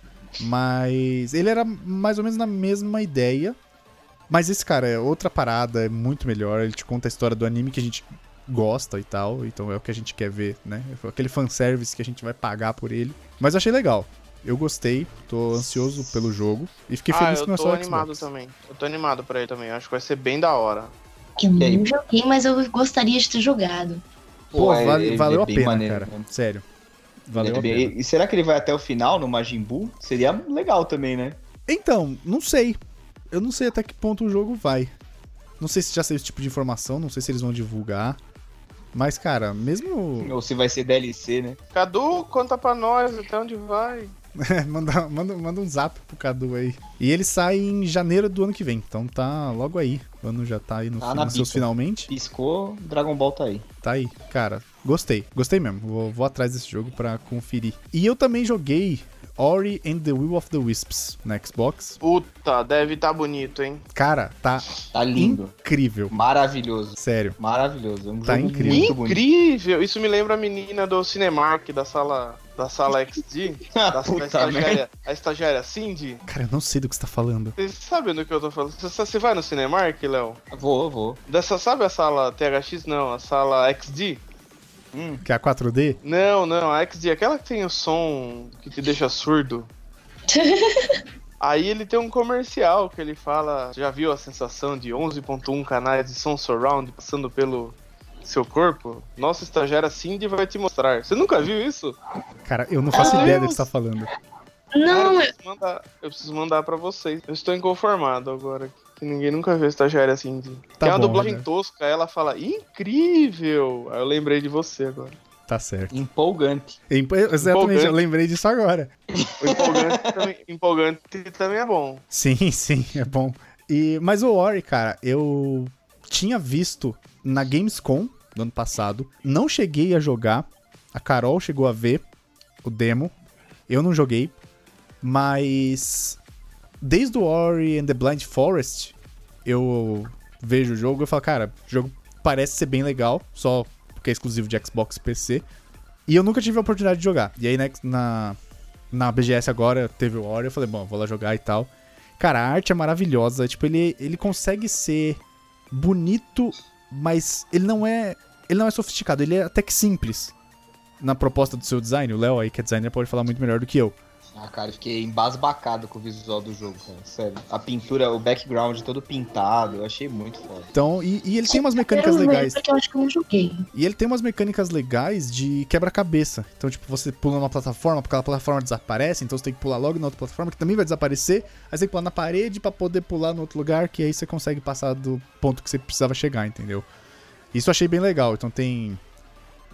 [SPEAKER 1] Mas ele era mais ou menos na mesma ideia. Mas esse cara é outra parada, é muito melhor. Ele te conta a história do anime que a gente gosta e tal. Então é o que a gente quer ver, né? É Aquele fanservice que a gente vai pagar por ele. Mas eu achei legal. Eu gostei, tô ansioso pelo jogo. E fiquei
[SPEAKER 2] ah,
[SPEAKER 1] feliz
[SPEAKER 2] eu
[SPEAKER 1] que não é
[SPEAKER 2] tô
[SPEAKER 1] só
[SPEAKER 2] animado
[SPEAKER 1] Xbox.
[SPEAKER 2] também. Eu tô animado pra ele também. Eu acho que vai ser bem da hora.
[SPEAKER 4] Que eu
[SPEAKER 3] E aí?
[SPEAKER 4] não joguei, mas eu gostaria de ter jogado.
[SPEAKER 1] Pô,
[SPEAKER 3] é-
[SPEAKER 1] vale-
[SPEAKER 3] ele é
[SPEAKER 1] valeu a
[SPEAKER 3] bem
[SPEAKER 1] pena,
[SPEAKER 3] maneiro,
[SPEAKER 1] cara.
[SPEAKER 3] né?
[SPEAKER 1] Sério. Valeu
[SPEAKER 3] Ele é
[SPEAKER 1] a
[SPEAKER 3] bem-
[SPEAKER 1] pena.
[SPEAKER 3] E será que ele vai até o final no Majin Buu? Seria legal também, né?
[SPEAKER 1] Então, não sei. Eu não sei até que ponto o jogo vai. Não sei se já saiu esse tipo de informação, não sei se eles vão divulgar. Mas, cara, mesmo.
[SPEAKER 3] Ou se vai ser DLC, né?
[SPEAKER 2] Cadu, conta pra nós até onde vai.
[SPEAKER 1] É, <laughs> manda, manda, manda um zap pro Cadu aí. E ele sai em janeiro do ano que vem, então tá logo aí. O ano já tá aí no,
[SPEAKER 3] Tá
[SPEAKER 1] fi-
[SPEAKER 3] na
[SPEAKER 1] nos seus
[SPEAKER 3] bica.
[SPEAKER 1] finalmente.
[SPEAKER 3] Piscou, Dragon Ball tá aí.
[SPEAKER 1] Tá aí, cara. Gostei, gostei mesmo. Vou, vou atrás desse jogo pra conferir. E eu também joguei Ori and the Will of the Wisps na Xbox.
[SPEAKER 2] Puta, deve tá bonito, hein?
[SPEAKER 1] Cara, tá
[SPEAKER 3] Tá lindo.
[SPEAKER 1] incrível.
[SPEAKER 3] Maravilhoso.
[SPEAKER 1] Sério.
[SPEAKER 3] Maravilhoso. É um
[SPEAKER 1] Tá
[SPEAKER 3] jogo
[SPEAKER 1] incrível.
[SPEAKER 3] muito bonito.
[SPEAKER 2] Incrível! Isso me lembra a menina do Cinemark da sala da sala
[SPEAKER 3] <laughs>
[SPEAKER 2] XD, da, da
[SPEAKER 3] Ah, Puta merda.
[SPEAKER 2] estagiária, a estagiária Cindy.
[SPEAKER 1] Cara, eu não sei do que você tá falando.
[SPEAKER 2] Vocês sabem do que eu tô falando? Você, você vai no Cinemark, Léo?
[SPEAKER 3] Vou, vou.
[SPEAKER 2] Dessa, sabe a sala THX? Não, a sala XD?
[SPEAKER 3] Hum.
[SPEAKER 1] Que é a 4D?
[SPEAKER 2] Não, não, a XD, aquela que tem o som que te deixa surdo. Aí ele tem um comercial que ele fala: já viu a sensação de 11.1 canais de som surround passando pelo seu corpo? Nossa estagiária Cindy vai te mostrar. Você nunca viu isso?
[SPEAKER 1] Cara, eu não faço
[SPEAKER 2] Ah,
[SPEAKER 1] ideia
[SPEAKER 2] eu-
[SPEAKER 1] do que você tá falando.
[SPEAKER 4] Não,
[SPEAKER 2] Cara, eu, preciso mandar, eu preciso mandar pra vocês. Eu estou inconformado agora. Que ninguém nunca viu a estagiária Cindy.
[SPEAKER 1] Tá
[SPEAKER 2] tem uma
[SPEAKER 1] bom,
[SPEAKER 2] dublagem
[SPEAKER 1] né?
[SPEAKER 2] tosca, aí ela fala, incrível! Aí eu lembrei de você agora.
[SPEAKER 1] Tá certo.
[SPEAKER 3] Empolgante.
[SPEAKER 1] Em- Exatamente,
[SPEAKER 2] Empolgante.
[SPEAKER 1] eu lembrei disso agora.
[SPEAKER 2] O empolgante, <laughs> também, empolgante também é bom.
[SPEAKER 1] Sim, <laughs> sim, é bom. E, mas o Ori, cara, eu tinha visto na Gamescom do ano passado. Não cheguei a jogar. A Carol chegou a ver o demo. Eu não joguei. Mas desde o Ori and the Blind Forest, eu vejo o jogo e falo, cara, o jogo parece ser bem legal, só porque é exclusivo de Xbox e PC. E eu nunca tive a oportunidade de jogar. E aí na, na, na BGS agora teve o Ori, eu falei, bom, vou lá jogar e tal. Cara, a arte é maravilhosa. Tipo, ele, ele consegue ser bonito, mas ele não é. Ele não é sofisticado, ele é até que simples. Na proposta do seu design, o Léo aí, que é designer, pode falar muito melhor do que eu.
[SPEAKER 3] Ah, cara, eu fiquei embasbacado com o visual do jogo, cara. Sério. A pintura, o background todo pintado, eu achei muito foda.
[SPEAKER 1] Então, e, e ele tem umas mecânicas
[SPEAKER 4] eu não lembro,
[SPEAKER 1] legais.
[SPEAKER 4] Porque eu acho que eu não joguei.
[SPEAKER 1] E ele tem umas mecânicas legais de quebra-cabeça. Então, tipo, você pula numa plataforma, porque a plataforma desaparece, então você tem que pular logo na outra plataforma, que também vai desaparecer. Aí você tem que pular na parede pra poder pular no outro lugar, que aí você consegue passar do ponto que você precisava chegar, entendeu? Isso eu achei bem legal. Então tem.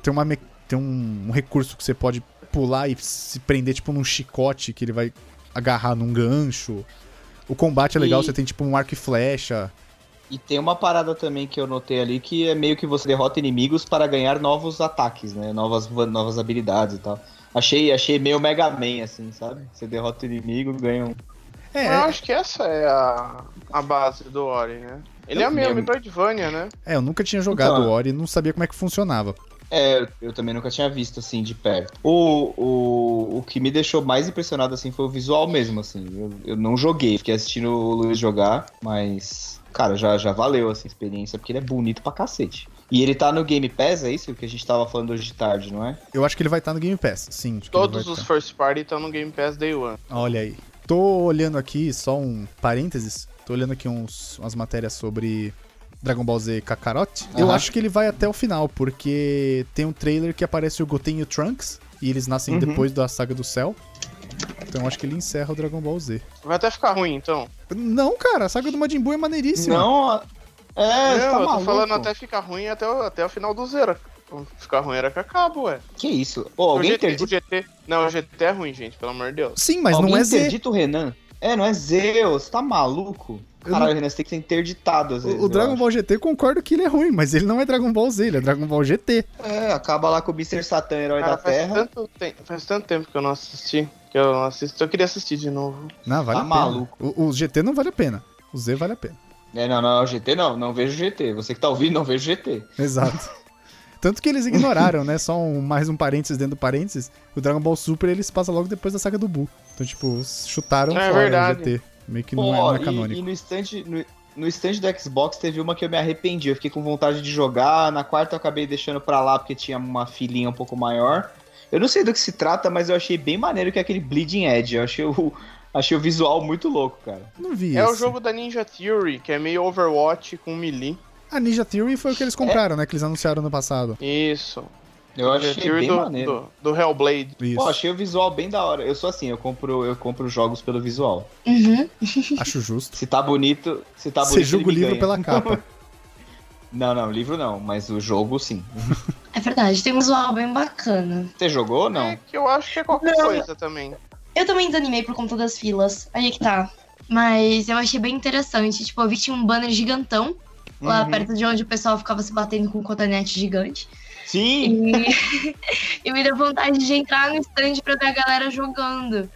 [SPEAKER 1] Tem, uma, me- tem um, um recurso que você pode pular e se prender, tipo, num chicote que ele vai agarrar num gancho. O combate é legal,
[SPEAKER 3] E-
[SPEAKER 1] você tem tipo um arco e flecha.
[SPEAKER 3] E tem uma parada também que eu notei ali, que é meio que você derrota inimigos para ganhar novos ataques, né? Novas, va- novas habilidades e tal. Achei, achei meio Mega Man, assim, sabe? Você derrota o inimigo, ganha um...
[SPEAKER 1] É,
[SPEAKER 2] Eu acho que essa é a, a base do Ori, né? Ele é meio
[SPEAKER 3] Eu-
[SPEAKER 2] Metroidvania, né?
[SPEAKER 1] é, eu nunca tinha jogado
[SPEAKER 3] Então,
[SPEAKER 1] Ori e não sabia como é que funcionava.
[SPEAKER 3] É, eu- eu também nunca tinha visto assim de perto. O, o, o que me deixou mais impressionado assim foi o visual mesmo, assim. Eu, eu não joguei, fiquei assistindo o Luiz jogar, mas, cara, já, já valeu assim, a experiência, porque ele é bonito pra cacete. E ele tá no Game Pass, é isso que a gente tava falando hoje de tarde, não é?
[SPEAKER 1] Eu acho que ele vai estar no Game Pass, sim. acho que ele
[SPEAKER 2] Todos
[SPEAKER 1] vai
[SPEAKER 2] os
[SPEAKER 1] tá.
[SPEAKER 2] first party estão no Game Pass Day One.
[SPEAKER 1] Olha aí. Tô olhando aqui, só um parênteses. Tô olhando aqui uns, umas matérias sobre Dragon Ball Z Kakarot. Eu
[SPEAKER 3] Aham.
[SPEAKER 1] acho que ele vai até o final, porque tem um trailer que aparece o Goten e o Trunks, e eles nascem
[SPEAKER 2] Uhum.
[SPEAKER 1] depois da saga do céu. Então eu acho que ele encerra o Dragon Ball Z.
[SPEAKER 2] Vai até ficar ruim, então.
[SPEAKER 1] Não, cara, a saga do Majin Buu é maneiríssima.
[SPEAKER 3] Não, a- é,
[SPEAKER 2] Não,
[SPEAKER 3] você tá
[SPEAKER 2] eu tô
[SPEAKER 3] maluco.
[SPEAKER 2] falando até ficar ruim até o, até o final do zero. Ficar ruim era que acaba, ué.
[SPEAKER 3] Que isso? Ô,
[SPEAKER 2] o,
[SPEAKER 3] alguém
[SPEAKER 2] GT, o
[SPEAKER 3] interdita
[SPEAKER 2] GT. Não, o GT é ruim, gente, pelo amor de Deus.
[SPEAKER 1] Sim, mas não
[SPEAKER 3] alguém
[SPEAKER 1] é Z.
[SPEAKER 3] interdita o Renan? É, não é Zeus, tá maluco?
[SPEAKER 1] Eu
[SPEAKER 3] Caralho, Renan, você tem que ser interditado às vezes.
[SPEAKER 1] O, o
[SPEAKER 3] eu
[SPEAKER 1] Dragon
[SPEAKER 3] acho.
[SPEAKER 1] Ball GT eu concordo que ele é ruim, mas ele não é Dragon Ball Z, ele é Dragon Ball GT.
[SPEAKER 3] É, acaba lá com o Mr. Satan, herói
[SPEAKER 2] Cara,
[SPEAKER 3] da
[SPEAKER 2] faz,
[SPEAKER 3] Terra.
[SPEAKER 2] Tanto tem- faz tanto tempo que eu não assisti. Que eu não assisto. Eu queria assistir de novo.
[SPEAKER 1] Não, vale
[SPEAKER 3] Tá
[SPEAKER 1] a pena.
[SPEAKER 3] maluco.
[SPEAKER 1] O, o GT não vale a pena. O Z vale a pena.
[SPEAKER 3] É, não, não, GT não, não vejo GT. Você que tá ouvindo, não vejo GT.
[SPEAKER 1] Exato. Tanto que eles ignoraram, né? Só um- mais um parênteses dentro do parênteses. O Dragon Ball Super ele se passa logo depois da saga do Buu. Então, tipo, chutaram
[SPEAKER 2] É
[SPEAKER 1] fora
[SPEAKER 2] verdade.
[SPEAKER 1] o GT. Meio que não, é,
[SPEAKER 3] Pô,
[SPEAKER 1] não é
[SPEAKER 3] e-
[SPEAKER 1] canônico.
[SPEAKER 3] E, no stand. No... No stand do Xbox teve uma que eu me arrependi. Eu fiquei com vontade de jogar. Na quarta eu acabei deixando pra lá porque tinha uma filinha um pouco maior. Eu não sei do que se trata, mas eu achei bem maneiro que é aquele Bleeding Edge. Eu achei o, <laughs> achei o visual muito louco, cara.
[SPEAKER 1] Não vi
[SPEAKER 2] É o
[SPEAKER 1] esse.
[SPEAKER 2] jogo da Ninja Theory, que é meio Overwatch com melee.
[SPEAKER 1] A Ninja Theory foi o que eles
[SPEAKER 3] É.
[SPEAKER 1] compraram, né? Que eles anunciaram no passado.
[SPEAKER 2] Isso.
[SPEAKER 3] Eu achei
[SPEAKER 2] Ninja Theory
[SPEAKER 3] bem
[SPEAKER 2] do,
[SPEAKER 3] maneiro.
[SPEAKER 2] do, do Hellblade.
[SPEAKER 1] Isso.
[SPEAKER 3] Pô, achei o visual bem da hora. Eu sou assim, eu compro, eu compro jogos pelo visual.
[SPEAKER 4] Uhum.
[SPEAKER 1] Acho justo.
[SPEAKER 3] Se tá bonito, se tá bonito.
[SPEAKER 1] Você
[SPEAKER 3] ele
[SPEAKER 1] julga o
[SPEAKER 3] me
[SPEAKER 1] livro
[SPEAKER 3] ganha.
[SPEAKER 1] pela
[SPEAKER 3] <laughs>
[SPEAKER 1] capa.
[SPEAKER 3] Não, não, livro não, mas o jogo sim.
[SPEAKER 4] É verdade, tem um visual bem bacana.
[SPEAKER 3] Você jogou ou não?
[SPEAKER 2] É que eu acho que é qualquer
[SPEAKER 4] Não.
[SPEAKER 2] coisa também.
[SPEAKER 4] Eu também desanimei por conta das filas. Aí que tá. Mas eu achei bem interessante. Tipo, eu vi que tinha um banner gigantão lá
[SPEAKER 3] Uhum.
[SPEAKER 4] perto de onde o pessoal ficava se batendo com um cotonete gigante.
[SPEAKER 3] Sim!
[SPEAKER 4] E... e <laughs> me deu vontade de entrar no stand pra ver a galera jogando.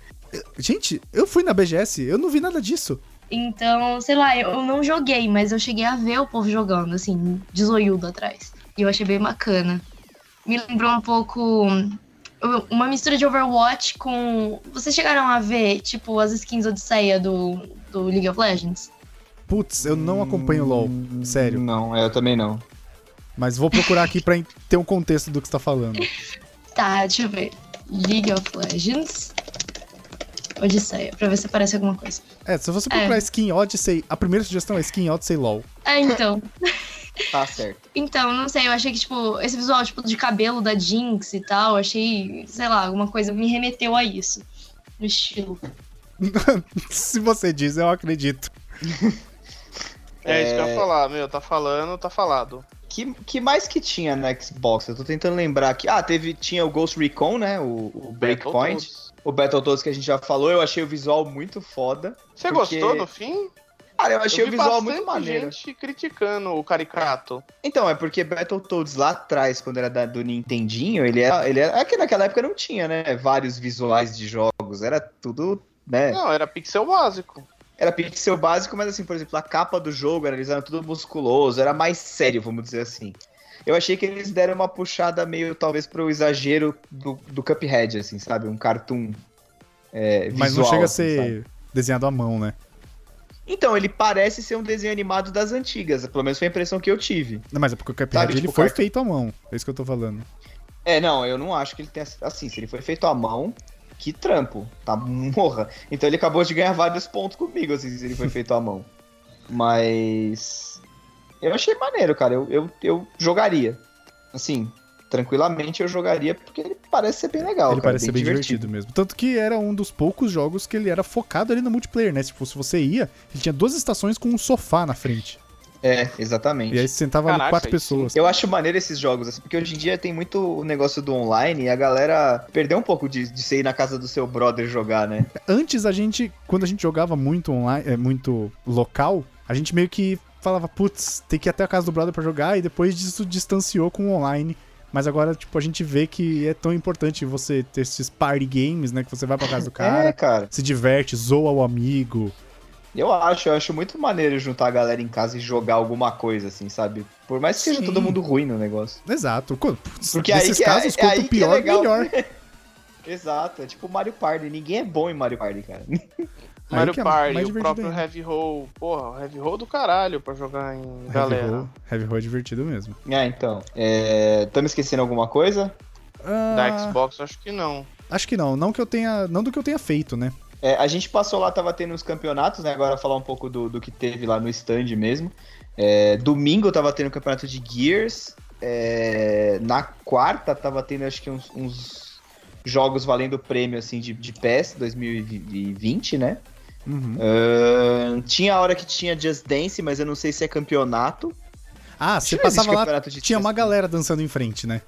[SPEAKER 1] Gente, eu fui na BGS, eu não vi nada disso.
[SPEAKER 4] Então, sei lá, eu não joguei, mas eu cheguei a ver o povo jogando, assim, de zoiudo atrás. E eu achei bem bacana. Me lembrou um pouco hum, uma mistura de Overwatch com. Vocês chegaram a ver, tipo, as skins Odisseia do, do League of Legends?
[SPEAKER 1] Putz, eu não acompanho o LoL, sério.
[SPEAKER 3] Não, eu também não.
[SPEAKER 1] Mas vou procurar aqui pra en- ter um contexto do que você tá falando.
[SPEAKER 4] Tá, deixa eu ver. League of Legends. Odisseia, pra ver se aparece alguma coisa.
[SPEAKER 1] É, se você procurar skin Odyssey, a primeira sugestão é skin Odyssey LoL.
[SPEAKER 4] É, então.
[SPEAKER 3] Tá certo.
[SPEAKER 4] Então, não sei, eu achei que, tipo, esse visual, tipo, de cabelo da Jinx e tal, achei, sei lá, alguma coisa me remeteu a isso. No estilo.
[SPEAKER 1] <laughs> se você diz, eu acredito.
[SPEAKER 2] É, isso que eu
[SPEAKER 3] É.
[SPEAKER 2] ia falar, meu. Tá falando, tá falado.
[SPEAKER 3] Que, que mais que tinha na Xbox? Eu tô tentando lembrar aqui. Ah, teve, tinha o Ghost Recon, né? O, o Breakpoint.
[SPEAKER 2] Battletoads.
[SPEAKER 3] O Battletoads que a gente já falou. Eu achei o visual muito foda.
[SPEAKER 2] Você
[SPEAKER 3] Porque-
[SPEAKER 2] gostou no fim?
[SPEAKER 3] Cara, eu achei
[SPEAKER 2] vi
[SPEAKER 3] o visual
[SPEAKER 2] bastante
[SPEAKER 3] muito maneiro.
[SPEAKER 2] gente criticando o caricato.
[SPEAKER 3] Então, é porque Battletoads lá atrás, quando era da- do Nintendinho, ele era, ele era. É que naquela época não tinha, né? Vários visuais de jogos. Era tudo, né?
[SPEAKER 2] Não, era pixel básico.
[SPEAKER 3] Era pixel básico, mas assim, por exemplo, a capa do jogo era, eles eram tudo musculoso, era mais sério, vamos dizer assim. Eu achei que eles deram uma puxada meio, talvez, pro exagero do, do Cuphead, assim, sabe? Um cartoon é, visual.
[SPEAKER 1] Mas não chega a
[SPEAKER 3] assim, sabe?
[SPEAKER 1] ser desenhado à mão, né?
[SPEAKER 3] Então, ele parece ser um desenho animado das antigas, pelo menos foi a impressão que eu tive.
[SPEAKER 1] Não, mas é porque o Cuphead
[SPEAKER 3] Sabe,
[SPEAKER 1] ele
[SPEAKER 3] tipo,
[SPEAKER 1] foi
[SPEAKER 3] carta-
[SPEAKER 1] feito à mão. É isso que eu tô falando.
[SPEAKER 3] É, não, eu não acho que ele tenha... Assim, se ele foi feito à mão, que trampo. Tá <laughs> morra. Então ele acabou de ganhar vários pontos comigo, assim, se ele foi feito à mão. Mas. Eu achei maneiro, cara. Eu, eu, eu jogaria. Assim, tranquilamente eu jogaria, porque ele parece ser Ah, bem legal.
[SPEAKER 1] ele
[SPEAKER 3] cara,
[SPEAKER 1] parece ser bem divertido. mesmo. Tanto que era um dos poucos jogos que ele era focado ali no multiplayer, né? Tipo, se você ia, ele tinha duas estações com um sofá na frente.
[SPEAKER 3] É, exatamente.
[SPEAKER 1] E aí você sentava ali
[SPEAKER 2] Caraca,
[SPEAKER 1] quatro
[SPEAKER 2] isso-
[SPEAKER 1] pessoas.
[SPEAKER 3] Eu acho maneiro esses jogos, assim, porque hoje em dia tem muito o negócio do online e a galera perdeu um pouco de, de você ir na casa do seu brother jogar, né?
[SPEAKER 1] Antes a gente, quando a gente jogava muito online, é, muito local, a gente meio que falava, putz, tem que ir até a casa do brother pra jogar, e depois disso distanciou com o online. Mas agora, tipo, a gente vê que é tão importante você ter esses party games, né? Que você vai pra casa do cara,
[SPEAKER 3] é, cara.
[SPEAKER 1] se diverte, zoa o amigo.
[SPEAKER 3] Eu acho, eu acho muito maneiro juntar a galera em casa e jogar alguma coisa, assim, sabe? Por mais que seja
[SPEAKER 1] Sim.
[SPEAKER 3] todo mundo ruim no negócio.
[SPEAKER 1] Exato. Quando- putz,
[SPEAKER 3] Porque aí
[SPEAKER 1] nesses
[SPEAKER 3] que é-
[SPEAKER 1] casos,
[SPEAKER 3] é
[SPEAKER 1] quanto
[SPEAKER 3] aí que é
[SPEAKER 1] pior,
[SPEAKER 3] legal. <laughs>
[SPEAKER 1] melhor.
[SPEAKER 3] Exato, é tipo Mario Party. Ninguém é bom em Mario Party, cara.
[SPEAKER 1] Aí
[SPEAKER 2] Mario
[SPEAKER 1] que é
[SPEAKER 2] Party,
[SPEAKER 1] mais
[SPEAKER 2] o
[SPEAKER 1] divertido
[SPEAKER 2] próprio
[SPEAKER 1] ainda.
[SPEAKER 2] Heavy Roll. Porra, o Heavy Roll do caralho pra jogar em
[SPEAKER 1] Heavy
[SPEAKER 2] galera.
[SPEAKER 1] Roll, Heavy Roll é divertido mesmo.
[SPEAKER 3] É, então. É... Tamo esquecendo alguma coisa?
[SPEAKER 2] Da
[SPEAKER 1] Ah,
[SPEAKER 2] Xbox, acho que não.
[SPEAKER 1] acho que não. Não que eu tenha. Não do que eu tenha feito, né?
[SPEAKER 3] É, a gente passou lá, tava tendo uns campeonatos, né? Agora falar um pouco do, do que teve lá no stand mesmo. É, domingo tava tendo o campeonato de Gears. é, na quarta tava tendo, acho que uns, uns jogos valendo prêmio, assim, de, de PES 2020, né?
[SPEAKER 1] Uhum.
[SPEAKER 3] Ahn, tinha a hora que tinha Just Dance, mas eu não sei se é campeonato.
[SPEAKER 1] Ah, você
[SPEAKER 3] Acho que não existe
[SPEAKER 1] passava lá,
[SPEAKER 3] campeonato de
[SPEAKER 1] tinha
[SPEAKER 3] Just
[SPEAKER 1] uma
[SPEAKER 3] Dance.
[SPEAKER 1] galera dançando em frente, né?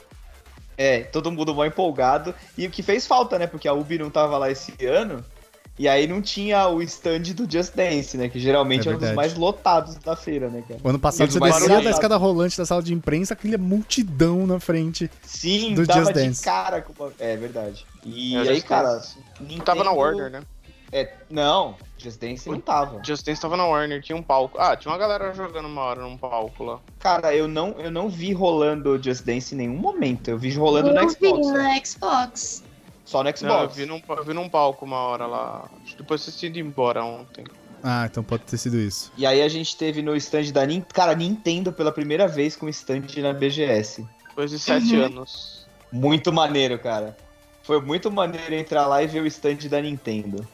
[SPEAKER 3] É, todo mundo mó empolgado. E o que fez falta, né? Porque a Ubi não tava lá esse ano. E aí não tinha o stand do Just Dance, né? Que geralmente
[SPEAKER 1] É
[SPEAKER 3] é, um dos
[SPEAKER 1] verdade.
[SPEAKER 3] mais lotados da feira, né, cara?
[SPEAKER 1] O ano passado
[SPEAKER 3] Eles
[SPEAKER 1] você
[SPEAKER 3] barulho
[SPEAKER 1] descia da
[SPEAKER 3] aí.
[SPEAKER 1] escada rolante da sala de imprensa, aquela multidão na frente.
[SPEAKER 3] Sim,
[SPEAKER 1] Do
[SPEAKER 3] tava
[SPEAKER 1] Just
[SPEAKER 3] de
[SPEAKER 1] Dance.
[SPEAKER 3] cara com uma... É verdade. E
[SPEAKER 2] É,
[SPEAKER 3] aí,
[SPEAKER 2] Just
[SPEAKER 3] cara.
[SPEAKER 2] Dance.
[SPEAKER 3] Nintendo-
[SPEAKER 2] Tava na Warner, né?
[SPEAKER 3] É, não, Just Dance não tava.
[SPEAKER 2] Just Dance tava na Warner, tinha um palco. Ah, tinha uma galera jogando uma hora num palco lá.
[SPEAKER 3] Cara, eu não, eu não vi rolando Just Dance em nenhum momento. Eu vi rolando no
[SPEAKER 4] eu
[SPEAKER 3] Xbox. né?
[SPEAKER 4] vi
[SPEAKER 3] só.
[SPEAKER 4] né? na Xbox.
[SPEAKER 3] Só no
[SPEAKER 2] Não, eu
[SPEAKER 3] Xbox.
[SPEAKER 2] vi num, eu vi num palco uma hora lá. Acho que Depois vocês tinham ido embora ontem.
[SPEAKER 1] Ah, então pode ter sido isso.
[SPEAKER 3] E aí a gente teve no stand da Nintendo. Cara, Nintendo pela primeira vez com stand na BGS.
[SPEAKER 2] Depois de sete anos.
[SPEAKER 3] Muito maneiro, cara. Foi muito maneiro entrar lá e ver o stand da Nintendo.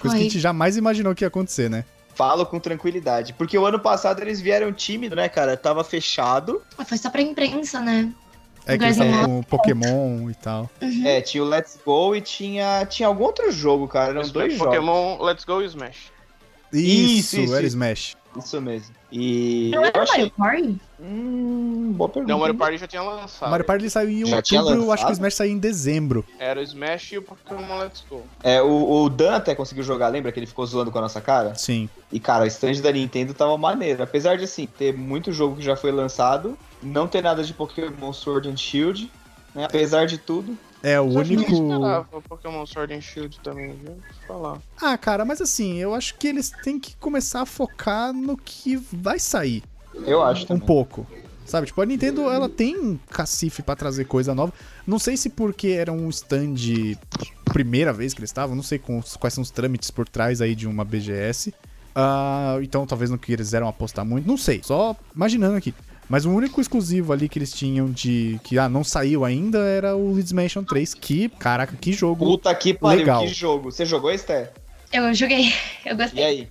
[SPEAKER 1] Coisa que a
[SPEAKER 4] Foi.
[SPEAKER 1] gente jamais imaginou que ia acontecer, né?
[SPEAKER 3] Falo com tranquilidade. Porque o ano passado eles vieram tímido, né, cara? Tava fechado.
[SPEAKER 4] Ah, Foi só pra imprensa, né?
[SPEAKER 1] É que eles
[SPEAKER 4] Lugarzinho
[SPEAKER 1] estavam com Pokémon e tal.
[SPEAKER 4] Uhum.
[SPEAKER 3] É, tinha o Let's Go e tinha, tinha algum outro jogo, cara. Eram
[SPEAKER 2] Isso
[SPEAKER 3] dois
[SPEAKER 2] mesmo,
[SPEAKER 3] jogos.
[SPEAKER 2] Pokémon Let's Go e Smash.
[SPEAKER 1] Isso,
[SPEAKER 3] Isso, isso,
[SPEAKER 1] era
[SPEAKER 3] isso.
[SPEAKER 1] Smash.
[SPEAKER 3] Isso mesmo. E
[SPEAKER 4] Não é, era
[SPEAKER 3] eu achei...
[SPEAKER 4] Mario Party?
[SPEAKER 3] Hum, boa pergunta.
[SPEAKER 2] Não, o Mario Party já tinha lançado.
[SPEAKER 1] Mario Party ele saiu em
[SPEAKER 3] Já tinha
[SPEAKER 1] outubro, eu acho que o
[SPEAKER 3] lançado?
[SPEAKER 1] Smash saiu em dezembro.
[SPEAKER 2] Era o Smash e o Pokémon Let's Go.
[SPEAKER 3] É, o, o Dan até conseguiu jogar, lembra que ele ficou zoando com a nossa cara?
[SPEAKER 1] Sim.
[SPEAKER 3] E, cara, o stand da Nintendo tava maneiro. Apesar de, assim, ter muito jogo que já foi lançado, não ter nada de Pokémon Sword and Shield, né? Apesar de tudo.
[SPEAKER 1] É o
[SPEAKER 2] Mas acho que
[SPEAKER 1] único.
[SPEAKER 2] Eu esperava o Pokémon Sword and Shield também, viu? Vou Falar.
[SPEAKER 1] Ah, cara, mas assim, eu acho que eles têm que começar a focar no que vai sair.
[SPEAKER 3] Eu acho
[SPEAKER 1] um
[SPEAKER 3] também.
[SPEAKER 1] pouco. Sabe, tipo, a Nintendo, ela tem um cacife pra trazer coisa nova. Não sei se porque era um stand primeira vez que eles estavam, não sei com- quais são os trâmites por trás aí de uma BGS. Ah, então talvez no que eles eram apostar muito, não sei, só imaginando aqui. Mas o único exclusivo ali que eles tinham de que ah, não saiu ainda era o Leeds Mansion 3, que, caraca, que jogo.
[SPEAKER 3] Puta que pariu,
[SPEAKER 1] Legal.
[SPEAKER 3] que jogo. Você jogou, Esté?
[SPEAKER 4] Eu joguei, <laughs> eu gostei.
[SPEAKER 3] E aí?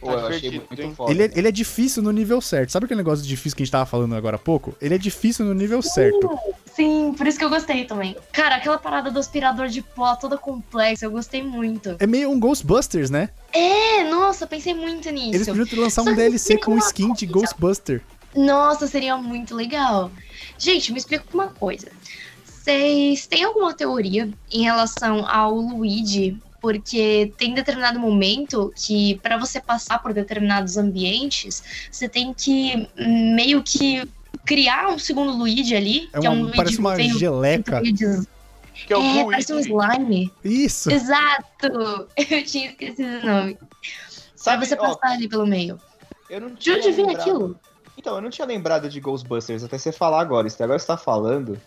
[SPEAKER 3] Pô, eu achei
[SPEAKER 2] divertido,
[SPEAKER 3] muito
[SPEAKER 2] hein?
[SPEAKER 3] foda.
[SPEAKER 1] Ele é, ele é difícil no nível certo. Sabe aquele negócio de difícil que a gente tava falando agora há pouco? Ele é difícil no nível certo.
[SPEAKER 4] Sim, por isso que eu gostei também. Cara, aquela parada do aspirador de pó toda complexa, eu gostei muito.
[SPEAKER 1] É meio um Ghostbusters, né?
[SPEAKER 4] É, nossa, eu pensei muito
[SPEAKER 1] Eles
[SPEAKER 4] nisso.
[SPEAKER 1] podiam ter lançar
[SPEAKER 4] Só
[SPEAKER 1] um
[SPEAKER 4] que
[SPEAKER 1] DLC
[SPEAKER 4] explica
[SPEAKER 1] com
[SPEAKER 4] uma
[SPEAKER 1] skin de
[SPEAKER 4] coisa.
[SPEAKER 1] Ghostbuster.
[SPEAKER 4] Nossa, seria muito legal. Gente, me explica uma coisa. Vocês têm alguma teoria em relação ao Luigi? Porque tem determinado momento que, pra você passar por determinados ambientes, você tem que hum, meio que criar um segundo Luigi ali,
[SPEAKER 1] É
[SPEAKER 4] que é um
[SPEAKER 1] uma,
[SPEAKER 4] Luigi
[SPEAKER 1] parece
[SPEAKER 4] que
[SPEAKER 1] uma
[SPEAKER 4] veio-
[SPEAKER 1] geleca.
[SPEAKER 4] Luigi's-
[SPEAKER 2] Que é o
[SPEAKER 4] é,
[SPEAKER 2] Blue
[SPEAKER 4] parece um
[SPEAKER 2] Luigi.
[SPEAKER 4] slime.
[SPEAKER 1] <laughs> Isso.
[SPEAKER 4] Exato! Eu tinha esquecido o nome. Pra
[SPEAKER 3] Sabe,
[SPEAKER 4] você
[SPEAKER 3] ó,
[SPEAKER 4] passar ali pelo meio.
[SPEAKER 3] eu não
[SPEAKER 4] De
[SPEAKER 3] tinha
[SPEAKER 2] É,
[SPEAKER 4] onde vem
[SPEAKER 3] lembrado-
[SPEAKER 4] aquilo?
[SPEAKER 3] Então, eu não tinha lembrado de Ghostbusters, até você falar agora, Esté. Agora você tá falando.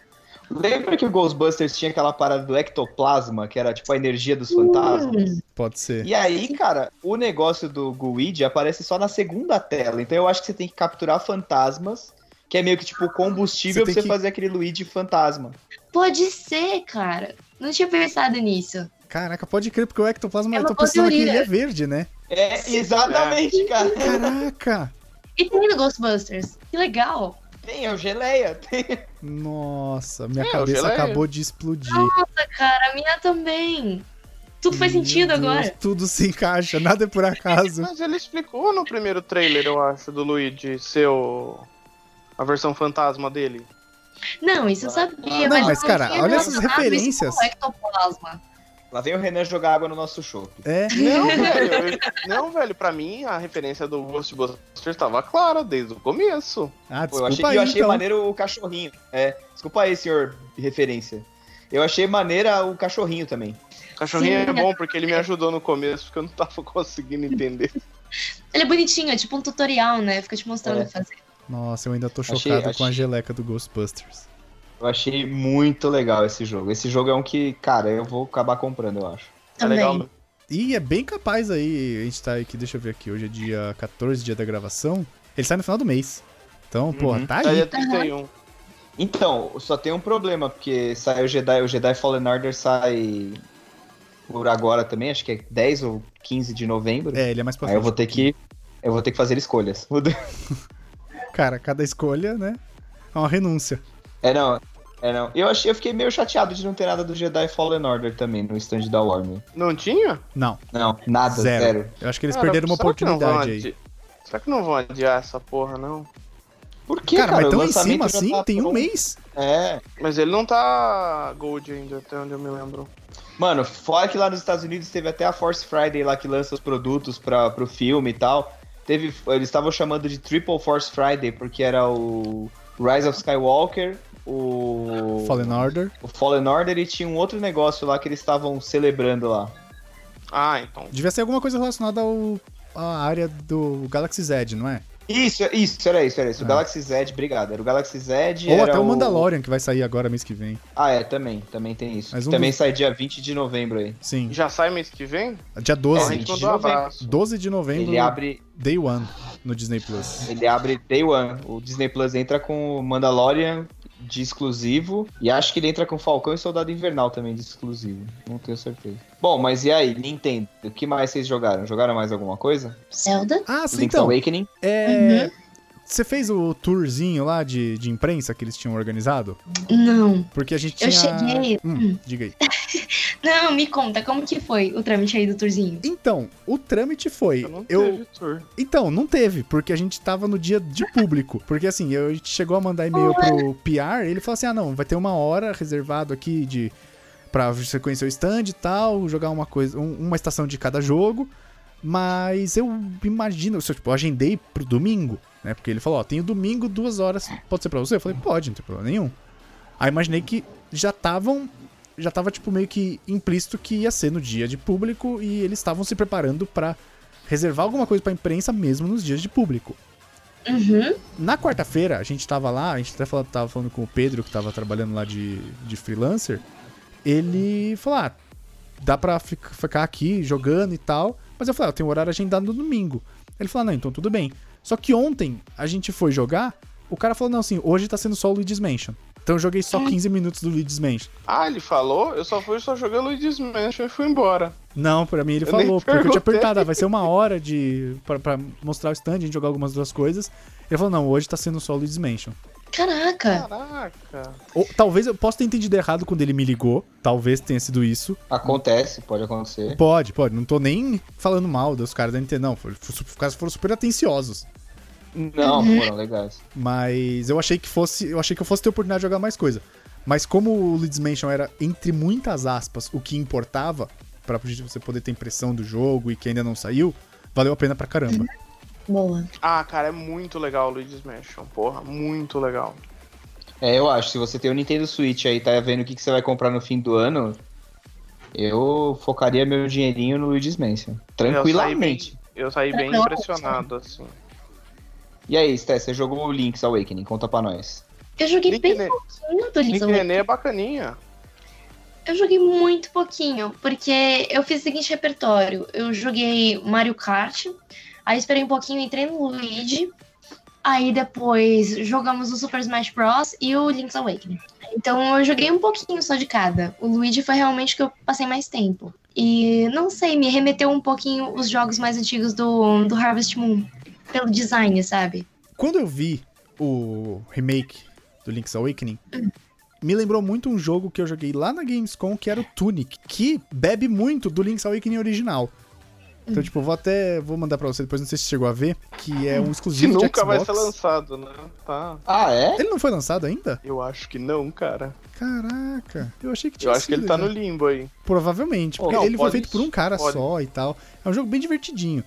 [SPEAKER 3] Lembra que o Ghostbusters tinha aquela parada do ectoplasma, que era tipo a energia dos fantasmas?
[SPEAKER 4] Hum,
[SPEAKER 1] Pode ser.
[SPEAKER 3] E aí, cara, o negócio do Guid aparece só na segunda tela. Então eu acho que você tem que capturar fantasmas, que é meio que tipo o combustível
[SPEAKER 1] Você tem
[SPEAKER 3] pra você
[SPEAKER 1] que-
[SPEAKER 3] fazer aquele Luigi fantasma.
[SPEAKER 4] pode ser, cara. Não tinha pensado nisso.
[SPEAKER 1] Caraca, pode crer, porque o ectoplasma,
[SPEAKER 4] É
[SPEAKER 1] eu
[SPEAKER 4] uma
[SPEAKER 1] tô pensando que
[SPEAKER 4] cozurina.
[SPEAKER 1] ele é verde, né?
[SPEAKER 3] É, exatamente, cara.
[SPEAKER 1] Caraca!
[SPEAKER 4] E tem no Ghostbusters. Que legal.
[SPEAKER 3] Tem, é o geleia. Tem.
[SPEAKER 1] Nossa, minha
[SPEAKER 2] É, o
[SPEAKER 1] cabeça
[SPEAKER 2] geleia.
[SPEAKER 1] acabou de explodir.
[SPEAKER 4] Nossa, cara, a minha também. Tudo faz sentido
[SPEAKER 1] Meu Deus,
[SPEAKER 4] agora.
[SPEAKER 1] Tudo se encaixa, nada é por acaso.
[SPEAKER 4] <laughs>
[SPEAKER 2] Mas ele explicou no primeiro trailer, eu acho, do Luigi ser o... a versão fantasma dele.
[SPEAKER 4] Não, isso eu sabia.
[SPEAKER 1] Não, mas,
[SPEAKER 4] eu não
[SPEAKER 1] cara,
[SPEAKER 4] tinha
[SPEAKER 1] olha essas
[SPEAKER 4] relacionado isso
[SPEAKER 1] referências.
[SPEAKER 4] com o ectoplasma.
[SPEAKER 3] <laughs> Lá vem o Renan jogar água no nosso chope.
[SPEAKER 1] É,
[SPEAKER 4] <laughs>
[SPEAKER 2] Não, velho, eu- não, velho, pra mim a referência do Ghostbusters tava clara desde o começo.
[SPEAKER 1] ah,
[SPEAKER 3] Pô,
[SPEAKER 1] desculpa
[SPEAKER 3] eu achei,
[SPEAKER 1] aí,
[SPEAKER 3] eu achei
[SPEAKER 1] então.
[SPEAKER 3] maneiro o cachorrinho. É, desculpa aí, senhor referência. Eu achei maneira o cachorrinho também.
[SPEAKER 2] O cachorrinho
[SPEAKER 4] Sim.
[SPEAKER 2] é bom porque ele me ajudou no começo, porque eu não tava <laughs> conseguindo entender.
[SPEAKER 4] Ele é bonitinho, é tipo um tutorial, né? Fica te mostrando
[SPEAKER 3] É.
[SPEAKER 4] o que fazer.
[SPEAKER 1] Nossa, eu ainda tô
[SPEAKER 3] Achei-
[SPEAKER 1] chocado com a
[SPEAKER 3] achei-
[SPEAKER 1] geleca do Ghostbusters.
[SPEAKER 3] Eu achei muito legal esse jogo. Esse jogo é um que, cara, eu vou acabar comprando, eu acho.
[SPEAKER 2] É
[SPEAKER 4] Também.
[SPEAKER 2] legal.
[SPEAKER 1] E é bem capaz aí, a gente tá aqui, deixa eu ver aqui, hoje é dia 14, dia da gravação. Ele sai no final do mês. Então, porra,
[SPEAKER 3] Uhum.
[SPEAKER 1] tá
[SPEAKER 2] Aí é
[SPEAKER 1] aí.
[SPEAKER 2] 31.
[SPEAKER 3] Então, só tem um problema, porque saiu o Jedi, o Jedi Fallen Order sai por agora também, acho que é 10 ou 15 de novembro.
[SPEAKER 1] É, ele é mais pra
[SPEAKER 3] Aí eu
[SPEAKER 1] frente.
[SPEAKER 3] vou ter que. Eu vou ter que fazer escolhas.
[SPEAKER 1] Cara, cada escolha, né? É uma renúncia.
[SPEAKER 3] É não. <laughs> É não. Eu, achei, eu fiquei meio chateado de não ter nada do Jedi Fallen Order também no stand da Warner.
[SPEAKER 2] Não tinha?
[SPEAKER 1] Não,
[SPEAKER 3] Não, nada,
[SPEAKER 1] Zero.
[SPEAKER 3] Ah, tá, zero.
[SPEAKER 1] eu acho que eles
[SPEAKER 2] Cara,
[SPEAKER 1] perderam uma
[SPEAKER 2] será que não vão
[SPEAKER 1] oportunidade aí.
[SPEAKER 2] adi- Será que não vão adiar essa porra, não?
[SPEAKER 3] Por que,
[SPEAKER 1] Cara,
[SPEAKER 3] cara?
[SPEAKER 1] mas
[SPEAKER 3] O
[SPEAKER 1] tão em
[SPEAKER 3] lançamento
[SPEAKER 1] cima
[SPEAKER 3] já
[SPEAKER 1] assim,
[SPEAKER 3] tá
[SPEAKER 1] tem um
[SPEAKER 3] pronto.
[SPEAKER 1] mês.
[SPEAKER 3] É.
[SPEAKER 2] Mas ele não tá gold ainda, até onde eu me lembro.
[SPEAKER 3] Mano, fora que lá nos Estados Unidos teve até a Force Friday lá que lança os produtos pra, pro filme e tal. Teve, eles estavam chamando de Triple Force Friday porque era o Rise of Skywalker, o
[SPEAKER 1] Fallen Order.
[SPEAKER 3] o Fallen Order e tinha um outro negócio lá que eles estavam celebrando lá.
[SPEAKER 2] Ah, então.
[SPEAKER 1] Devia ser alguma coisa relacionada ao, à área do Galaxy Z, não é?
[SPEAKER 3] Isso, isso, era isso, era isso. O
[SPEAKER 1] Ah.
[SPEAKER 3] Galaxy Z, obrigado. Era o Galaxy Z.
[SPEAKER 1] Ou
[SPEAKER 3] era
[SPEAKER 1] até o Mandalorian, que vai sair agora mês que vem.
[SPEAKER 3] Ah, é, também, também tem isso.
[SPEAKER 1] Mas um
[SPEAKER 3] também
[SPEAKER 1] dos-
[SPEAKER 3] sai dia 20 de novembro aí.
[SPEAKER 1] Sim,
[SPEAKER 2] Já sai mês que vem?
[SPEAKER 1] dia
[SPEAKER 2] Então
[SPEAKER 1] 12.
[SPEAKER 2] a
[SPEAKER 3] Sim.
[SPEAKER 2] gente mandou um abraço.
[SPEAKER 1] 12 de novembro,
[SPEAKER 3] Ele abre,
[SPEAKER 1] Day One, no Disney Plus.
[SPEAKER 3] ele abre Day One. O Disney Plus entra com o Mandalorian de exclusivo. E acho que ele entra com Falcão e Soldado Invernal também de exclusivo. Não tenho certeza. Bom, mas e aí, Nintendo? O que mais vocês jogaram? Jogaram mais alguma coisa?
[SPEAKER 4] Zelda?
[SPEAKER 1] Ah, sim,
[SPEAKER 3] Link's
[SPEAKER 1] então.
[SPEAKER 3] Awakening?
[SPEAKER 1] É.
[SPEAKER 3] Uhum.
[SPEAKER 1] Você fez o tourzinho lá de, de imprensa que eles tinham organizado?
[SPEAKER 4] Não.
[SPEAKER 1] Porque a gente tinha.
[SPEAKER 4] Eu cheguei-
[SPEAKER 1] Hum, diga aí.
[SPEAKER 4] Não, me conta, como que foi o trâmite aí do tourzinho?
[SPEAKER 1] Então, o trâmite foi.
[SPEAKER 2] Eu não
[SPEAKER 1] eu
[SPEAKER 2] teve tour.
[SPEAKER 1] Então, não teve, porque a gente tava no dia de público. Porque assim, eu a gente chegou a mandar e-mail pro PR, ele falou assim: ah, não, vai ter uma hora reservado aqui de. Pra você conhecer o stand e tal, jogar uma coisa, um- uma estação de cada jogo. Mas eu imagino, se eu, tipo, eu agendei pro domingo, né? Porque ele falou, ó, tem o domingo, duas horas, pode ser pra você? Eu falei, pode, não tem problema nenhum. Aí imaginei que já estavam. Já tava, tipo, meio que implícito que ia ser no dia de público e eles estavam se preparando pra reservar alguma coisa pra imprensa mesmo nos dias de público.
[SPEAKER 4] Uhum.
[SPEAKER 1] Na quarta-feira, a gente tava lá, a gente até fala- tava falando com o Pedro, que tava trabalhando lá de, de freelancer. Ele falou: ah, dá pra fi- ficar aqui jogando e tal. Mas eu falei: ah, eu tenho horário agendado no domingo. Ele falou: não, então tudo bem. Só que ontem a gente foi jogar, o cara falou: não, assim, hoje tá sendo só o Luigi's Mansion. Então eu joguei só 15 minutos do Luigi's Mansion.
[SPEAKER 2] Ah, ele falou? Eu só fui só jogar Luigi's Mansion e fui embora.
[SPEAKER 1] Não, pra mim ele
[SPEAKER 2] Eu nem
[SPEAKER 1] falou, porque eu tinha
[SPEAKER 2] perguntei.
[SPEAKER 1] apertado, ah, vai ser uma hora de pra, pra mostrar o stand, a gente jogar algumas outras coisas. Ele falou, não, hoje tá sendo só o Luigi's Mansion.
[SPEAKER 4] Caraca.
[SPEAKER 2] Caraca.
[SPEAKER 1] Ou, talvez eu possa ter entendido errado quando ele me ligou, talvez tenha sido isso.
[SPEAKER 3] Acontece, pode acontecer.
[SPEAKER 1] Pode, pode, não tô nem falando mal dos caras da Nintendo, não, foram- os caras foram super atenciosos.
[SPEAKER 3] Não, foram legais.
[SPEAKER 1] Mas eu achei que fosse. Eu achei que eu fosse ter oportunidade de jogar mais coisa. Mas como o Leeds Mansion era, entre muitas aspas, o que importava, pra você poder ter impressão do jogo e que ainda não saiu, valeu a pena pra caramba.
[SPEAKER 4] Boa.
[SPEAKER 2] Ah, cara, é muito legal o Luigi's Mansion, porra, muito legal.
[SPEAKER 3] É, eu acho. Se você tem o Nintendo Switch aí, tá vendo o que, que você vai comprar no fim do ano, eu focaria meu dinheirinho no Luigi's Mansion. Tranquilamente.
[SPEAKER 2] Eu saí bem
[SPEAKER 4] Nossa.
[SPEAKER 2] impressionado, assim.
[SPEAKER 3] E aí, Sté, você jogou o Link's Awakening? Conta pra nós.
[SPEAKER 4] Eu joguei
[SPEAKER 2] Link,
[SPEAKER 4] bem né?
[SPEAKER 2] Ne-
[SPEAKER 4] pouquinho do
[SPEAKER 2] Link
[SPEAKER 4] Link's Awakening.
[SPEAKER 2] Nenê é bacaninha.
[SPEAKER 4] Eu joguei muito pouquinho, porque eu fiz o seguinte repertório. Eu joguei Mario Kart, aí esperei um pouquinho, entrei no Luigi, aí depois jogamos o Super Smash Bros. e o Link's Awakening. Aí Então eu joguei um pouquinho só de cada. O Luigi foi realmente o que eu passei mais tempo. E não sei, me remeteu um pouquinho os jogos mais antigos do, do Harvest Moon. Pelo design, sabe?
[SPEAKER 1] Quando eu vi o remake do Link's Awakening, me lembrou muito um jogo que eu joguei lá na Gamescom, que era o Tunic, que bebe muito do Link's Awakening original.
[SPEAKER 2] Hum.
[SPEAKER 1] Então, tipo, eu vou até. Vou mandar pra você depois, não sei se você chegou a ver, que é um
[SPEAKER 2] Que
[SPEAKER 1] exclusivo de
[SPEAKER 2] nunca
[SPEAKER 1] Xbox.
[SPEAKER 2] vai ser lançado, né? Tá.
[SPEAKER 3] Ah, é?
[SPEAKER 1] Ele não foi lançado ainda?
[SPEAKER 2] Eu acho que não, cara.
[SPEAKER 1] Caraca, eu achei que tinha
[SPEAKER 2] Eu acho que ele
[SPEAKER 1] sido
[SPEAKER 2] tá
[SPEAKER 1] já.
[SPEAKER 2] no limbo aí.
[SPEAKER 1] Provavelmente,
[SPEAKER 3] Pô,
[SPEAKER 1] porque
[SPEAKER 2] não,
[SPEAKER 1] ele foi
[SPEAKER 2] pode-
[SPEAKER 1] feito por um cara
[SPEAKER 2] pode.
[SPEAKER 1] só e tal. É um jogo bem divertidinho,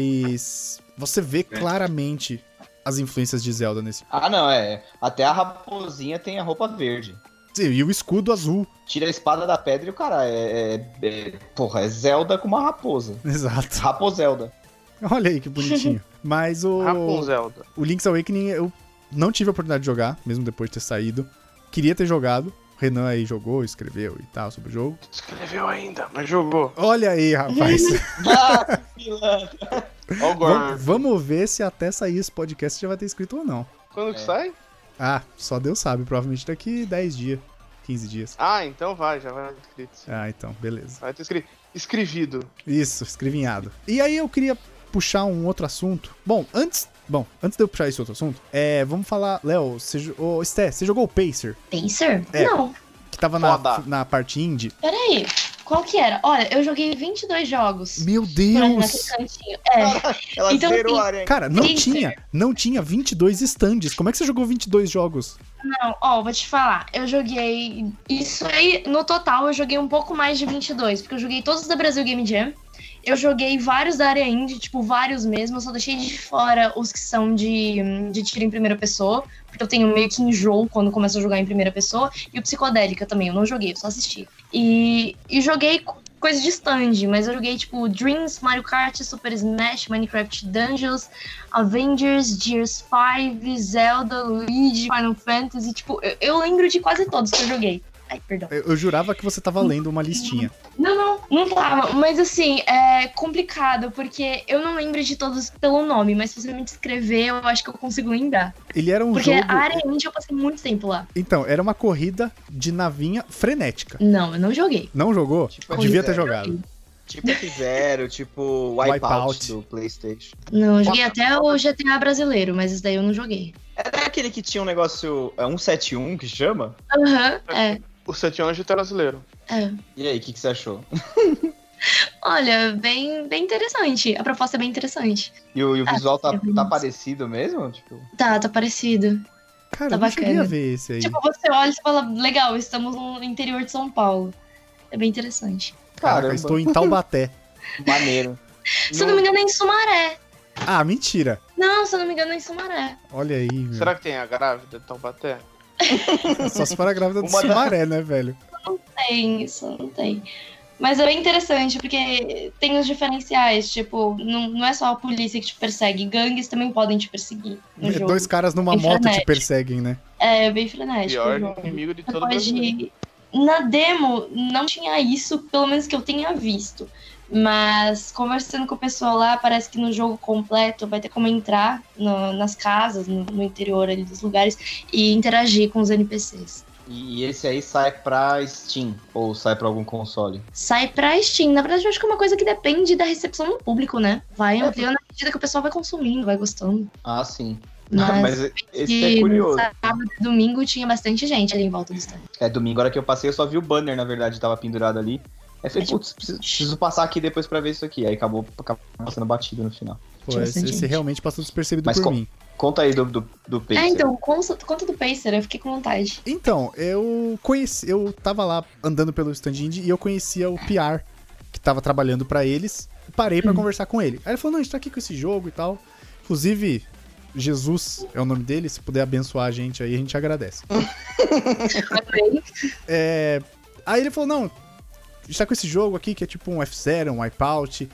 [SPEAKER 1] mas você vê claramente as influências de Zelda nesse.
[SPEAKER 3] É. Ah, não, é. Até a raposinha tem a roupa verde.
[SPEAKER 1] E o escudo azul, <laughs>
[SPEAKER 3] Tira a espada da pedra e o cara é. é, é- porra, é Zelda com uma raposa.
[SPEAKER 1] exato.
[SPEAKER 3] Raposelda.
[SPEAKER 1] Olha aí que
[SPEAKER 3] <laughs>
[SPEAKER 1] bonitinho. Mas o
[SPEAKER 2] Rapunzelda.
[SPEAKER 1] o Link's Awakening eu não tive a oportunidade de jogar, mesmo depois de ter saído. Queria ter jogado. O Renan aí jogou, escreveu e tal sobre o jogo.
[SPEAKER 2] Escreveu ainda, mas jogou.
[SPEAKER 1] Olha aí,
[SPEAKER 3] <laughs>
[SPEAKER 1] rapaz.
[SPEAKER 3] Ah, pilantra.
[SPEAKER 2] Ó o
[SPEAKER 1] Vam-
[SPEAKER 2] Gorn.
[SPEAKER 1] Vamos ver se até sair esse podcast já vai ter escrito ou não.
[SPEAKER 2] Quando que
[SPEAKER 3] É.
[SPEAKER 2] sai?
[SPEAKER 1] Ah, só Deus sabe, provavelmente daqui 10 dias, 15 dias.
[SPEAKER 2] Ah, então vai, já vai escrito.
[SPEAKER 1] Ah, então, beleza.
[SPEAKER 2] Vai ter escri... escrevido.
[SPEAKER 1] Isso, escrevinhado. E aí eu queria puxar um outro assunto. Bom, antes. Bom, antes de eu puxar esse outro assunto, é, vamos falar. Léo, você jo- ô, Sté, você jogou o Pacer,
[SPEAKER 4] Pacer?
[SPEAKER 1] É.
[SPEAKER 4] Não.
[SPEAKER 1] que tava na,
[SPEAKER 2] Foda.
[SPEAKER 1] na parte indie.
[SPEAKER 4] Peraí. Qual que era? Olha, eu joguei 22 jogos.
[SPEAKER 1] Meu
[SPEAKER 4] por ali
[SPEAKER 1] Deus!
[SPEAKER 4] naquele cantinho. É,
[SPEAKER 3] Ela
[SPEAKER 4] Então,
[SPEAKER 3] zerou
[SPEAKER 4] assim,
[SPEAKER 3] a aranha.
[SPEAKER 1] Cara, não
[SPEAKER 4] Pacer.
[SPEAKER 1] tinha, não tinha 22 stands. Como é que você jogou 22 jogos?
[SPEAKER 4] não, ó, vou te falar. Eu joguei. Isso aí, no total, eu joguei um pouco mais de 22, porque eu joguei todos da Brasil Game Jam. Eu joguei vários da área indie, tipo, vários mesmo. Eu só deixei de fora os que são de, hum, de tiro em primeira pessoa, porque eu tenho meio que enjoo quando começo a jogar em primeira pessoa. E o Psicodélica também, eu não joguei, eu só assisti. E, e joguei co- coisa de stand, mas eu joguei, tipo, Dreams, Mario Kart, Super Smash, Minecraft Dungeons, Avengers, Gears 5, Zelda, Luigi, Final Fantasy, tipo, eu, eu lembro de quase todos que eu joguei. Ai, perdão.
[SPEAKER 1] Eu, eu jurava que você tava lendo uma listinha.
[SPEAKER 4] Não, não, não tava. Mas assim, é complicado, porque eu não lembro de todos pelo nome, mas se você me descrever, eu acho que eu consigo lembrar.
[SPEAKER 1] Ele era um
[SPEAKER 4] porque
[SPEAKER 1] jogo.
[SPEAKER 4] a área indie eu passei muito tempo lá.
[SPEAKER 1] Então, era uma corrida de navinha frenética.
[SPEAKER 4] Não, eu não joguei.
[SPEAKER 1] Não jogou?
[SPEAKER 3] Tipo,
[SPEAKER 1] Devia
[SPEAKER 3] corrida.
[SPEAKER 1] ter jogado.
[SPEAKER 3] Tipo F0, tipo Wipeout
[SPEAKER 1] Wipeout.
[SPEAKER 3] do PlayStation.
[SPEAKER 4] Não, eu joguei até o GTA brasileiro, mas isso daí eu não joguei.
[SPEAKER 3] Era aquele que tinha um negócio. É 171 que chama?
[SPEAKER 4] Aham, é,
[SPEAKER 2] O Sete Anjos tá brasileiro.
[SPEAKER 4] é.
[SPEAKER 3] E aí, o que, que você achou?
[SPEAKER 4] Olha, bem, bem interessante. A proposta é bem interessante.
[SPEAKER 3] E o, e o
[SPEAKER 4] Ah,
[SPEAKER 3] visual tá,
[SPEAKER 4] eu vi
[SPEAKER 3] tá
[SPEAKER 4] isso.
[SPEAKER 3] parecido mesmo? Tipo,
[SPEAKER 4] Tá, tá parecido.
[SPEAKER 1] Cara,
[SPEAKER 4] Tá
[SPEAKER 1] eu não cheguei a
[SPEAKER 4] bacana.
[SPEAKER 1] ver esse aí.
[SPEAKER 4] Tipo, você olha e você fala, legal, estamos no interior de São Paulo. É bem interessante.
[SPEAKER 1] Caraca,
[SPEAKER 3] caramba,
[SPEAKER 1] estou em
[SPEAKER 3] <laughs>
[SPEAKER 1] Taubaté.
[SPEAKER 3] maneiro.
[SPEAKER 4] Se eu não me engano, é em Sumaré.
[SPEAKER 1] Ah, mentira.
[SPEAKER 4] Não, se eu não me engano, é em Sumaré.
[SPEAKER 1] Olha aí, meu.
[SPEAKER 2] Será que tem a grávida de Taubaté?
[SPEAKER 1] Só se for a grávida do
[SPEAKER 3] Uma da-
[SPEAKER 1] Sumaré, né, velho?
[SPEAKER 4] tem, isso não tem. Mas é bem interessante, porque tem os diferenciais, tipo, não, não é só a polícia que te persegue, gangues também podem te perseguir no
[SPEAKER 1] É,
[SPEAKER 4] Um jogo.
[SPEAKER 1] Dois caras numa moto te
[SPEAKER 4] Internet.
[SPEAKER 1] perseguem, né?
[SPEAKER 4] É bem frenético. o
[SPEAKER 2] Pior
[SPEAKER 4] jogo.
[SPEAKER 2] inimigo de
[SPEAKER 4] Você
[SPEAKER 2] todo brasileiro.
[SPEAKER 4] pode... Na demo não tinha isso, pelo menos que eu tenha visto. Mas conversando com o pessoal lá, parece que no jogo completo vai ter como entrar no- nas casas, no, no interior ali dos lugares, e interagir com os NPCs.
[SPEAKER 3] E, e esse aí sai pra Steam ou sai pra algum console.
[SPEAKER 4] sai pra Steam. Na verdade, eu acho que é uma coisa que depende da recepção do público, né? Vai ampliando à medida que o pessoal vai consumindo, vai gostando.
[SPEAKER 3] É, Ah, sim. <laughs>
[SPEAKER 4] Mas,
[SPEAKER 3] Mas esse
[SPEAKER 4] que
[SPEAKER 3] é curioso.
[SPEAKER 4] sábado e domingo tinha bastante gente ali em volta do stand.
[SPEAKER 3] É domingo, a hora que eu passei, eu só vi o banner, na verdade, tava pendurado ali. Aí tipo, eu falei, putz, preciso, preciso passar aqui depois pra ver isso aqui. Aí acabou, acabou sendo batido no final.
[SPEAKER 1] Pô, esse,
[SPEAKER 4] Interessante.
[SPEAKER 1] esse realmente passou despercebido
[SPEAKER 3] Mas
[SPEAKER 1] por
[SPEAKER 3] com-
[SPEAKER 1] mim.
[SPEAKER 3] Conta aí do, do, do Pacer.
[SPEAKER 4] É, então, conta, conta do Pacer, eu fiquei com vontade.
[SPEAKER 1] Então, eu conheci. Eu tava lá andando pelo stand indie e eu conhecia o PR, que tava trabalhando pra eles. Parei
[SPEAKER 4] Hum.
[SPEAKER 1] pra conversar com ele. Aí ele falou: não, a gente tá aqui com esse jogo e tal. Inclusive, Jesus é o nome dele. Se puder abençoar a gente aí, a gente agradece. É, aí ele falou: não, a gente tá com esse jogo aqui que é tipo um F0, um Wipeout.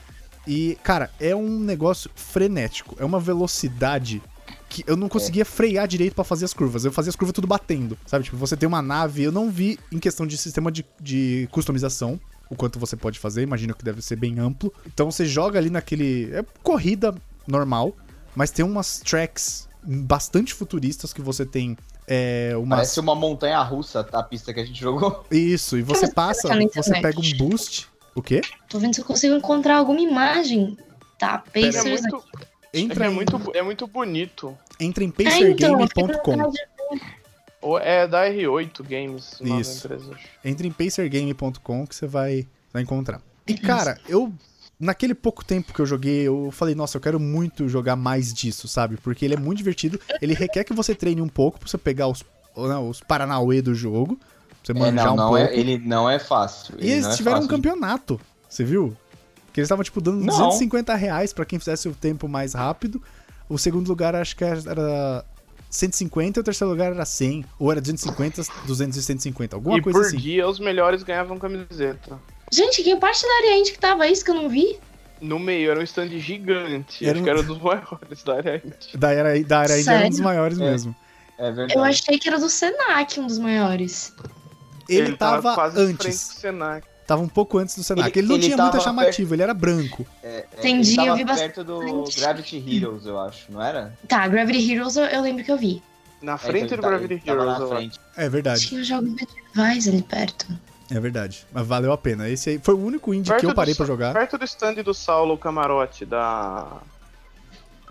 [SPEAKER 1] E, cara, é um negócio frenético. É uma velocidade que eu não conseguia frear direito pra fazer as curvas. Eu fazia as curvas tudo batendo, sabe? Tipo, você tem uma nave. Eu não vi em questão de sistema de, de customização o quanto você pode fazer. Imagino que deve ser bem amplo. Então você joga ali naquele. É corrida normal, mas tem umas tracks bastante futuristas que você tem é, uma
[SPEAKER 3] Parece uma montanha russa a pista que a gente jogou.
[SPEAKER 1] Isso, e você
[SPEAKER 4] você
[SPEAKER 1] passa,
[SPEAKER 4] colocar na
[SPEAKER 1] você
[SPEAKER 4] internet?
[SPEAKER 1] pega um boost. O quê?
[SPEAKER 4] Tô vendo se eu consigo encontrar alguma imagem. Tá,
[SPEAKER 2] É
[SPEAKER 4] Pacers.
[SPEAKER 2] muito, é, que
[SPEAKER 1] Entra,
[SPEAKER 2] é,
[SPEAKER 1] em-
[SPEAKER 2] muito, é muito bonito.
[SPEAKER 1] entra em
[SPEAKER 4] Ah, então, eu fiquei com
[SPEAKER 1] pacergame.com.
[SPEAKER 4] vontade de-
[SPEAKER 2] Ou É da R8 Games, nova
[SPEAKER 1] Isso.
[SPEAKER 2] empresa. acho.
[SPEAKER 1] Entra em pacergame.com que você vai, vai encontrar. E cara, eu. Naquele pouco tempo que eu joguei, eu falei, nossa, eu quero muito jogar mais disso, sabe? Porque ele é muito divertido. Ele requer que você treine um pouco pra você pegar os, ou não, os Paranauê do jogo. Pra você
[SPEAKER 3] É,
[SPEAKER 1] manjar
[SPEAKER 3] não,
[SPEAKER 1] um
[SPEAKER 3] não
[SPEAKER 1] pouco.
[SPEAKER 3] é, ele não é fácil.
[SPEAKER 1] E
[SPEAKER 3] ele
[SPEAKER 1] eles
[SPEAKER 3] não é
[SPEAKER 1] tiveram um
[SPEAKER 3] fácil de-
[SPEAKER 1] campeonato, você viu? Que eles estavam, tipo, dando
[SPEAKER 3] Não.
[SPEAKER 1] 250 reais pra quem fizesse o tempo mais rápido. O segundo lugar, acho que era 150, e o terceiro lugar era 100. Ou era 250, 200 e 150, alguma
[SPEAKER 2] e
[SPEAKER 1] coisa
[SPEAKER 2] por
[SPEAKER 1] assim.
[SPEAKER 2] dia, os melhores ganhavam camiseta.
[SPEAKER 4] Gente, que parte da área End que tava isso que eu não vi?
[SPEAKER 2] No meio, era um stand gigante.
[SPEAKER 1] Era
[SPEAKER 2] Acho
[SPEAKER 1] um-
[SPEAKER 2] que era um dos <laughs> maiores da área.
[SPEAKER 1] Da era, da era ainda era um dos
[SPEAKER 4] Sério?
[SPEAKER 1] maiores
[SPEAKER 3] É.
[SPEAKER 1] mesmo.
[SPEAKER 3] É verdade.
[SPEAKER 4] Eu achei que era do Senac, um dos maiores.
[SPEAKER 1] Ele, tava,
[SPEAKER 2] quase em frente
[SPEAKER 1] antes.
[SPEAKER 2] do Senac.
[SPEAKER 1] Tava um pouco antes do Senac. Ele,
[SPEAKER 3] Ele-
[SPEAKER 1] não
[SPEAKER 3] ele
[SPEAKER 1] tinha
[SPEAKER 3] tava
[SPEAKER 1] muita chamativa, ele era branco.
[SPEAKER 3] É,
[SPEAKER 4] Entendi,
[SPEAKER 3] ele tava
[SPEAKER 4] eu vi bastante.
[SPEAKER 3] perto do Gravity Heroes, eu acho, não era?
[SPEAKER 4] Tá, Gravity Heroes eu, eu lembro que eu vi.
[SPEAKER 2] Na
[SPEAKER 3] É,
[SPEAKER 2] frente
[SPEAKER 3] então ele
[SPEAKER 2] do
[SPEAKER 3] tá-
[SPEAKER 2] Gravity
[SPEAKER 3] ele tava
[SPEAKER 2] Heroes, eu
[SPEAKER 3] na
[SPEAKER 2] acho.
[SPEAKER 3] frente.
[SPEAKER 1] É verdade,
[SPEAKER 4] Tinha jogos medievais ali perto.
[SPEAKER 1] é verdade. Mas valeu a pena. Esse aí foi o único indie que eu
[SPEAKER 2] do
[SPEAKER 1] parei pra
[SPEAKER 2] Sa-
[SPEAKER 1] jogar.
[SPEAKER 2] Perto do stand do Saulo Camarote, da.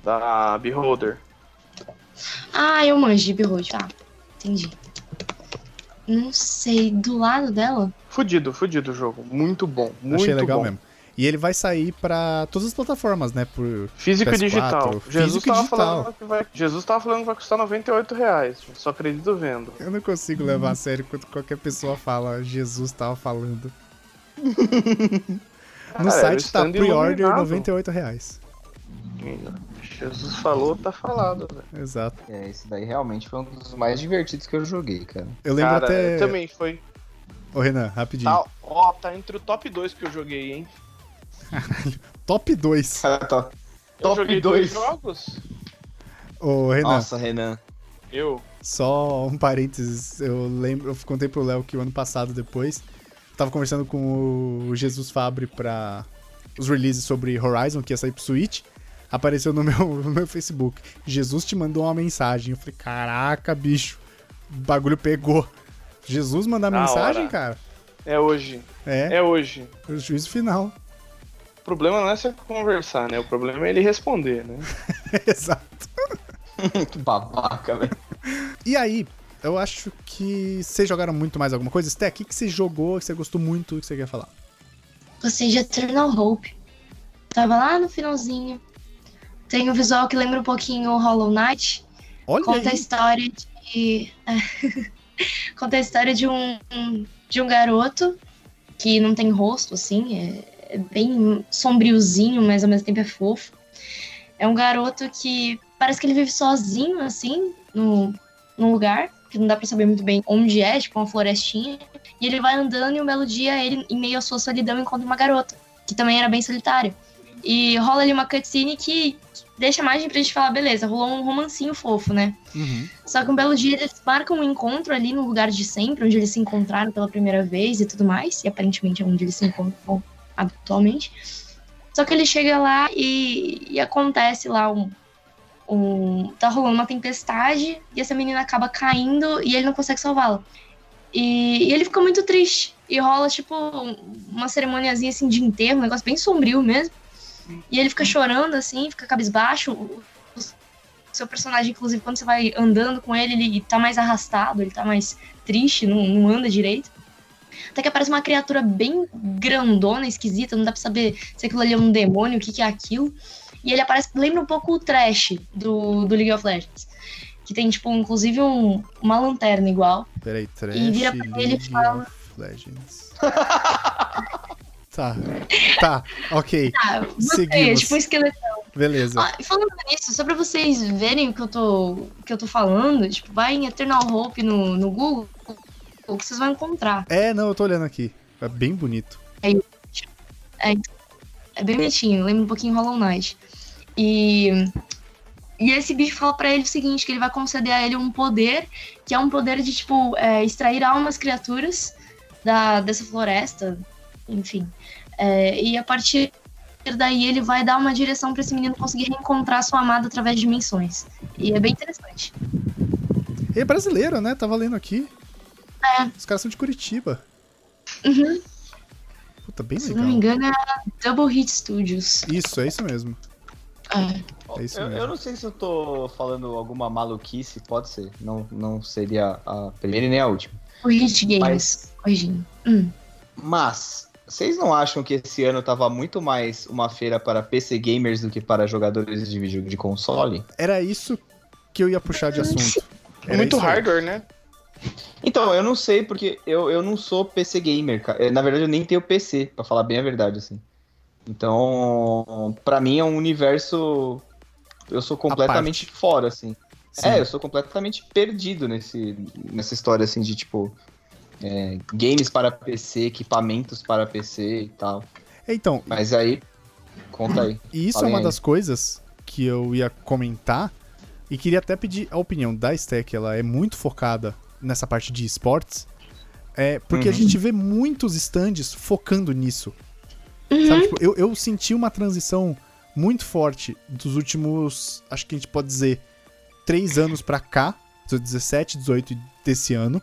[SPEAKER 2] Da Beholder.
[SPEAKER 4] Ah, eu manjo de roxo. Tá, entendi. Não sei, do lado dela?
[SPEAKER 2] Fudido, fudido o jogo. Muito bom. Muito
[SPEAKER 1] Achei legal
[SPEAKER 2] bom.
[SPEAKER 1] mesmo. E ele vai sair pra todas as plataformas, né? Por,
[SPEAKER 2] Físico
[SPEAKER 1] PS4,
[SPEAKER 2] e digital.
[SPEAKER 1] físico
[SPEAKER 2] Jesus,
[SPEAKER 1] e
[SPEAKER 2] tava
[SPEAKER 1] digital.
[SPEAKER 2] Falando que vai... Jesus tava falando que vai custar 98 reais. Só acredito vendo.
[SPEAKER 1] Eu não consigo levar a sério quando qualquer pessoa fala Jesus tava falando. No
[SPEAKER 2] Cara, era o
[SPEAKER 1] site tá
[SPEAKER 2] stand
[SPEAKER 1] pre-order
[SPEAKER 2] iluminado.
[SPEAKER 1] 98 reais.
[SPEAKER 2] Jesus falou, tá falado, velho.
[SPEAKER 1] Exato.
[SPEAKER 3] É, esse daí realmente foi um dos mais divertidos que eu joguei, cara.
[SPEAKER 1] Eu lembro
[SPEAKER 2] Cara,
[SPEAKER 1] até...
[SPEAKER 2] eu também foi.
[SPEAKER 1] Ô Renan, rapidinho.
[SPEAKER 2] Tá, ó, tá entre o top 2 que eu joguei, hein?
[SPEAKER 1] Top 2.
[SPEAKER 2] tá. Eu joguei
[SPEAKER 3] Top 2.
[SPEAKER 2] dois jogos?
[SPEAKER 1] Ô Renan,
[SPEAKER 3] Nossa, Renan. <laughs>
[SPEAKER 2] Eu.
[SPEAKER 1] só um parênteses. Eu lembro, eu contei pro Léo que o ano passado depois, eu tava conversando com o Jesus Fabri pra os releases sobre Horizon, que ia sair pro Switch. Apareceu no <laughs> meu, no meu Facebook. Jesus te mandou uma mensagem. Eu falei, caraca, bicho. O bagulho pegou. Jesus mandar
[SPEAKER 2] Da
[SPEAKER 1] mensagem,
[SPEAKER 2] hora.
[SPEAKER 1] cara?
[SPEAKER 2] É hoje.
[SPEAKER 1] É,
[SPEAKER 2] É hoje.
[SPEAKER 1] o juízo final. <laughs>
[SPEAKER 2] O problema não é você conversar, né? O problema é ele responder, né?
[SPEAKER 1] Exato.
[SPEAKER 3] que babaca, velho.
[SPEAKER 1] E aí, eu acho que vocês jogaram muito mais alguma coisa. Sté, o que, que você jogou, que você gostou muito, que você quer falar?
[SPEAKER 4] Gostei de Eternal Hope. Tava lá no finalzinho. Tem um visual que lembra um pouquinho o Hollow Knight.
[SPEAKER 1] Olha
[SPEAKER 4] Conta a
[SPEAKER 1] aí.
[SPEAKER 4] história de. é, <laughs> Conta a história de um, de um garoto que não tem rosto, assim. É, é bem sombriozinho, mas ao mesmo tempo é fofo. É um garoto que parece que ele vive sozinho, assim, no, num lugar, que não dá pra saber muito bem onde é, tipo uma florestinha. E ele vai andando e um belo dia ele, em meio à sua solidão, encontra uma garota, que também era bem solitária. E rola ali uma cutscene que deixa margem pra gente falar, beleza, rolou um romancinho fofo, né?
[SPEAKER 1] Uhum.
[SPEAKER 4] Só que um belo dia eles marcam um encontro ali no lugar de sempre, onde eles se encontraram pela primeira vez e tudo mais, e aparentemente é onde eles se encontram atualmente. Só que ele chega lá e, e acontece lá um, um. Tá rolando uma tempestade e essa menina acaba caindo e ele não consegue salvá-la. E, e ele fica muito triste. E rola, tipo, um- uma cerimoniazinha assim de enterro, um negócio bem sombrio mesmo. E ele fica chorando, assim, fica cabisbaixo. O- o seu personagem, inclusive, quando você vai andando com ele, ele tá mais arrastado, ele tá mais triste, não, não anda direito. Até que aparece uma criatura bem grandona, esquisita, não dá pra saber se aquilo ali é um demônio, o que, que é aquilo. E ele aparece, lembra um pouco o Trash do, do League of Legends. Que tem, tipo, inclusive um- uma lanterna igual.
[SPEAKER 1] Peraí, trash,
[SPEAKER 4] E vira pra ele e
[SPEAKER 1] League
[SPEAKER 4] fala-
[SPEAKER 1] of Legends. <laughs> tá, tá, ok,
[SPEAKER 4] Ah, você,
[SPEAKER 1] Seguimos.
[SPEAKER 4] tipo, um esqueleto.
[SPEAKER 1] beleza.
[SPEAKER 4] Ah, e falando nisso, só pra vocês verem o que eu tô, que eu tô falando, tipo, vai em Eternal Hope no, no Google, o que vocês vão encontrar.
[SPEAKER 1] É, não, eu tô olhando aqui. É bem bonito.
[SPEAKER 4] É bem bonitinho, lembra um pouquinho Hollow Knight. E, e esse bicho fala pra ele o seguinte, que ele vai conceder a ele um poder, que é um poder de, tipo, é, extrair almas criaturas da, dessa floresta, enfim. É, e a partir daí ele vai dar uma direção pra esse menino conseguir reencontrar sua amada através de dimensões. E é bem interessante.
[SPEAKER 1] Ele é brasileiro, né? Tava lendo aqui. Os caras são de Curitiba.
[SPEAKER 4] É. Uhum.
[SPEAKER 1] Puta, bem
[SPEAKER 4] Se não me
[SPEAKER 1] legal.
[SPEAKER 4] engano, é a Double Hit Studios.
[SPEAKER 1] Isso, é isso mesmo.
[SPEAKER 4] É.
[SPEAKER 1] É isso
[SPEAKER 3] eu,
[SPEAKER 1] mesmo.
[SPEAKER 3] eu não sei se eu tô falando alguma maluquice, pode ser. Não, não seria a primeira e nem a última.
[SPEAKER 4] O Hit Games.
[SPEAKER 3] Mas-
[SPEAKER 4] Corrigindo.
[SPEAKER 3] Mas, vocês não acham que esse ano tava muito mais uma feira para PC gamers do que para jogadores de videogame de console?
[SPEAKER 1] Era isso que eu ia puxar de assunto. Era
[SPEAKER 2] Muito
[SPEAKER 1] isso aí.
[SPEAKER 2] hardware, né?
[SPEAKER 3] Então, eu não sei, porque eu, eu não sou PC gamer, cara. Eh, Na verdade, eu nem tenho PC, pra falar bem a verdade, assim. Então, pra mim é um universo. Eu sou completamente fora, assim.
[SPEAKER 1] Sim.
[SPEAKER 3] É, eu sou completamente perdido nesse, nessa história, assim, de tipo. eh, games para PC, equipamentos para PC e tal.
[SPEAKER 1] Então,
[SPEAKER 3] Mas aí, conta aí.
[SPEAKER 1] E isso
[SPEAKER 3] Falem
[SPEAKER 1] é uma
[SPEAKER 3] aí.
[SPEAKER 1] das coisas que eu ia comentar e queria até pedir a opinião da Stack, ela é muito focada nessa parte de esportes, é porque a
[SPEAKER 3] Uhum.
[SPEAKER 1] gente vê muitos stands focando nisso.
[SPEAKER 4] Uhum.
[SPEAKER 1] Sabe, tipo, eu, eu senti uma transição muito forte dos últimos, acho que a gente pode dizer, três anos pra cá, 17, 18 desse ano,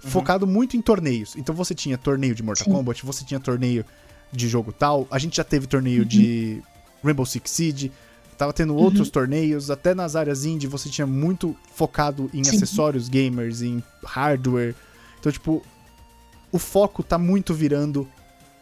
[SPEAKER 1] focado muito em torneios. Então você tinha torneio de Mortal
[SPEAKER 4] Uhum. Sim.
[SPEAKER 1] Kombat, você tinha torneio de jogo tal, a gente já teve
[SPEAKER 4] Uhum.
[SPEAKER 1] torneio de Rainbow Six Siege, tava tendo outros torneios, até nas áreas indie você tinha muito focado em
[SPEAKER 4] Sim.
[SPEAKER 1] acessórios gamers, em hardware. Então, tipo, o foco tá muito virando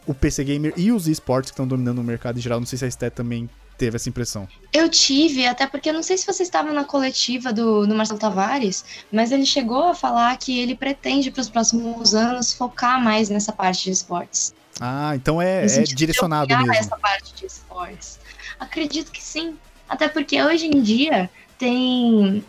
[SPEAKER 1] o PC Gamer e os esportes que estão dominando o mercado em geral. Não sei se a Sté também teve essa impressão.
[SPEAKER 4] Eu tive, até porque eu não sei se vocês estavam na coletiva do, do Marcelo Tavares, mas ele chegou a falar que ele pretende para os próximos anos focar mais nessa parte de esportes.
[SPEAKER 1] Ah, então é,
[SPEAKER 4] No
[SPEAKER 1] é
[SPEAKER 4] sentido de
[SPEAKER 1] direcionado
[SPEAKER 4] ampliar
[SPEAKER 1] mesmo.
[SPEAKER 4] essa parte de esportes. Acredito que sim. Até porque hoje em dia tem,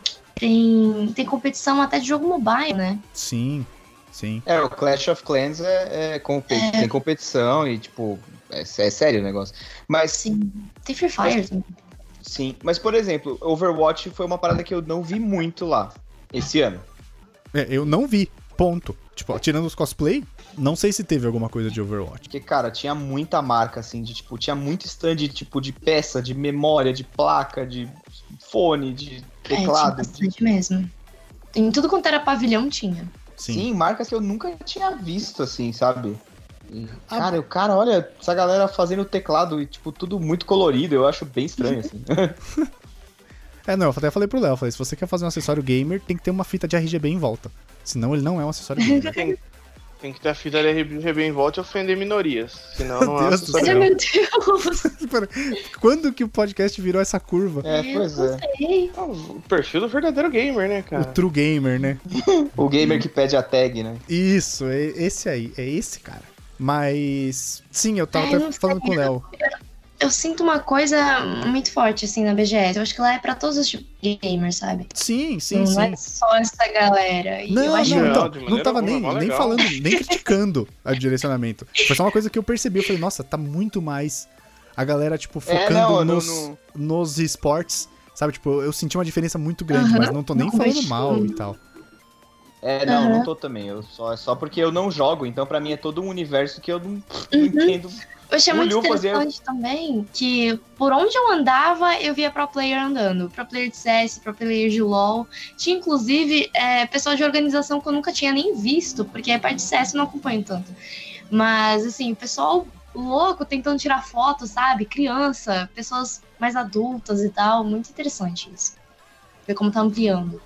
[SPEAKER 4] tem, tem competição até de jogo mobile, né?
[SPEAKER 1] Sim, sim.
[SPEAKER 3] É, o Clash of Clans é, é compe- tem competição e, tipo, é, sé- é sério o negócio. Mas,
[SPEAKER 4] Sim. Assim, Tem Free Fire também.
[SPEAKER 3] sim. Mas, por exemplo, Overwatch foi uma parada que eu não vi muito lá esse ano.
[SPEAKER 1] É, eu não vi, ponto. Tipo, ó, tirando os cosplay, não sei se teve alguma coisa de Overwatch.
[SPEAKER 3] Porque, cara, tinha muita marca, assim, de, tipo, tinha muito stand, de, tipo, de peça, de memória, de placa, de fone, de
[SPEAKER 4] É, tinha
[SPEAKER 3] teclado. de-
[SPEAKER 4] bastante mesmo. Em tudo quanto era pavilhão tinha.
[SPEAKER 1] Sim.
[SPEAKER 3] Sim. marcas que eu nunca tinha visto, assim, sabe? E,
[SPEAKER 4] Ah,
[SPEAKER 3] cara, o cara, olha, essa galera fazendo teclado e, tipo, tudo muito colorido, eu acho bem estranho, assim.
[SPEAKER 1] É, não, eu até falei pro Léo, eu falei, se você quer fazer um acessório gamer, tem que ter uma fita de RGB em volta. Senão ele não é um acessório gamer.
[SPEAKER 2] Tem, tem que ter a fita RB em volta e ofender minorias. Senão não é
[SPEAKER 1] Deus do
[SPEAKER 2] acessório.
[SPEAKER 1] céu.
[SPEAKER 4] Ai, meu Deus! <laughs>
[SPEAKER 1] Pera, Quando que o podcast virou essa curva?
[SPEAKER 3] É,
[SPEAKER 4] Eu
[SPEAKER 3] pois
[SPEAKER 4] não
[SPEAKER 3] é.
[SPEAKER 4] sei.
[SPEAKER 2] Ah, O perfil do verdadeiro gamer, né,
[SPEAKER 1] O
[SPEAKER 2] cara?
[SPEAKER 1] True Gamer, né?
[SPEAKER 3] O gamer que pede a tag, né?
[SPEAKER 1] Isso, é esse aí, é esse cara. Mas, sim, eu tava
[SPEAKER 4] Ai,
[SPEAKER 1] até
[SPEAKER 4] não
[SPEAKER 1] falando com o
[SPEAKER 4] sei.
[SPEAKER 1] Léo.
[SPEAKER 4] eu sinto uma coisa muito forte, assim, na BGS. Eu acho que ela é pra todos os tipos de gamers, sabe?
[SPEAKER 1] Sim, sim,
[SPEAKER 4] não
[SPEAKER 1] sim.
[SPEAKER 4] é só essa galera. E eu
[SPEAKER 1] Não,
[SPEAKER 4] acho
[SPEAKER 1] não,
[SPEAKER 2] legal,
[SPEAKER 1] então,
[SPEAKER 2] de
[SPEAKER 1] não
[SPEAKER 2] maneira
[SPEAKER 1] tava
[SPEAKER 2] alguma,
[SPEAKER 1] nem,
[SPEAKER 2] mó
[SPEAKER 1] nem
[SPEAKER 2] legal.
[SPEAKER 1] falando,
[SPEAKER 2] <laughs>
[SPEAKER 1] nem criticando o direcionamento. Foi só uma coisa que eu percebi. Eu falei, nossa, tá muito mais a galera, tipo,
[SPEAKER 3] É,
[SPEAKER 1] focando
[SPEAKER 3] não, no-
[SPEAKER 1] nos,
[SPEAKER 3] no-
[SPEAKER 1] nos esportes. Sabe, tipo, eu senti uma diferença muito grande,
[SPEAKER 4] Aham.
[SPEAKER 1] mas não tô nem
[SPEAKER 4] Não,
[SPEAKER 1] falando
[SPEAKER 4] mas- tipo,
[SPEAKER 1] mal e tal.
[SPEAKER 3] É, não,
[SPEAKER 4] Aham.
[SPEAKER 3] não tô também. Eu só, é só porque eu não jogo, então pra mim é todo um universo que eu não,
[SPEAKER 4] Uhum.
[SPEAKER 3] não entendo.
[SPEAKER 4] Eu achei muito
[SPEAKER 3] Olhou, fazia-
[SPEAKER 4] interessante também que por onde eu andava, eu via pro player andando. Pro player de CS, pro player de LoL. Tinha, inclusive, é, pessoal de organização que eu nunca tinha nem visto, porque a parte de CS eu não acompanho tanto. Mas, assim, o pessoal louco tentando tirar foto, sabe? Criança, pessoas mais adultas e tal. Muito interessante isso. Ver como tá ampliando.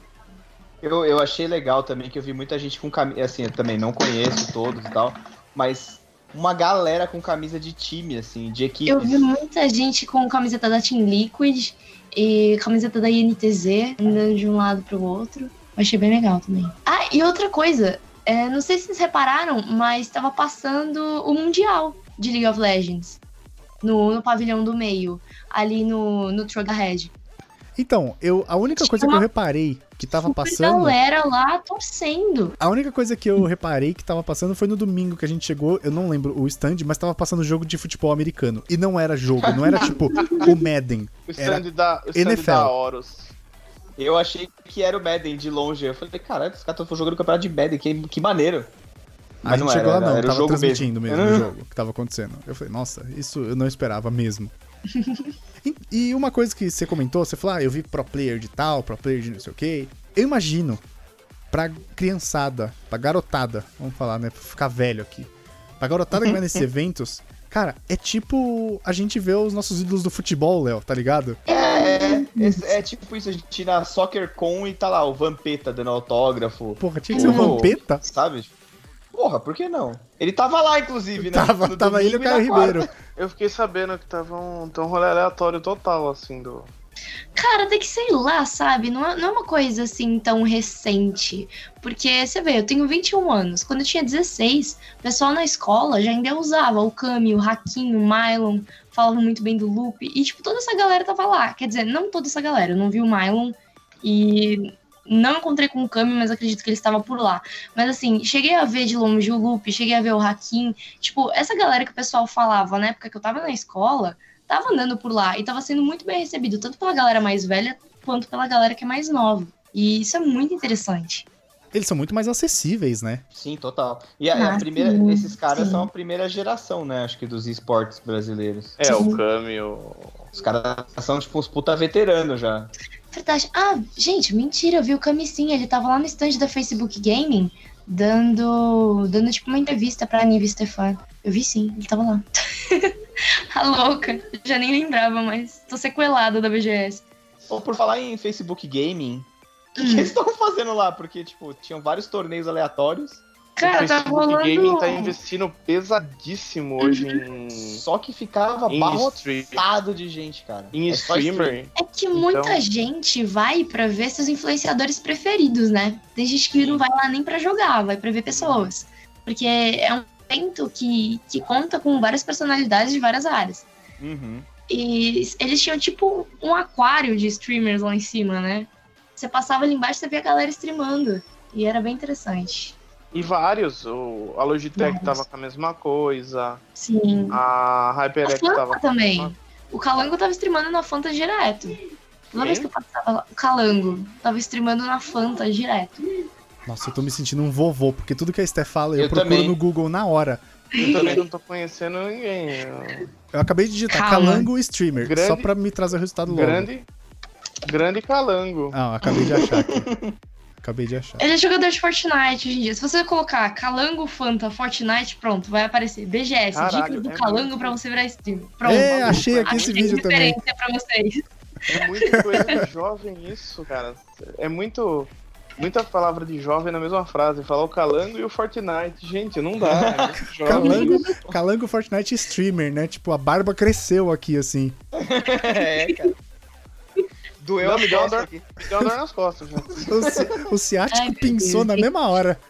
[SPEAKER 3] Eu, eu achei legal também que eu vi muita gente com camisa. Assim, eu também não conheço todos e tal, mas uma galera com camisa de time, assim, de equipe.
[SPEAKER 4] Eu vi muita gente com camiseta da Team Liquid e camiseta da INTZ andando de um lado pro outro. Eu achei bem legal também. Ah, e outra coisa, é, não sei se vocês repararam, mas tava passando o Mundial de League of Legends no, no pavilhão do meio, ali no, no Troghead.
[SPEAKER 1] Então, eu, a única
[SPEAKER 4] Tinha
[SPEAKER 1] coisa que eu
[SPEAKER 4] tipo, uma
[SPEAKER 1] reparei que tava
[SPEAKER 4] A
[SPEAKER 1] passando.
[SPEAKER 4] galera lá torcendo.
[SPEAKER 1] A única coisa que eu reparei que tava passando foi no domingo que a gente chegou, eu não lembro o stand, mas tava passando jogo de futebol americano. E não era jogo, não era tipo o Madden.
[SPEAKER 2] O stand da, o stand
[SPEAKER 1] NFL.
[SPEAKER 2] da Horus.
[SPEAKER 3] Eu achei que era o Madden de longe. Eu falei, caralho, os caras estão jogando o campeonato de Madden, que, que maneiro.
[SPEAKER 1] A
[SPEAKER 3] Mas
[SPEAKER 1] gente
[SPEAKER 3] não era,
[SPEAKER 1] chegou lá,
[SPEAKER 3] era-
[SPEAKER 1] não,
[SPEAKER 3] era o
[SPEAKER 1] tava
[SPEAKER 3] jogo
[SPEAKER 1] transmitindo mesmo,
[SPEAKER 3] mesmo. <laughs>
[SPEAKER 1] o jogo que tava acontecendo. Eu falei, nossa, isso eu não esperava
[SPEAKER 3] <laughs>
[SPEAKER 1] mesmo. e, e uma coisa que você comentou, você falou, ah, eu vi pro player de tal, pro player de não sei o quê. Eu imagino pra criançada, pra garotada, vamos falar, né? Pra ficar velho aqui. Pra garotada que vai
[SPEAKER 3] <laughs>
[SPEAKER 1] nesses eventos, cara, é tipo a gente vê os nossos ídolos do futebol, Léo, tá ligado?
[SPEAKER 3] É, é, é tipo isso, a gente tira soccer com e tá lá o Vampeta dando autógrafo,
[SPEAKER 1] Porra, tinha que ser um
[SPEAKER 3] Uhum.
[SPEAKER 1] vampeta.
[SPEAKER 3] sabe? Porra, por que não? Ele tava lá, inclusive, né?
[SPEAKER 1] Tava,
[SPEAKER 3] No
[SPEAKER 1] tava ele e
[SPEAKER 3] domingo
[SPEAKER 1] o
[SPEAKER 3] na
[SPEAKER 1] Caio
[SPEAKER 3] quarta.
[SPEAKER 1] Ribeiro.
[SPEAKER 2] Eu fiquei sabendo que tava um, tava um rolê aleatório total, assim, do.
[SPEAKER 4] Cara, até que sei lá, sabe? Não é, não é uma coisa assim tão recente. Porque você vê, eu tenho 21 anos. Quando eu tinha 16, o pessoal na escola já ainda usava o Kami, o Raquinho, o Mylon, falavam muito bem do Loop. E, tipo, toda essa galera tava lá. Quer dizer, não toda essa galera. Eu não vi o Mylon e não encontrei com o Kami, mas acredito que ele estava por lá. Mas assim, cheguei a ver de longe o Loop, cheguei a ver o Raquinho. Tipo, essa galera que o pessoal falava na época que eu tava na escola tava andando por lá e tava sendo muito bem recebido, tanto pela galera mais velha quanto pela galera que é mais nova. E isso é muito interessante.
[SPEAKER 1] Eles são muito mais acessíveis, né?
[SPEAKER 3] Sim, total. E a, e a
[SPEAKER 4] Ah,
[SPEAKER 3] primeira,
[SPEAKER 4] sim,
[SPEAKER 3] esses caras
[SPEAKER 4] sim.
[SPEAKER 3] são a primeira geração, né? Acho que dos esportes brasileiros.
[SPEAKER 2] É, o Kami, o.
[SPEAKER 3] Os caras são tipo uns puta veteranos já.
[SPEAKER 4] Verdade. Ah, gente, mentira, eu vi o Camisinha, ele tava lá no stand da Facebook Gaming dando, dando tipo uma entrevista pra Nive Stefan. Eu vi sim, ele tava lá. <laughs> A louca, já nem lembrava, mas tô sequelada da BGS.
[SPEAKER 3] Ou por falar em Facebook Gaming, o que, que eles estão fazendo lá? Porque, tipo, tinham vários torneios aleatórios,
[SPEAKER 4] Cara,
[SPEAKER 2] o
[SPEAKER 4] tá
[SPEAKER 2] Facebook
[SPEAKER 4] rolando.
[SPEAKER 2] Gaming tá investindo pesadíssimo hoje em.
[SPEAKER 3] só que ficava
[SPEAKER 2] Em
[SPEAKER 3] barrotado
[SPEAKER 2] stream.
[SPEAKER 3] Tá de gente, cara.
[SPEAKER 2] Em
[SPEAKER 3] É só
[SPEAKER 2] streamer.
[SPEAKER 4] É que muita
[SPEAKER 2] Então-
[SPEAKER 4] gente vai pra ver seus influenciadores preferidos, né? Tem gente que não vai lá nem pra jogar, vai pra ver pessoas. Porque é um evento que, que conta com várias personalidades de várias áreas.
[SPEAKER 3] Uhum.
[SPEAKER 4] E eles tinham tipo um aquário de streamers lá em cima, né? Você passava ali embaixo e via a galera streamando. E era bem interessante.
[SPEAKER 2] E vários. O, a Logitech
[SPEAKER 4] Vários.
[SPEAKER 2] tava com a mesma coisa.
[SPEAKER 4] Sim.
[SPEAKER 2] A
[SPEAKER 4] A
[SPEAKER 2] HyperX
[SPEAKER 4] Fanta
[SPEAKER 2] Hum. tava.
[SPEAKER 4] também. O Calango tava streamando na Fanta direto. Toda vez
[SPEAKER 2] Quem?
[SPEAKER 4] que eu passava lá, o Calango tava streamando na Fanta direto.
[SPEAKER 1] Nossa, eu tô me sentindo um vovô, porque tudo que a Esté fala eu,
[SPEAKER 3] Eu
[SPEAKER 1] procuro
[SPEAKER 3] também.
[SPEAKER 1] no Google na hora.
[SPEAKER 2] Eu também não tô conhecendo ninguém. Eu-
[SPEAKER 1] Eu acabei de digitar
[SPEAKER 4] Calma.
[SPEAKER 1] Calango Streamer,
[SPEAKER 2] Grande-
[SPEAKER 1] só pra me trazer o resultado logo.
[SPEAKER 2] Grande. Grande calango.
[SPEAKER 1] Ah, eu acabei de achar aqui. acabei de achar.
[SPEAKER 4] Ele é jogador de Fortnite hoje em dia. Se você colocar Calango Fanta Fortnite, pronto, vai aparecer. BGS,
[SPEAKER 2] Caralho,
[SPEAKER 4] dica do
[SPEAKER 2] é
[SPEAKER 4] Calango
[SPEAKER 2] mesmo.
[SPEAKER 4] pra você virar streamer. Pronto.
[SPEAKER 1] É, achei aqui esse
[SPEAKER 4] tem
[SPEAKER 1] vídeo também.
[SPEAKER 4] referência pra vocês. <laughs>
[SPEAKER 2] É muita coisa de jovem isso, cara. É muito. Muita palavra de jovem na mesma frase. Falar o calango e o Fortnite. Gente, não dá. É
[SPEAKER 1] <laughs>
[SPEAKER 2] muito jovem.
[SPEAKER 1] Calango, Calango Fortnite Streamer, né? Tipo, a barba cresceu aqui, assim.
[SPEAKER 3] é, cara. Doeu
[SPEAKER 2] Não,
[SPEAKER 3] a
[SPEAKER 2] me deu uma
[SPEAKER 3] costa
[SPEAKER 2] dor.
[SPEAKER 3] aqui.
[SPEAKER 2] Me deu uma dor nas costas, gente.
[SPEAKER 1] O, ci- o ciático
[SPEAKER 4] Ai, meu
[SPEAKER 1] pinçou
[SPEAKER 4] Deus.
[SPEAKER 1] na mesma hora.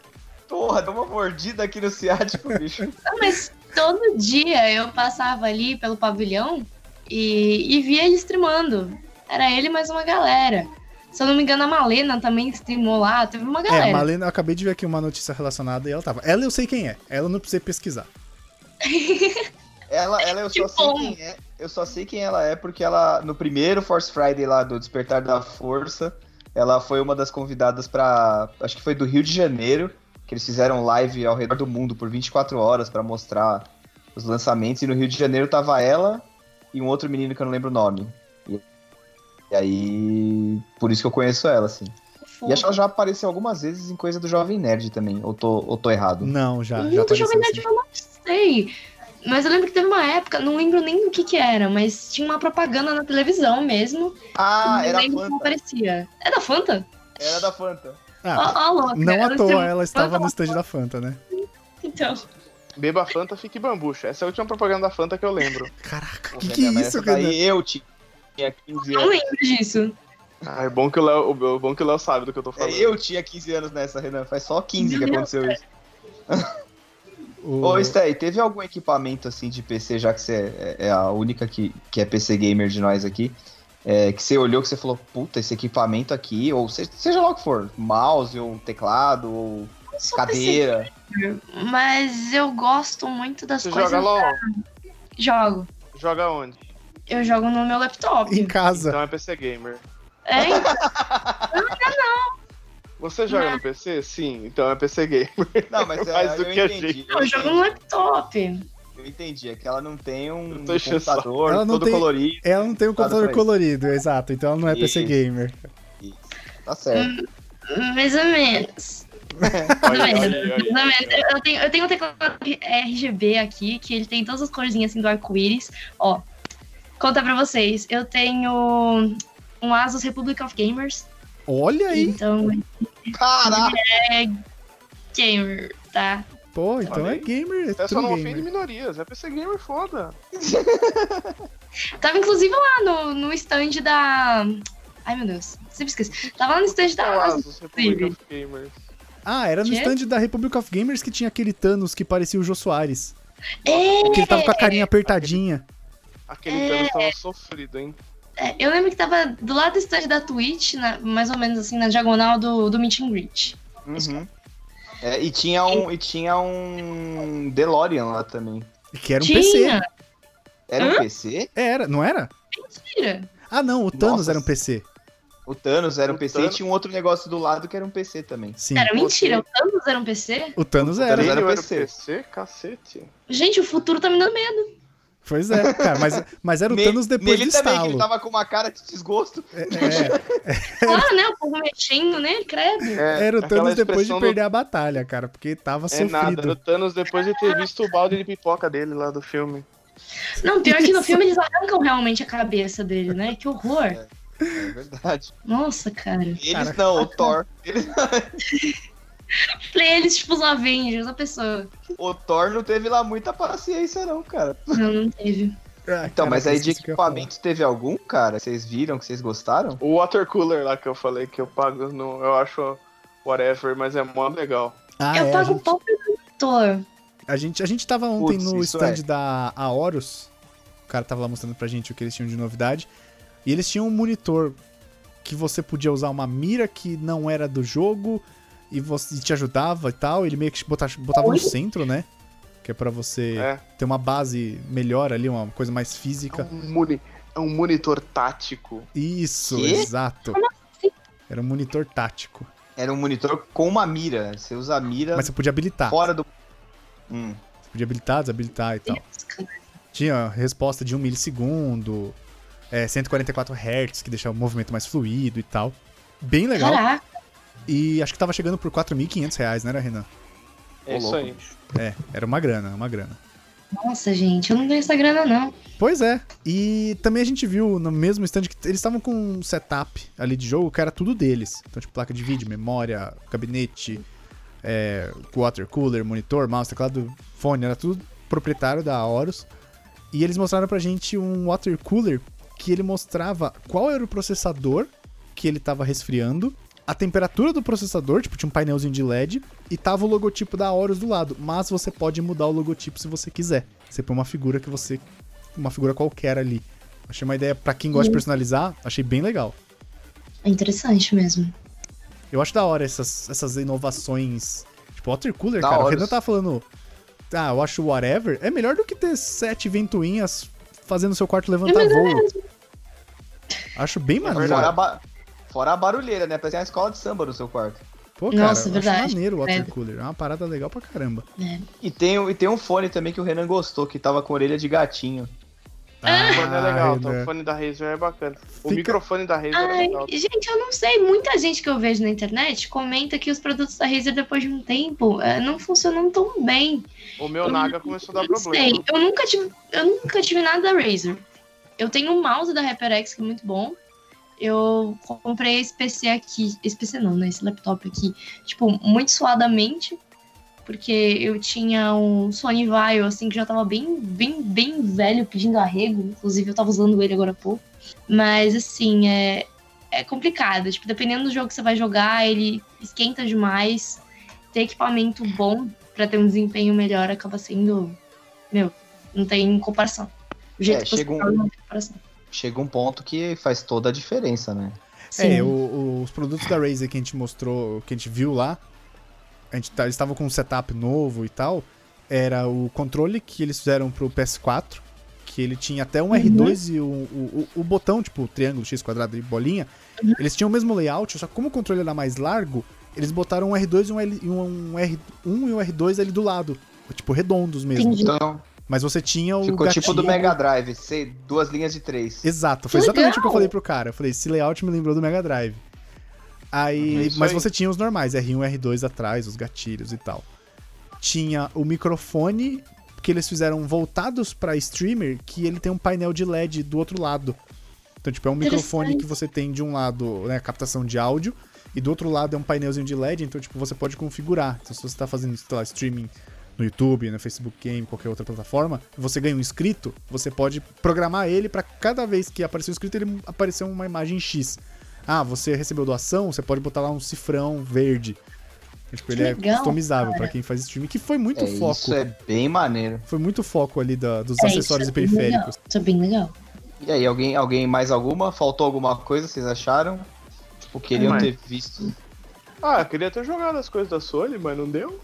[SPEAKER 3] Porra, deu uma mordida aqui no ciático, bicho.
[SPEAKER 4] Não, mas todo dia eu passava ali pelo pavilhão e, e via ele streamando. Era ele mais uma galera. Se eu não me engano, a Malena também streamou lá. Teve uma galera.
[SPEAKER 1] É, Malena, eu acabei de ver aqui uma notícia relacionada e ela tava. Ela eu sei quem é, ela eu não precisei pesquisar.
[SPEAKER 3] Ela, ela eu só
[SPEAKER 4] Que
[SPEAKER 3] sei
[SPEAKER 4] bom.
[SPEAKER 3] quem é. Eu só sei quem ela é porque ela, no primeiro Force Friday lá do Despertar da Força, ela foi uma das convidadas pra. Acho que foi do Rio de Janeiro, que eles fizeram live ao redor do mundo por 24 horas pra mostrar os lançamentos. E no Rio de Janeiro tava ela e um outro menino que eu não lembro o nome. E, e aí. Por isso que eu conheço ela, assim.
[SPEAKER 4] Fofo.
[SPEAKER 3] E acho que ela já apareceu algumas vezes em coisa do Jovem Nerd também. Ou tô, ou tô errado.
[SPEAKER 1] Não, já. já
[SPEAKER 4] Muito
[SPEAKER 1] apareceu,
[SPEAKER 4] Jovem Nerd,
[SPEAKER 1] assim.
[SPEAKER 4] eu não sei. Mas eu lembro que teve uma época, não lembro nem o que que era, mas tinha uma propaganda na televisão mesmo.
[SPEAKER 3] Ah,
[SPEAKER 4] eu
[SPEAKER 3] era a
[SPEAKER 4] lembro como
[SPEAKER 3] Fanta.
[SPEAKER 4] aparecia. É da Fanta?
[SPEAKER 3] Era da Fanta.
[SPEAKER 4] Ó,
[SPEAKER 1] Ah,
[SPEAKER 4] ó, um louca.
[SPEAKER 1] não
[SPEAKER 4] era
[SPEAKER 1] à
[SPEAKER 4] do
[SPEAKER 1] toa,
[SPEAKER 4] seu-
[SPEAKER 1] ela estava no stand da Fanta, né?
[SPEAKER 4] Então,
[SPEAKER 2] Beba Fanta, fique bambucha. Essa é a última propaganda da Fanta que eu lembro.
[SPEAKER 1] Caraca,
[SPEAKER 3] Pô,
[SPEAKER 1] que que é
[SPEAKER 3] minha mãe,
[SPEAKER 1] isso,
[SPEAKER 3] essa
[SPEAKER 1] cara?
[SPEAKER 3] daí eu tinha 15
[SPEAKER 4] não
[SPEAKER 3] anos.
[SPEAKER 4] lembro disso.
[SPEAKER 2] Ah, é bom que o Léo, o bom que o Léo sabe do que eu tô
[SPEAKER 3] É,
[SPEAKER 2] falando.
[SPEAKER 3] eu tinha 15 anos nessa, Renan. Faz só 15 que
[SPEAKER 4] Meu
[SPEAKER 3] aconteceu isso. Uhum.
[SPEAKER 1] O-
[SPEAKER 3] Ô, Stey, teve algum equipamento assim de PC, já que você é- é, a única que, que é PC gamer de nós aqui, é, que você olhou que você falou, puta, esse equipamento aqui, ou se- seja lá o que for, mouse, ou um teclado, ou
[SPEAKER 4] Eu sou
[SPEAKER 3] cadeira.
[SPEAKER 4] PC, mas eu gosto muito das
[SPEAKER 2] Você
[SPEAKER 4] coisas.
[SPEAKER 2] joga LOL?
[SPEAKER 4] Jogo.
[SPEAKER 2] Joga onde?
[SPEAKER 4] Eu jogo no meu laptop.
[SPEAKER 1] <laughs> Em casa.
[SPEAKER 2] Então é PC Gamer.
[SPEAKER 4] É, então,
[SPEAKER 2] Você joga no PC? Sim, então é PC Gamer.
[SPEAKER 3] <laughs> Não, <laughs> mas é,
[SPEAKER 2] Mais do
[SPEAKER 3] eu
[SPEAKER 2] que a
[SPEAKER 3] entendi. Eu,
[SPEAKER 4] eu jogo no
[SPEAKER 3] entendi
[SPEAKER 4] laptop.
[SPEAKER 3] eu entendi, é que ela não tem um
[SPEAKER 2] Eu tô enchendo o saco.
[SPEAKER 3] computador
[SPEAKER 1] Ela não
[SPEAKER 3] todo
[SPEAKER 1] tem-
[SPEAKER 3] colorido.
[SPEAKER 1] Ela não tem um
[SPEAKER 3] Nada pra
[SPEAKER 1] computador
[SPEAKER 3] isso.
[SPEAKER 1] colorido, exato, então ela não é PC
[SPEAKER 3] Isso.
[SPEAKER 1] Gamer.
[SPEAKER 3] Tá certo.
[SPEAKER 4] Mais
[SPEAKER 1] <laughs>
[SPEAKER 4] ou menos.
[SPEAKER 2] Olha,
[SPEAKER 4] Não,
[SPEAKER 2] olha, olha,
[SPEAKER 4] Mais ou menos. Eu- Eu tenho, eu tenho um teclado RGB aqui, que ele tem todas as corzinhas assim, do arco-íris. Ó, conta pra vocês. Eu tenho um Asus Republic of Gamers.
[SPEAKER 1] Olha aí.
[SPEAKER 4] Então, é
[SPEAKER 2] Caraca,
[SPEAKER 4] gamer, tá?
[SPEAKER 1] Pô, então
[SPEAKER 2] Olha
[SPEAKER 1] é
[SPEAKER 2] aí.
[SPEAKER 1] gamer, é
[SPEAKER 2] é só
[SPEAKER 1] true
[SPEAKER 2] não ofende
[SPEAKER 1] gamer.
[SPEAKER 2] minorias. É PC Gamer foda.
[SPEAKER 4] Tava inclusive lá no, no stand da. Ai meu Deus, sempre esqueci. Tava lá no stand da Asus.
[SPEAKER 2] Asus, Republic of Gamers.
[SPEAKER 1] Ah, era no
[SPEAKER 4] Quê?
[SPEAKER 1] stand da Republic of Gamers que tinha aquele Thanos que parecia o Jô Soares.
[SPEAKER 4] É,
[SPEAKER 1] Que ele tava com a carinha apertadinha.
[SPEAKER 2] Aquele Thanos tava sofrido, hein?
[SPEAKER 4] é, eu lembro que tava do lado do stand da Twitch, na- mais ou menos assim, na diagonal do, do Meet and Greet.
[SPEAKER 3] Uhum. É, e tinha um e tinha um DeLorean lá também.
[SPEAKER 1] Que era um
[SPEAKER 4] Tinha,
[SPEAKER 1] PC.
[SPEAKER 3] Era um PC?
[SPEAKER 1] Era, não era?
[SPEAKER 4] Mentira.
[SPEAKER 1] Ah, não, o Thanos
[SPEAKER 3] Nossa.
[SPEAKER 1] era um PC.
[SPEAKER 3] O Thanos era um
[SPEAKER 2] O
[SPEAKER 3] PC
[SPEAKER 2] Thanos-
[SPEAKER 3] e tinha um outro negócio do lado que era um PC também.
[SPEAKER 1] Sim.
[SPEAKER 4] Era
[SPEAKER 2] Você-
[SPEAKER 4] mentira. O Thanos era um PC?
[SPEAKER 1] O Thanos
[SPEAKER 3] Thanos
[SPEAKER 1] era.
[SPEAKER 3] era
[SPEAKER 2] Ele
[SPEAKER 3] PC.
[SPEAKER 2] PC, cacete.
[SPEAKER 4] Gente, o futuro tá me dando medo.
[SPEAKER 1] Pois é, cara, mas, mas era o
[SPEAKER 3] Ne-
[SPEAKER 1] Thanos depois do
[SPEAKER 3] Nele também, que
[SPEAKER 1] estalo.
[SPEAKER 3] ele tava com uma cara de desgosto.
[SPEAKER 1] É,
[SPEAKER 4] Claro, né? O povo mexendo nele, credo.
[SPEAKER 2] É,
[SPEAKER 1] era o
[SPEAKER 2] aquela
[SPEAKER 1] Thanos depois de
[SPEAKER 2] expressão do-
[SPEAKER 1] perder a batalha, cara, porque tava
[SPEAKER 2] É nada, era o
[SPEAKER 1] sofrido.
[SPEAKER 2] Thanos depois de ter visto o balde de pipoca dele lá do filme.
[SPEAKER 4] Não, pior que no
[SPEAKER 1] Isso.
[SPEAKER 4] filme eles arrancam realmente a cabeça dele, né? Que horror.
[SPEAKER 3] É verdade.
[SPEAKER 4] Nossa, cara.
[SPEAKER 3] Eles
[SPEAKER 1] Caraca.
[SPEAKER 3] não, o Thor.
[SPEAKER 4] Falei, eles, tipo, os Avengers, a pessoa.
[SPEAKER 3] O Thor não teve lá muita paciência, não, cara.
[SPEAKER 4] Não, não teve.
[SPEAKER 1] Ah, caraca,
[SPEAKER 3] Então, mas aí de
[SPEAKER 1] esqueci o que eu ia falar.
[SPEAKER 3] equipamento teve algum, cara? Vocês viram, que vocês gostaram?
[SPEAKER 2] O water cooler lá que eu falei que eu pago no. Eu acho whatever, mas é mó legal.
[SPEAKER 1] Ah,
[SPEAKER 4] eu
[SPEAKER 1] é, a
[SPEAKER 4] pago
[SPEAKER 1] gente-
[SPEAKER 4] pau pro monitor.
[SPEAKER 1] A gente, a gente tava ontem
[SPEAKER 3] Putz,
[SPEAKER 1] no
[SPEAKER 3] isso
[SPEAKER 1] stand
[SPEAKER 3] é.
[SPEAKER 1] da Aorus. O cara tava lá mostrando pra gente o que eles tinham de novidade. E eles tinham um monitor que você podia usar uma mira que não era do jogo e, você, e te ajudava e tal. Ele meio que botava, botava no
[SPEAKER 4] Oi?
[SPEAKER 1] centro, né? Que é pra você
[SPEAKER 2] É.
[SPEAKER 1] ter uma base melhor ali, uma coisa mais
[SPEAKER 2] É
[SPEAKER 1] física.
[SPEAKER 2] um, moni- é um monitor tático.
[SPEAKER 1] Isso,
[SPEAKER 3] Quê?
[SPEAKER 1] exato.
[SPEAKER 4] assim?
[SPEAKER 1] Era um monitor tático.
[SPEAKER 3] Era um monitor com uma mira. Você usa a mira
[SPEAKER 1] Mas você podia habilitar.
[SPEAKER 3] fora do. Hum.
[SPEAKER 1] Você podia habilitar, desabilitar e tal.
[SPEAKER 4] Deus, cara.
[SPEAKER 1] Tinha resposta de 1 milissegundo, é, 144 Hz, que deixava o movimento mais fluido e tal. Bem legal.
[SPEAKER 4] Caraca.
[SPEAKER 1] E acho que tava chegando por 4.500 reais, né, Renan?
[SPEAKER 2] É
[SPEAKER 3] Ô,
[SPEAKER 2] isso
[SPEAKER 3] louco,
[SPEAKER 2] aí.
[SPEAKER 1] É, era uma grana, uma grana.
[SPEAKER 4] Nossa, gente, eu não tenho essa grana, não.
[SPEAKER 1] Pois é. E também a gente viu no mesmo stand que eles estavam com um setup ali de jogo que era tudo deles. Então, tipo, placa de vídeo, memória, gabinete, é, water cooler, monitor, mouse, teclado, fone, era tudo proprietário da Aorus. E eles mostraram pra gente um water cooler que ele mostrava qual era o processador que ele tava resfriando, a temperatura do processador, tipo, tinha um painelzinho de LED, e tava o logotipo da Aorus do lado. Mas você pode mudar o logotipo se você quiser. Você põe uma figura que você. uma figura qualquer ali. Achei uma ideia, pra quem gosta de personalizar, achei bem legal.
[SPEAKER 4] É interessante mesmo.
[SPEAKER 1] Eu acho da hora essas, essas inovações. Tipo, water cooler,
[SPEAKER 3] Da
[SPEAKER 1] cara. O
[SPEAKER 3] hora.
[SPEAKER 1] Renan tá falando. Ah, eu acho whatever. É melhor do que ter sete ventoinhas fazendo seu quarto levantar
[SPEAKER 4] mas é
[SPEAKER 1] voo. Acho
[SPEAKER 3] É
[SPEAKER 1] bem maneiro.
[SPEAKER 3] Fora a, ba- fora a barulheira, né? Parece uma escola de samba no seu quarto.
[SPEAKER 1] Pô, cara,
[SPEAKER 4] Nossa,
[SPEAKER 1] eu acho
[SPEAKER 4] verdade.
[SPEAKER 1] maneiro o water
[SPEAKER 4] Credo.
[SPEAKER 1] cooler. É uma parada legal pra caramba.
[SPEAKER 3] E tem, um- e tem um fone também que o Renan gostou, que tava com orelha de gatinho.
[SPEAKER 4] Ah,
[SPEAKER 2] O fone é legal, tá?
[SPEAKER 1] Renan.
[SPEAKER 2] o fone da Razer é bacana. O
[SPEAKER 1] né? Fica-
[SPEAKER 2] microfone da Razer é
[SPEAKER 4] Ai,
[SPEAKER 2] legal.
[SPEAKER 4] gente, eu não sei. Muita gente que eu vejo na internet comenta que os produtos da Razer, depois de um tempo, eh, não funcionam tão bem.
[SPEAKER 2] O meu Naga começou a dar
[SPEAKER 4] Não sei.
[SPEAKER 2] problema. né?
[SPEAKER 4] Eu nunca tive, eu nunca tive nada da Razer. Eu tenho um mouse da HyperX que é muito bom. Eu comprei esse PC aqui, esse PC não, né? Esse laptop aqui, tipo, muito suadamente, porque eu tinha um Sony Vaio, assim, que já tava bem, bem, bem velho, pedindo arrego. Inclusive, eu tava usando ele agora há pouco. Mas, assim, é, é complicado. Tipo, dependendo do jogo que você vai jogar, ele esquenta demais. Ter equipamento bom pra ter um desempenho melhor acaba sendo. Meu, não tem comparação. O jeito
[SPEAKER 3] É,
[SPEAKER 4] que você
[SPEAKER 3] chega um-
[SPEAKER 4] joga não tem comparação.
[SPEAKER 3] Chega um ponto que faz toda a diferença, né?
[SPEAKER 4] Sim.
[SPEAKER 1] É, o- o- os produtos da Razer que a gente mostrou, que a gente viu lá, a gente tá- eles estavam com um setup novo e tal. Era o controle que eles fizeram pro PS4, que ele tinha até
[SPEAKER 4] Uhum.
[SPEAKER 1] um R2 e o, o, o- o botão, tipo, triângulo, X quadrado e bolinha.
[SPEAKER 4] Uhum.
[SPEAKER 1] Eles tinham o mesmo layout, só que como o controle era mais largo, eles botaram um R2 e um, L, e um R1 e um R2 ali do lado. Tipo, redondos mesmo.
[SPEAKER 4] Entendi.
[SPEAKER 3] Então,
[SPEAKER 1] Mas você tinha o.
[SPEAKER 3] ficou tipo do
[SPEAKER 1] gatilho-
[SPEAKER 3] Mega Drive, sei, duas linhas de três.
[SPEAKER 1] Exato, foi
[SPEAKER 4] Que
[SPEAKER 1] exatamente o que eu
[SPEAKER 4] legal!
[SPEAKER 1] falei pro cara. Eu falei, esse layout me lembrou do Mega Drive.
[SPEAKER 2] É
[SPEAKER 1] Aí,
[SPEAKER 2] isso
[SPEAKER 1] mas
[SPEAKER 2] aí.
[SPEAKER 1] você tinha os normais, R1, R2 atrás, os gatilhos e tal. Tinha o microfone que eles fizeram voltados pra streamer, que ele tem um painel de LED do outro lado. Então, tipo, é um microfone
[SPEAKER 4] Interessante.
[SPEAKER 1] que você tem de um lado, né, captação de áudio, e do outro lado é um painelzinho de LED, então, tipo, você pode configurar. Então, se você tá fazendo, sei lá, streaming no YouTube, no Facebook Game, qualquer outra plataforma, você ganha um inscrito, você pode programar ele pra cada vez que aparecer o inscrito, ele aparecer uma imagem X. Ah, você recebeu doação, você pode botar lá um cifrão verde. Tipo,
[SPEAKER 4] Que
[SPEAKER 1] ele é
[SPEAKER 4] legal,
[SPEAKER 1] customizável pra quem faz streaming, que foi muito
[SPEAKER 3] É,
[SPEAKER 1] foco.
[SPEAKER 3] isso é bem maneiro.
[SPEAKER 1] Foi muito foco ali da- dos
[SPEAKER 4] É,
[SPEAKER 1] acessórios
[SPEAKER 4] isso
[SPEAKER 1] e
[SPEAKER 4] é bem legal.
[SPEAKER 1] periféricos.
[SPEAKER 4] Isso é bem legal.
[SPEAKER 3] E aí, alguém, alguém mais alguma? Faltou alguma coisa, vocês acharam? Tipo, queriam
[SPEAKER 2] Mas-
[SPEAKER 3] ter visto.
[SPEAKER 2] Ah, eu queria ter jogado as coisas da Sony, mas não deu.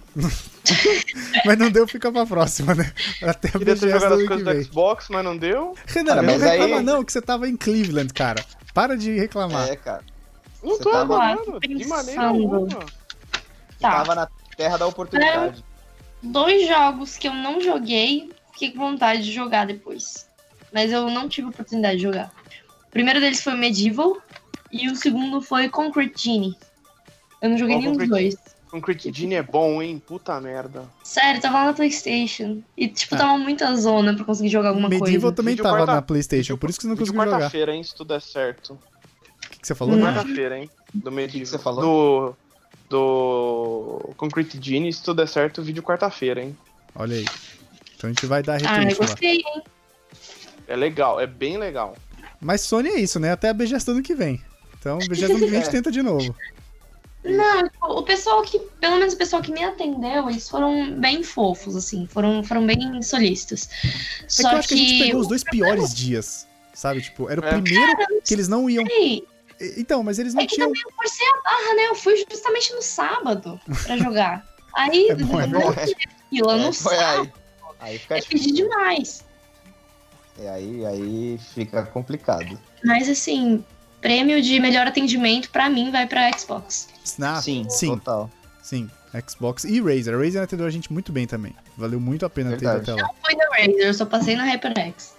[SPEAKER 1] Mas não deu, fica pra próxima, né? <laughs> Até a
[SPEAKER 2] Queria
[SPEAKER 1] BGS
[SPEAKER 2] ter jogado é
[SPEAKER 1] do
[SPEAKER 2] as
[SPEAKER 1] ano que
[SPEAKER 2] coisas do
[SPEAKER 1] vem.
[SPEAKER 2] Xbox, mas não deu.
[SPEAKER 1] Renan,
[SPEAKER 3] Cara,
[SPEAKER 1] não
[SPEAKER 3] mas aí-
[SPEAKER 1] reclama não, que você tava em Cleveland, cara. Para de reclamar.
[SPEAKER 3] É, cara.
[SPEAKER 2] Não
[SPEAKER 3] Você
[SPEAKER 2] tô
[SPEAKER 3] tava-
[SPEAKER 2] agora,
[SPEAKER 4] Ah,
[SPEAKER 2] de maneira
[SPEAKER 4] pensando.
[SPEAKER 2] alguma.
[SPEAKER 4] Tá.
[SPEAKER 3] Tava na terra da oportunidade.
[SPEAKER 4] Dois jogos que eu não joguei, fiquei com vontade de jogar depois. Mas eu não tive oportunidade de jogar. O primeiro deles foi Medieval e o segundo foi Concrete Genie. Eu não joguei
[SPEAKER 2] Ó,
[SPEAKER 4] nenhum dos
[SPEAKER 2] Concrete-
[SPEAKER 4] dois.
[SPEAKER 2] Concrete Genie é bom, hein? Puta merda.
[SPEAKER 4] Sério, tava lá na PlayStation. E, tipo,
[SPEAKER 1] Ah.
[SPEAKER 4] tava muita zona pra conseguir jogar alguma
[SPEAKER 1] Medieval
[SPEAKER 4] coisa.
[SPEAKER 1] também
[SPEAKER 2] Vídeo
[SPEAKER 1] tava
[SPEAKER 2] quarta-
[SPEAKER 1] na Playstation,
[SPEAKER 2] vídeo-
[SPEAKER 1] por isso que você não
[SPEAKER 2] Vídeo
[SPEAKER 1] conseguiu jogar.
[SPEAKER 2] quarta-feira, hein? Se tudo der certo.
[SPEAKER 1] O que você falou?
[SPEAKER 4] Hum.
[SPEAKER 1] cara?
[SPEAKER 2] Quarta-feira, hein? Do Medieval.
[SPEAKER 3] O que você falou?
[SPEAKER 2] Do. Do Concrete Genie, se tudo der certo, vídeo quarta-feira, hein?
[SPEAKER 1] Olha aí. Então a gente vai dar
[SPEAKER 4] Ah, eu
[SPEAKER 1] retweet lá.
[SPEAKER 4] gostei, hein?
[SPEAKER 2] É legal, é bem legal.
[SPEAKER 1] Mas Sony é isso, né? Até a BGS do ano que vem. Então, BGS do ano que
[SPEAKER 4] <laughs>
[SPEAKER 1] vem a gente
[SPEAKER 3] É.
[SPEAKER 1] tenta de novo.
[SPEAKER 4] Não, tipo, o pessoal que, pelo menos o pessoal que me atendeu, eles foram bem fofos, assim, foram, foram bem solistas.
[SPEAKER 1] É que eu
[SPEAKER 4] Só
[SPEAKER 1] acho que a gente
[SPEAKER 4] que.
[SPEAKER 1] pegou os dois piores dias, sabe? Tipo, era o
[SPEAKER 2] É.
[SPEAKER 1] primeiro que eles não iam...
[SPEAKER 4] Ei,
[SPEAKER 1] Então, mas eles não
[SPEAKER 4] É que
[SPEAKER 1] tinham...
[SPEAKER 4] também eu forcei a barra, né? Eu fui justamente no sábado pra
[SPEAKER 1] <laughs>
[SPEAKER 4] jogar. Aí,
[SPEAKER 1] É bom, é
[SPEAKER 4] não
[SPEAKER 3] bom.
[SPEAKER 4] tinha fila no
[SPEAKER 3] É, foi
[SPEAKER 4] sábado.
[SPEAKER 3] aí. Aí fica
[SPEAKER 4] É pedir
[SPEAKER 3] difícil.
[SPEAKER 4] demais.
[SPEAKER 3] É, aí, aí fica complicado.
[SPEAKER 4] Mas, assim, prêmio de melhor atendimento pra mim vai pra Xbox.
[SPEAKER 1] Ah,
[SPEAKER 3] sim,
[SPEAKER 1] sim.
[SPEAKER 3] total.
[SPEAKER 1] Sim, Xbox e Razer. A Razer atendeu a gente muito bem também. Valeu muito a pena
[SPEAKER 3] Verdade.
[SPEAKER 1] ter ido até lá.
[SPEAKER 4] Foi na Razer, eu só passei na HyperX.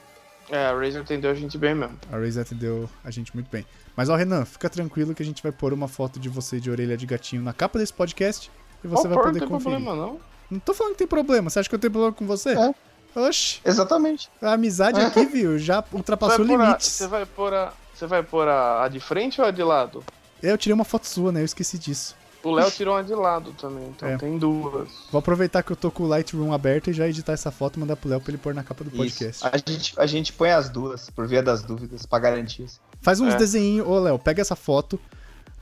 [SPEAKER 2] É, a Razer entendeu a gente bem mesmo.
[SPEAKER 1] A Razer atendeu a gente muito bem. Mas ó, Renan, fica tranquilo que a gente vai pôr uma foto de você de orelha de gatinho na capa desse podcast e você
[SPEAKER 2] Ó,
[SPEAKER 1] vai
[SPEAKER 2] pô,
[SPEAKER 1] poder
[SPEAKER 2] não tem
[SPEAKER 1] conferir.
[SPEAKER 2] problema, não.
[SPEAKER 1] Não tô falando que tem problema. Você acha que eu tenho problema com você?
[SPEAKER 3] É.
[SPEAKER 1] Oxi,
[SPEAKER 3] Exatamente.
[SPEAKER 1] a amizade aqui, viu, já ultrapassou
[SPEAKER 2] Você vai pôr a-
[SPEAKER 1] limites.
[SPEAKER 2] Você vai pôr a. Você vai pôr a, a de frente ou a de lado?
[SPEAKER 1] Eu tirei uma foto sua, né? Eu esqueci disso.
[SPEAKER 2] O Léo tirou uma de lado também, então
[SPEAKER 1] É.
[SPEAKER 2] tem duas.
[SPEAKER 1] Vou aproveitar que eu tô com o Lightroom aberto e já editar essa foto e mandar pro Léo pra ele pôr na capa do
[SPEAKER 3] Isso. Ah,
[SPEAKER 1] podcast.
[SPEAKER 3] A gente, a gente põe as duas, por via das dúvidas, pra garantir.
[SPEAKER 1] Faz uns
[SPEAKER 2] É.
[SPEAKER 1] desenhinhos, ô Léo, pega essa foto,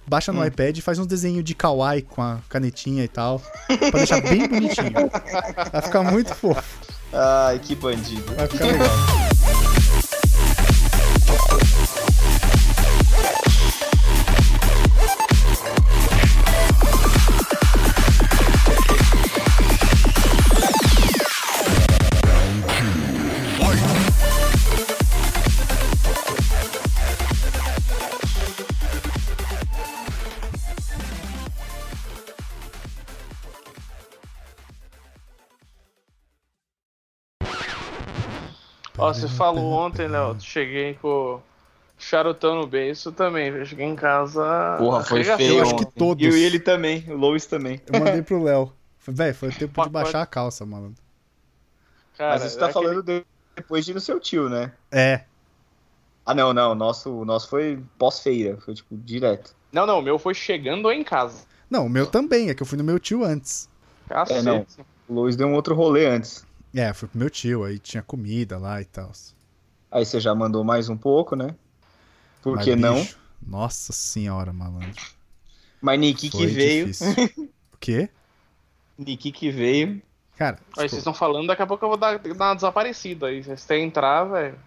[SPEAKER 1] baixa no
[SPEAKER 3] Hum.
[SPEAKER 1] iPad e faz uns desenhos de kawaii com a canetinha e tal, pra deixar bem bonitinho. Vai ficar muito fofo,
[SPEAKER 3] Ai, que bandido.
[SPEAKER 1] vai ficar legal.
[SPEAKER 2] Ó,
[SPEAKER 3] um
[SPEAKER 2] você falou ontem, Léo, cheguei com o charutão no beiço também, velho. Cheguei em casa.
[SPEAKER 3] Porra, foi
[SPEAKER 2] arregaçou.
[SPEAKER 3] feio.
[SPEAKER 1] Eu acho que
[SPEAKER 3] ontem.
[SPEAKER 1] todos.
[SPEAKER 3] E o- e ele também, o Lois também.
[SPEAKER 1] Eu mandei pro Léo. Véi, foi tempo de
[SPEAKER 2] Pacote.
[SPEAKER 1] baixar a calça, mano.
[SPEAKER 2] Cara,
[SPEAKER 3] Mas você tá
[SPEAKER 2] é aquele-
[SPEAKER 3] falando de- depois de ir no seu tio, né?
[SPEAKER 1] É,
[SPEAKER 3] Ah, não, não. O nosso, o nosso foi pós-feira. Foi, tipo, direto.
[SPEAKER 2] Não, não, o meu foi chegando em casa.
[SPEAKER 1] não, o meu também, é que eu fui no meu tio antes.
[SPEAKER 2] Cacete.
[SPEAKER 3] É, não. O Lois deu um outro rolê antes.
[SPEAKER 1] É, fui pro meu tio, aí tinha comida lá e tal.
[SPEAKER 3] Aí você já mandou mais um pouco, né? Por
[SPEAKER 1] Mas,
[SPEAKER 3] que não?
[SPEAKER 1] bicho, Nossa senhora, malandro.
[SPEAKER 3] Mas Niki que
[SPEAKER 1] Foi
[SPEAKER 3] veio. <laughs>
[SPEAKER 1] difícil. o quê?
[SPEAKER 3] Niki que veio.
[SPEAKER 1] Cara,
[SPEAKER 2] Aí vocês
[SPEAKER 1] tipo,
[SPEAKER 2] estão falando, daqui a pouco eu vou dar, dar uma desaparecida aí. Vocês têm que entrar, velho.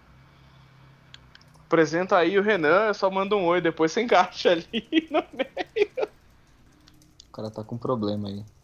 [SPEAKER 2] Apresenta aí o Renan, eu só mando um oi, depois você encaixa ali.
[SPEAKER 3] O cara tá com problema aí.